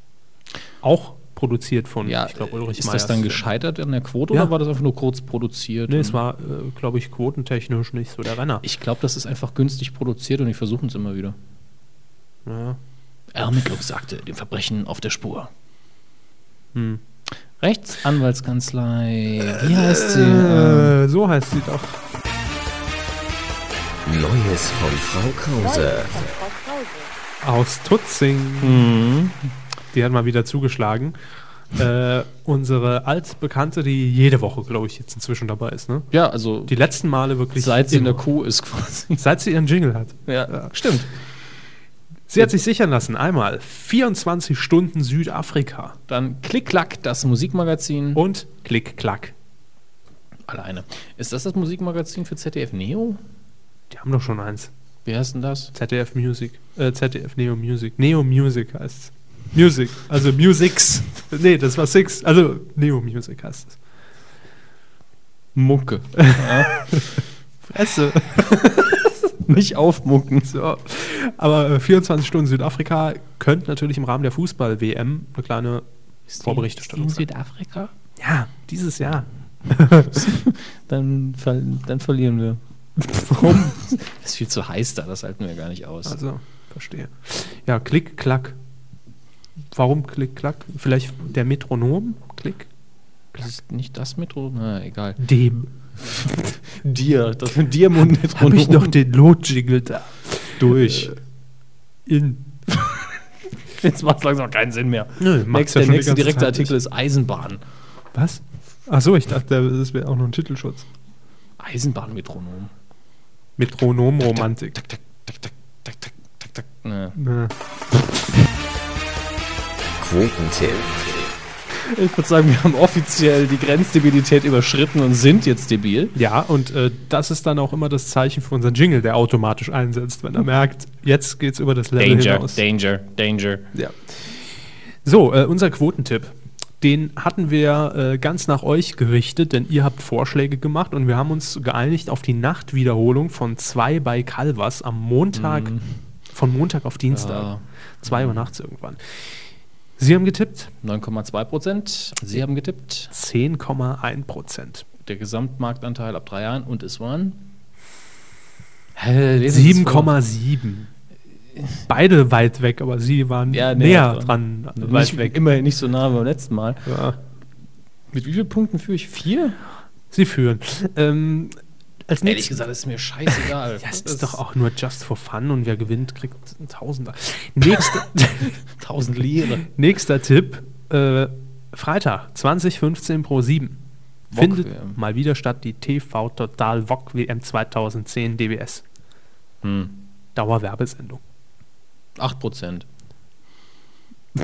Auch produziert von,
Ja,
ich glaube, Ulrich
ist
Meyers.
das dann gescheitert an der Quote
Ja.
oder war das einfach nur kurz produziert?
Nee,
Und-
es war, äh, glaube ich, quotentechnisch nicht so der Renner.
ich glaube, das ist einfach günstig produziert und die versuchen es immer wieder.
Ja.
Ermittlungsakte, dem Verbrechen auf der Spur. Rechtsanwaltskanzlei, wie heißt sie? Ähm,
Äh, so heißt sie doch.
Neues von Frau Krause.
Hm.
Aus Tutzing. Die hat mal wieder zugeschlagen. äh, unsere altbekannte, die jede Woche, glaube ich, jetzt inzwischen dabei ist. Ne?
Ja, also
Die letzten Male wirklich.
seit sie in der
immer.
Kuh ist quasi.
Seit sie ihren Jingle hat.
Ja, stimmt.
Sie hat sich sichern lassen, einmal 24 Stunden Südafrika
Dann klick, klack, das Musikmagazin.
und klick, klack.
Alleine. Ist das das Musikmagazin für ZDF Neo?
Die haben doch schon eins.
Wie heißt denn das?
ZDF Music. Äh, ZDF Neo Music. Neo Music heißt es. Music. Also Musics. nee, das war Six. Also Neo Music heißt es.
Mucke.
Fresse.
Nicht aufmucken.
So. Aber äh, 24 Stunden Südafrika könnte natürlich im Rahmen der Fußball-WM eine kleine Vorberichterstattung
In
sein.
Südafrika?
Ja, dieses Jahr.
Dann, ver dann verlieren wir. Warum? Das ist viel zu heiß da, das halten wir gar nicht aus.
Also, verstehe. Ja, Klick, Klack. Warum Klick, Klack? Vielleicht der Metronom? Klick?
das ist nicht das Metro? Na, egal.
Dem.
Dir, das dir
Hab ich noch den Lot-Jingle da.
um-
Äh,
durch.
In.
Jetzt macht es langsam keinen Sinn mehr.
Nö,
Next, der nächste direkte Artikel ist Eisenbahn.
Was? Achso, ich dachte, das wäre auch noch ein Titelschutz.
Eisenbahnmetronom.
Metronom-Romantik.
Ne.
Ja.
Quotentipp.
Ich würde sagen, wir haben offiziell die Grenzdebilität überschritten und sind jetzt debil.
Ja, und äh, das ist dann auch immer das Zeichen für unseren Jingle, der automatisch einsetzt, wenn er merkt, jetzt geht's über das Level hinaus.
Danger, Danger.
Ja. So, äh, unser Quotentipp. Den hatten wir äh, ganz nach euch gerichtet, denn ihr habt Vorschläge gemacht und wir haben uns geeinigt auf die Nachtwiederholung von 2 bei Calvas am Montag, von Montag auf Dienstag.
Mhm. Ja.
2 Uhr nachts irgendwann. Sie haben getippt
9,2 Prozent. Sie haben getippt.
10,1 Prozent.
Der Gesamtmarktanteil ab drei Jahren und es waren Hä, lesen Sie es vor.
7,7. Beide weit weg, aber sie waren
Ja, also
näher
näher
dran.
Nicht, Immerhin nicht so nah wie beim letzten Mal.
Ja.
Mit wie vielen Punkten führe ich? Vier?
Sie führen. Ähm, als
Ehrlich
nächstes
gesagt, ist mir scheißegal.
Das ist doch auch nur just for fun und wer gewinnt, kriegt ein Tausender. Nächster,
tausend Lire.
nächster Tipp: äh, Freitag, 2015 pro 7.
Wok
Findet
WM.
mal wieder statt die TV Total Wok WM 2010 DBS.
Hm.
Dauerwerbesendung.
Acht Prozent.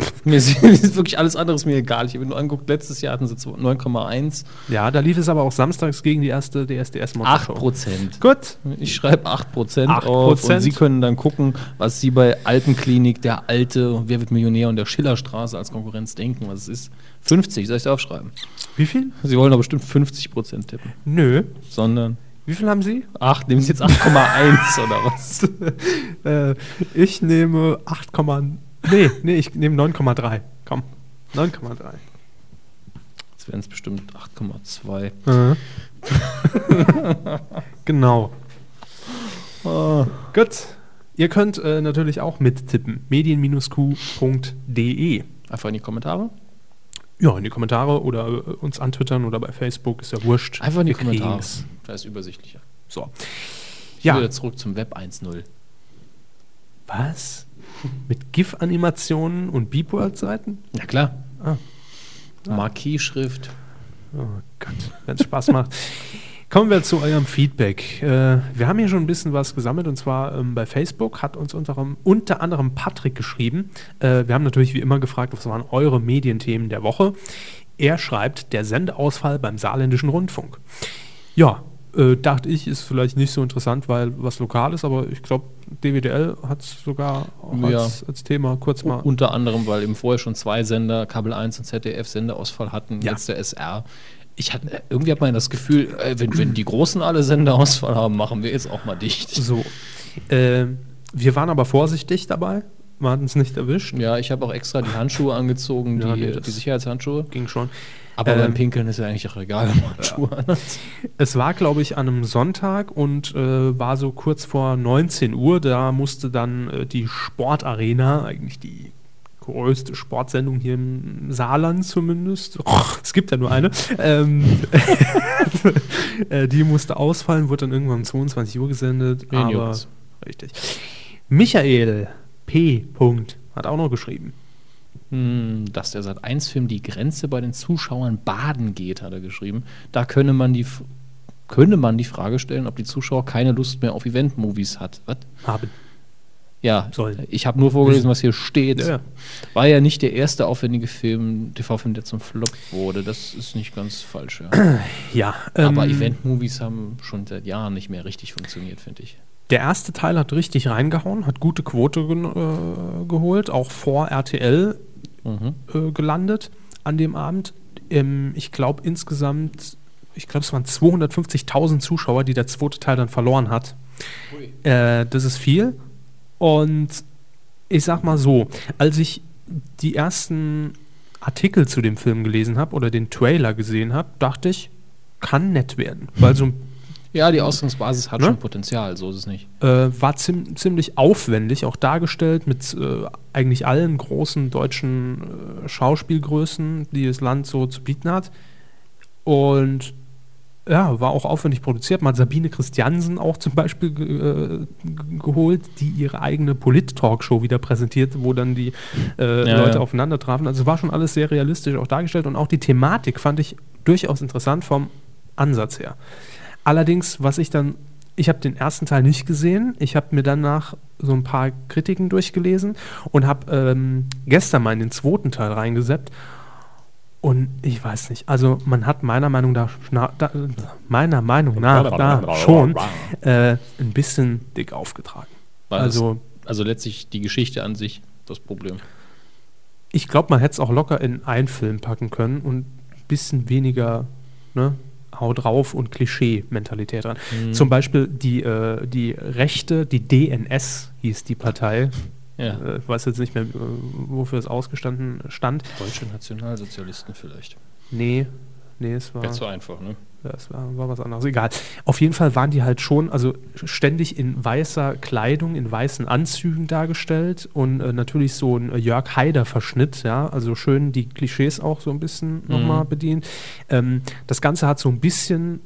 mir ist, ist wirklich alles andere ist mir egal. Ich habe mir nur angeguckt, letztes Jahr hatten sie 9,1.
Ja, da lief es aber auch samstags gegen die erste DSDS
Acht
Monster Show.
Prozent.
Gut.
Ich schreibe 8%,
8%.
auf und Sie können dann gucken, was Sie bei Alpenklinik, der Alte, Wer wird Millionär und der Schillerstraße als Konkurrenz denken, was es ist. 50, soll ich da aufschreiben?
Wie viel?
Sie wollen doch bestimmt 50% tippen,
Nö.
sondern
Wie viel haben Sie?
8, nehmen Sie jetzt 8,1 oder was?
äh, ich nehme 8, nee, nee, ich nehme 9,3. Komm. 9,3.
Jetzt wären es bestimmt 8,2.
Mhm. genau.
Ah.
Gut. Ihr könnt äh, natürlich auch mittippen. Medien-Q.de.
Einfach in die Kommentare.
Ja, in die Kommentare oder äh, uns antwittern oder bei Facebook, ist ja wurscht.
Einfach in die
Wir
Kommentare.
kriegen's.
Da ist übersichtlicher.
So.
Ich
Ja.
wieder zurück zum Web 1.0.
Was? Mit GIF-Animationen und Beepworld-Seiten?
Na klar.
Ah.
Marquis-Schrift.
Oh Gott, wenn es Spaß macht. Kommen wir zu eurem Feedback. Äh, wir haben hier schon ein bisschen was gesammelt und zwar ähm, bei Facebook hat uns unter, unter anderem Patrick geschrieben. Äh, wir haben natürlich wie immer gefragt, was waren eure Medienthemen der Woche. Er schreibt, der Sendeausfall beim saarländischen Rundfunk. Ja, äh, dachte ich, ist vielleicht nicht so interessant, weil was lokal ist, aber ich glaube, DWDL hat es sogar auch
Ja.
als, als Thema kurz mal.
Unter anderem, weil eben vorher schon zwei Sender, Kabel 1 und ZDF, Senderausfall hatten,
Ja.
jetzt der SR. Ich hatte, irgendwie hat man das Gefühl, äh, wenn, wenn die Großen alle Senderausfall haben, machen wir jetzt auch mal dicht.
So. Äh, wir waren aber vorsichtig dabei. Wir hatten es nicht erwischt.
Ja, ich habe auch extra die Handschuhe angezogen,
Ja,
die,
nee, das-
die Sicherheitshandschuhe.
Ging schon.
Aber
Ähm,
beim Pinkeln ist ja eigentlich auch egal, wenn man Handschuhe anhat.
Es war, glaube ich, an einem Sonntag und äh, war so kurz vor 19 Uhr. Da musste dann äh, die Sportarena, eigentlich die größte Sportsendung hier im Saarland zumindest, es gibt ja nur eine, ähm, äh, die musste ausfallen, wurde dann irgendwann um 22 Uhr gesendet.
Wen
aber
juckt's?
richtig. Michael P. Punkt hat auch noch geschrieben.
mh, Hm, dass der Sat1-Film die Grenze bei den Zuschauern baden geht, hat er geschrieben. Da könne man die F- könne man die Frage stellen, ob die Zuschauer keine Lust mehr auf Event-Movies hat. Was?
Haben.
Ja,
Sollen.
ich habe nur vorgelesen, was hier steht.
Ja, ja.
War ja nicht der erste aufwendige Film, TV-Film, der zum Flop wurde. Das ist nicht ganz falsch. Ja.
Ähm. Ja,
Aber
ähm,
Event-Movies haben schon seit Jahren nicht mehr richtig funktioniert, finde ich.
Der erste Teil hat richtig reingehauen, hat gute Quote gen- äh, geholt, auch vor RTL äh, gelandet an dem Abend. Ähm, ich glaube insgesamt, ich glaube es waren 250.000 Zuschauer, die der zweite Teil dann verloren hat. Äh, das ist viel. Und ich sag mal so, als ich die ersten Artikel zu dem Film gelesen habe oder den Trailer gesehen habe, dachte ich, kann nett werden. Weil so ein
Ja, die Ausgangsbasis hat
Ne?
schon Potenzial, so ist es nicht.
äh, war ziem ziemlich aufwendig auch dargestellt mit äh, eigentlich allen großen deutschen äh, Schauspielgrößen, die das Land so zu bieten hat. Und ja, war auch aufwendig produziert. Man hat Sabine Christiansen auch zum Beispiel ge- äh, g- geholt, die ihre eigene Polit-Talkshow wieder präsentiert, wo dann die äh,
Ja,
Leute
ja.
aufeinander trafen. Also war schon alles sehr realistisch auch dargestellt und auch die Thematik fand ich durchaus interessant vom Ansatz her. Allerdings, was ich dann, ich habe den ersten Teil nicht gesehen. Ich habe mir danach so ein paar Kritiken durchgelesen und habe ähm, gestern mal in den zweiten Teil reingeseppt. Und ich weiß nicht, also man hat meiner Meinung nach, schna- da, meiner Meinung nach da schon äh, ein bisschen dick aufgetragen.
Weil
also
das, also letztlich die Geschichte an sich das Problem.
ich glaube, man hätte es auch locker in einen Film packen können und ein bisschen weniger ne, Haut drauf und Klischee-Mentalität dran.
Mhm.
Zum Beispiel die, äh, die Rechte, die DNS hieß die Partei.
Ja.
Äh, Ich weiß jetzt nicht mehr, äh, wofür es ausgestanden stand.
Deutsche Nationalsozialisten vielleicht.
Nee, nee, es war.
Wäre zu einfach, ne?
Das war, war was anderes. Egal. Auf jeden Fall waren die halt schon, also ständig in weißer Kleidung, in weißen Anzügen dargestellt und äh, natürlich so ein Jörg Haider-Verschnitt, ja. Also schön die Klischees auch so ein bisschen nochmal bedient. Ähm, das Ganze hat so ein bisschen.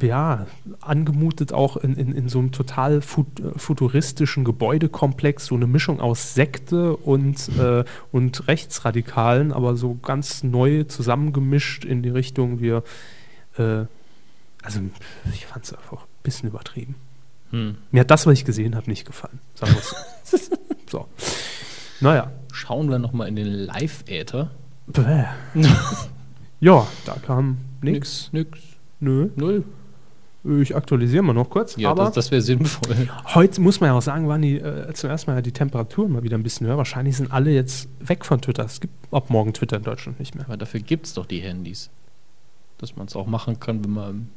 Ja, angemutet auch in, in, in so einem total fut äh, futuristischen Gebäudekomplex, so eine Mischung aus Sekte und, äh, und Rechtsradikalen, aber so ganz neu zusammengemischt in die Richtung, wir äh, also ich fand es einfach ein bisschen übertrieben.
Hm.
Mir hat das, was ich gesehen habe, nicht gefallen. Sagen wir so. so. Naja.
Schauen wir nochmal in den Live-Äther.
Bäh. ja, da kam nichts.
nix,
Nö.
null.
Ich aktualisiere mal noch kurz.
Ja,
aber
das, das wäre sinnvoll.
heute muss man ja auch sagen, waren die äh, zum ersten Mal ja die Temperaturen mal wieder ein bisschen höher. Wahrscheinlich sind alle jetzt weg von Twitter. Es gibt ab morgen Twitter in Deutschland nicht mehr.
Aber dafür gibt es doch die Handys. Dass man es auch machen kann, wenn man im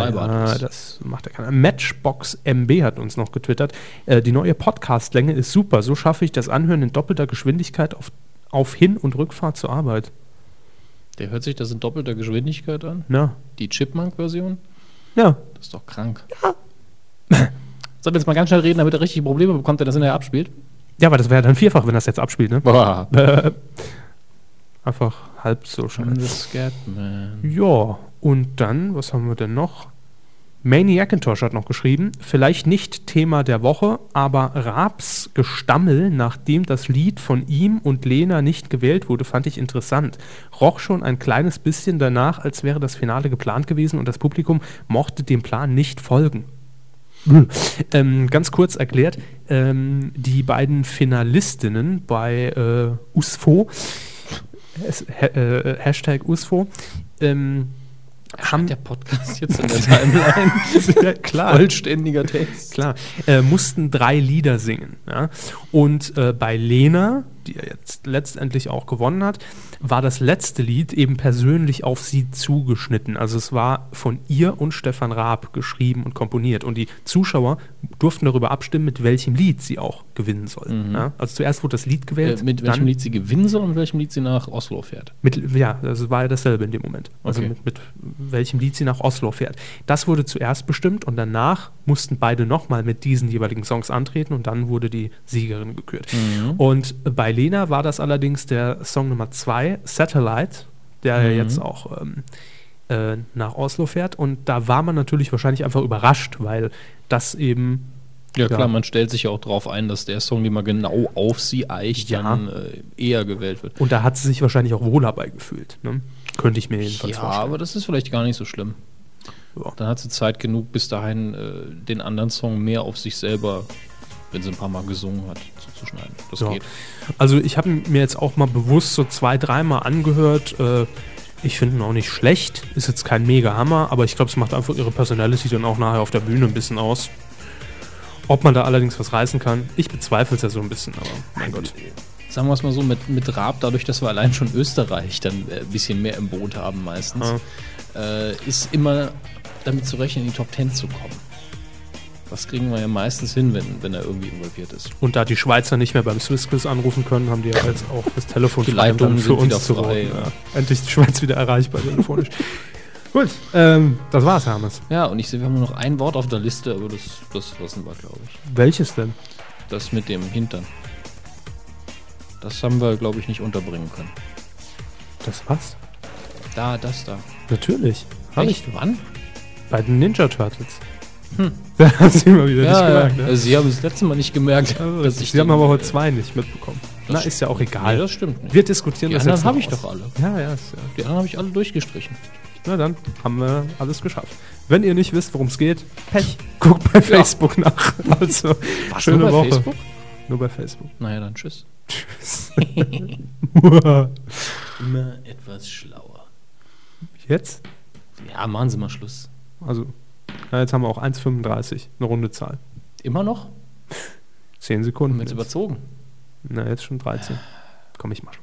Freibad
ja,
ist.
das macht ja keiner. Matchbox MB hat uns noch getwittert. Äh, die neue Podcast-Länge ist super. So schaffe ich das Anhören in doppelter Geschwindigkeit auf, auf Hin- und Rückfahrt zur Arbeit.
Der hört sich das in doppelter Geschwindigkeit an.
Ja.
Die Chipmunk-Version?
Ja.
Das ist doch krank. Sollen wir jetzt mal ganz schnell reden, damit er richtig Probleme bekommt, wenn das hinterher abspielt?
Ja, aber das wäre ja dann vierfach, wenn das jetzt abspielt, ne?
Boah.
Einfach halb so schnell.
The Scatman.
Ja, und dann, was haben wir denn noch? Maniacintosh hat noch geschrieben, vielleicht nicht Thema der Woche, aber Raps Gestammel, nachdem das Lied von ihm und Lena nicht gewählt wurde, fand ich interessant. Roch schon ein kleines bisschen danach, als wäre das Finale geplant gewesen und das Publikum mochte dem Plan nicht folgen. Ähm, ganz kurz erklärt, ähm, die beiden Finalistinnen bei äh, USFO, es, ha äh, Hashtag USFO, ähm, haben,
Der Podcast jetzt in der Timeline.
ja, klar,
Vollständiger Text.
klar, äh, mussten drei Lieder singen. Ja? Und äh, bei Lena, die ja jetzt letztendlich auch gewonnen hat, war das letzte Lied eben persönlich auf sie zugeschnitten. Also es war von ihr und Stefan Raab geschrieben und komponiert. Und die Zuschauer durften darüber abstimmen, mit welchem Lied sie auch gewinnen sollen. Ja? Also zuerst wurde das Lied
Mhm. Äh,
gewählt.
mit welchem Lied sie gewinnen soll und mit welchem Lied sie nach Oslo fährt.
Mit, ja, das war ja dasselbe in dem Moment. Also
Okay.
mit, mit welchem Lied sie nach Oslo fährt. Das wurde zuerst bestimmt und danach mussten beide nochmal mit diesen jeweiligen Songs antreten und dann wurde die Siegerin gekürt.
Mhm.
Und bei Lena war das allerdings der Song Nummer zwei, Satellite, der
Mhm.
ja jetzt auch ähm, äh, nach Oslo fährt. Und da war man natürlich wahrscheinlich einfach überrascht, weil das eben
Ja, klar, man stellt sich ja auch darauf ein, dass der Song, den man genau auf sie eicht,
Ja.
dann äh, eher gewählt wird.
Und da hat sie sich wahrscheinlich auch wohl dabei gefühlt. Ne? Könnte ich mir jedenfalls
Ja,
vorstellen.
aber das ist vielleicht gar nicht so schlimm.
Ja.
Dann hat sie Zeit genug, bis dahin äh, den anderen Song mehr auf sich selber, wenn sie ein paar Mal gesungen hat, zuzuschneiden. Das
Ja.
geht.
Also ich habe mir jetzt auch mal bewusst so zwei, dreimal angehört. Äh, ich finde ihn auch nicht schlecht. Ist jetzt kein mega Hammer, aber ich glaube, es macht einfach ihre Personality dann auch nachher auf der Bühne ein bisschen aus. Ob man da allerdings was reißen kann, ich bezweifle es ja so ein bisschen, aber mein Gott.
Sagen wir es mal so, mit, mit Raab, dadurch, dass wir allein schon Österreich dann äh, ein bisschen mehr im Boot haben meistens, äh, ist immer damit zu rechnen, in die Top Ten zu kommen. Das kriegen wir ja meistens hin, wenn, wenn er irgendwie involviert ist.
Und da die Schweizer nicht mehr beim Swiss Quiz anrufen können, haben die ja jetzt auch das Telefon
Die
frei, um dann
Leitungen
für
sind wieder
uns zu
frei,
roten.
ja.
Ja. Endlich die Schweiz wieder erreichbar telefonisch. Gut, ähm, das war's, Hermes.
Ja, und ich sehe, wir haben nur noch ein Wort auf der Liste, aber das, das lassen wir, glaube ich.
Welches denn?
Das mit dem Hintern. Das haben wir, glaube ich, nicht unterbringen können.
Das war's?
Da, das da.
Natürlich. Hab ich
Wann?
bei den Ninja Turtles. Da hast du immer wieder
Hm. Ja, Also,
nicht gemerkt,
ja.
ne?
Sie haben das letzte Mal nicht gemerkt. dass ich
Sie haben
den-
aber heute zwei nicht mitbekommen. Na,
st-
ist ja auch
Nee,
egal.
das stimmt nicht.
Wir diskutieren
Die
das
anderen
jetzt
habe
noch
ich
aus.
doch alle.
Ja, ja, ist ja.
Die anderen habe ich alle durchgestrichen.
Na dann haben wir alles geschafft. Wenn ihr nicht wisst, worum es geht, Pech. Guckt bei Facebook nach. Also, schöne
Nur bei
Woche.
Facebook?
Nur bei Facebook.
Naja, dann tschüss. Immer etwas schlauer.
Jetzt?
Ja, machen Sie mal Schluss.
Also, na, jetzt haben wir auch 1,35, eine runde Zahl.
Immer noch?
10
Haben
Sekunden.
wir jetzt
jetzt.
überzogen.
Na, jetzt schon 13. Komm, ich mach schon.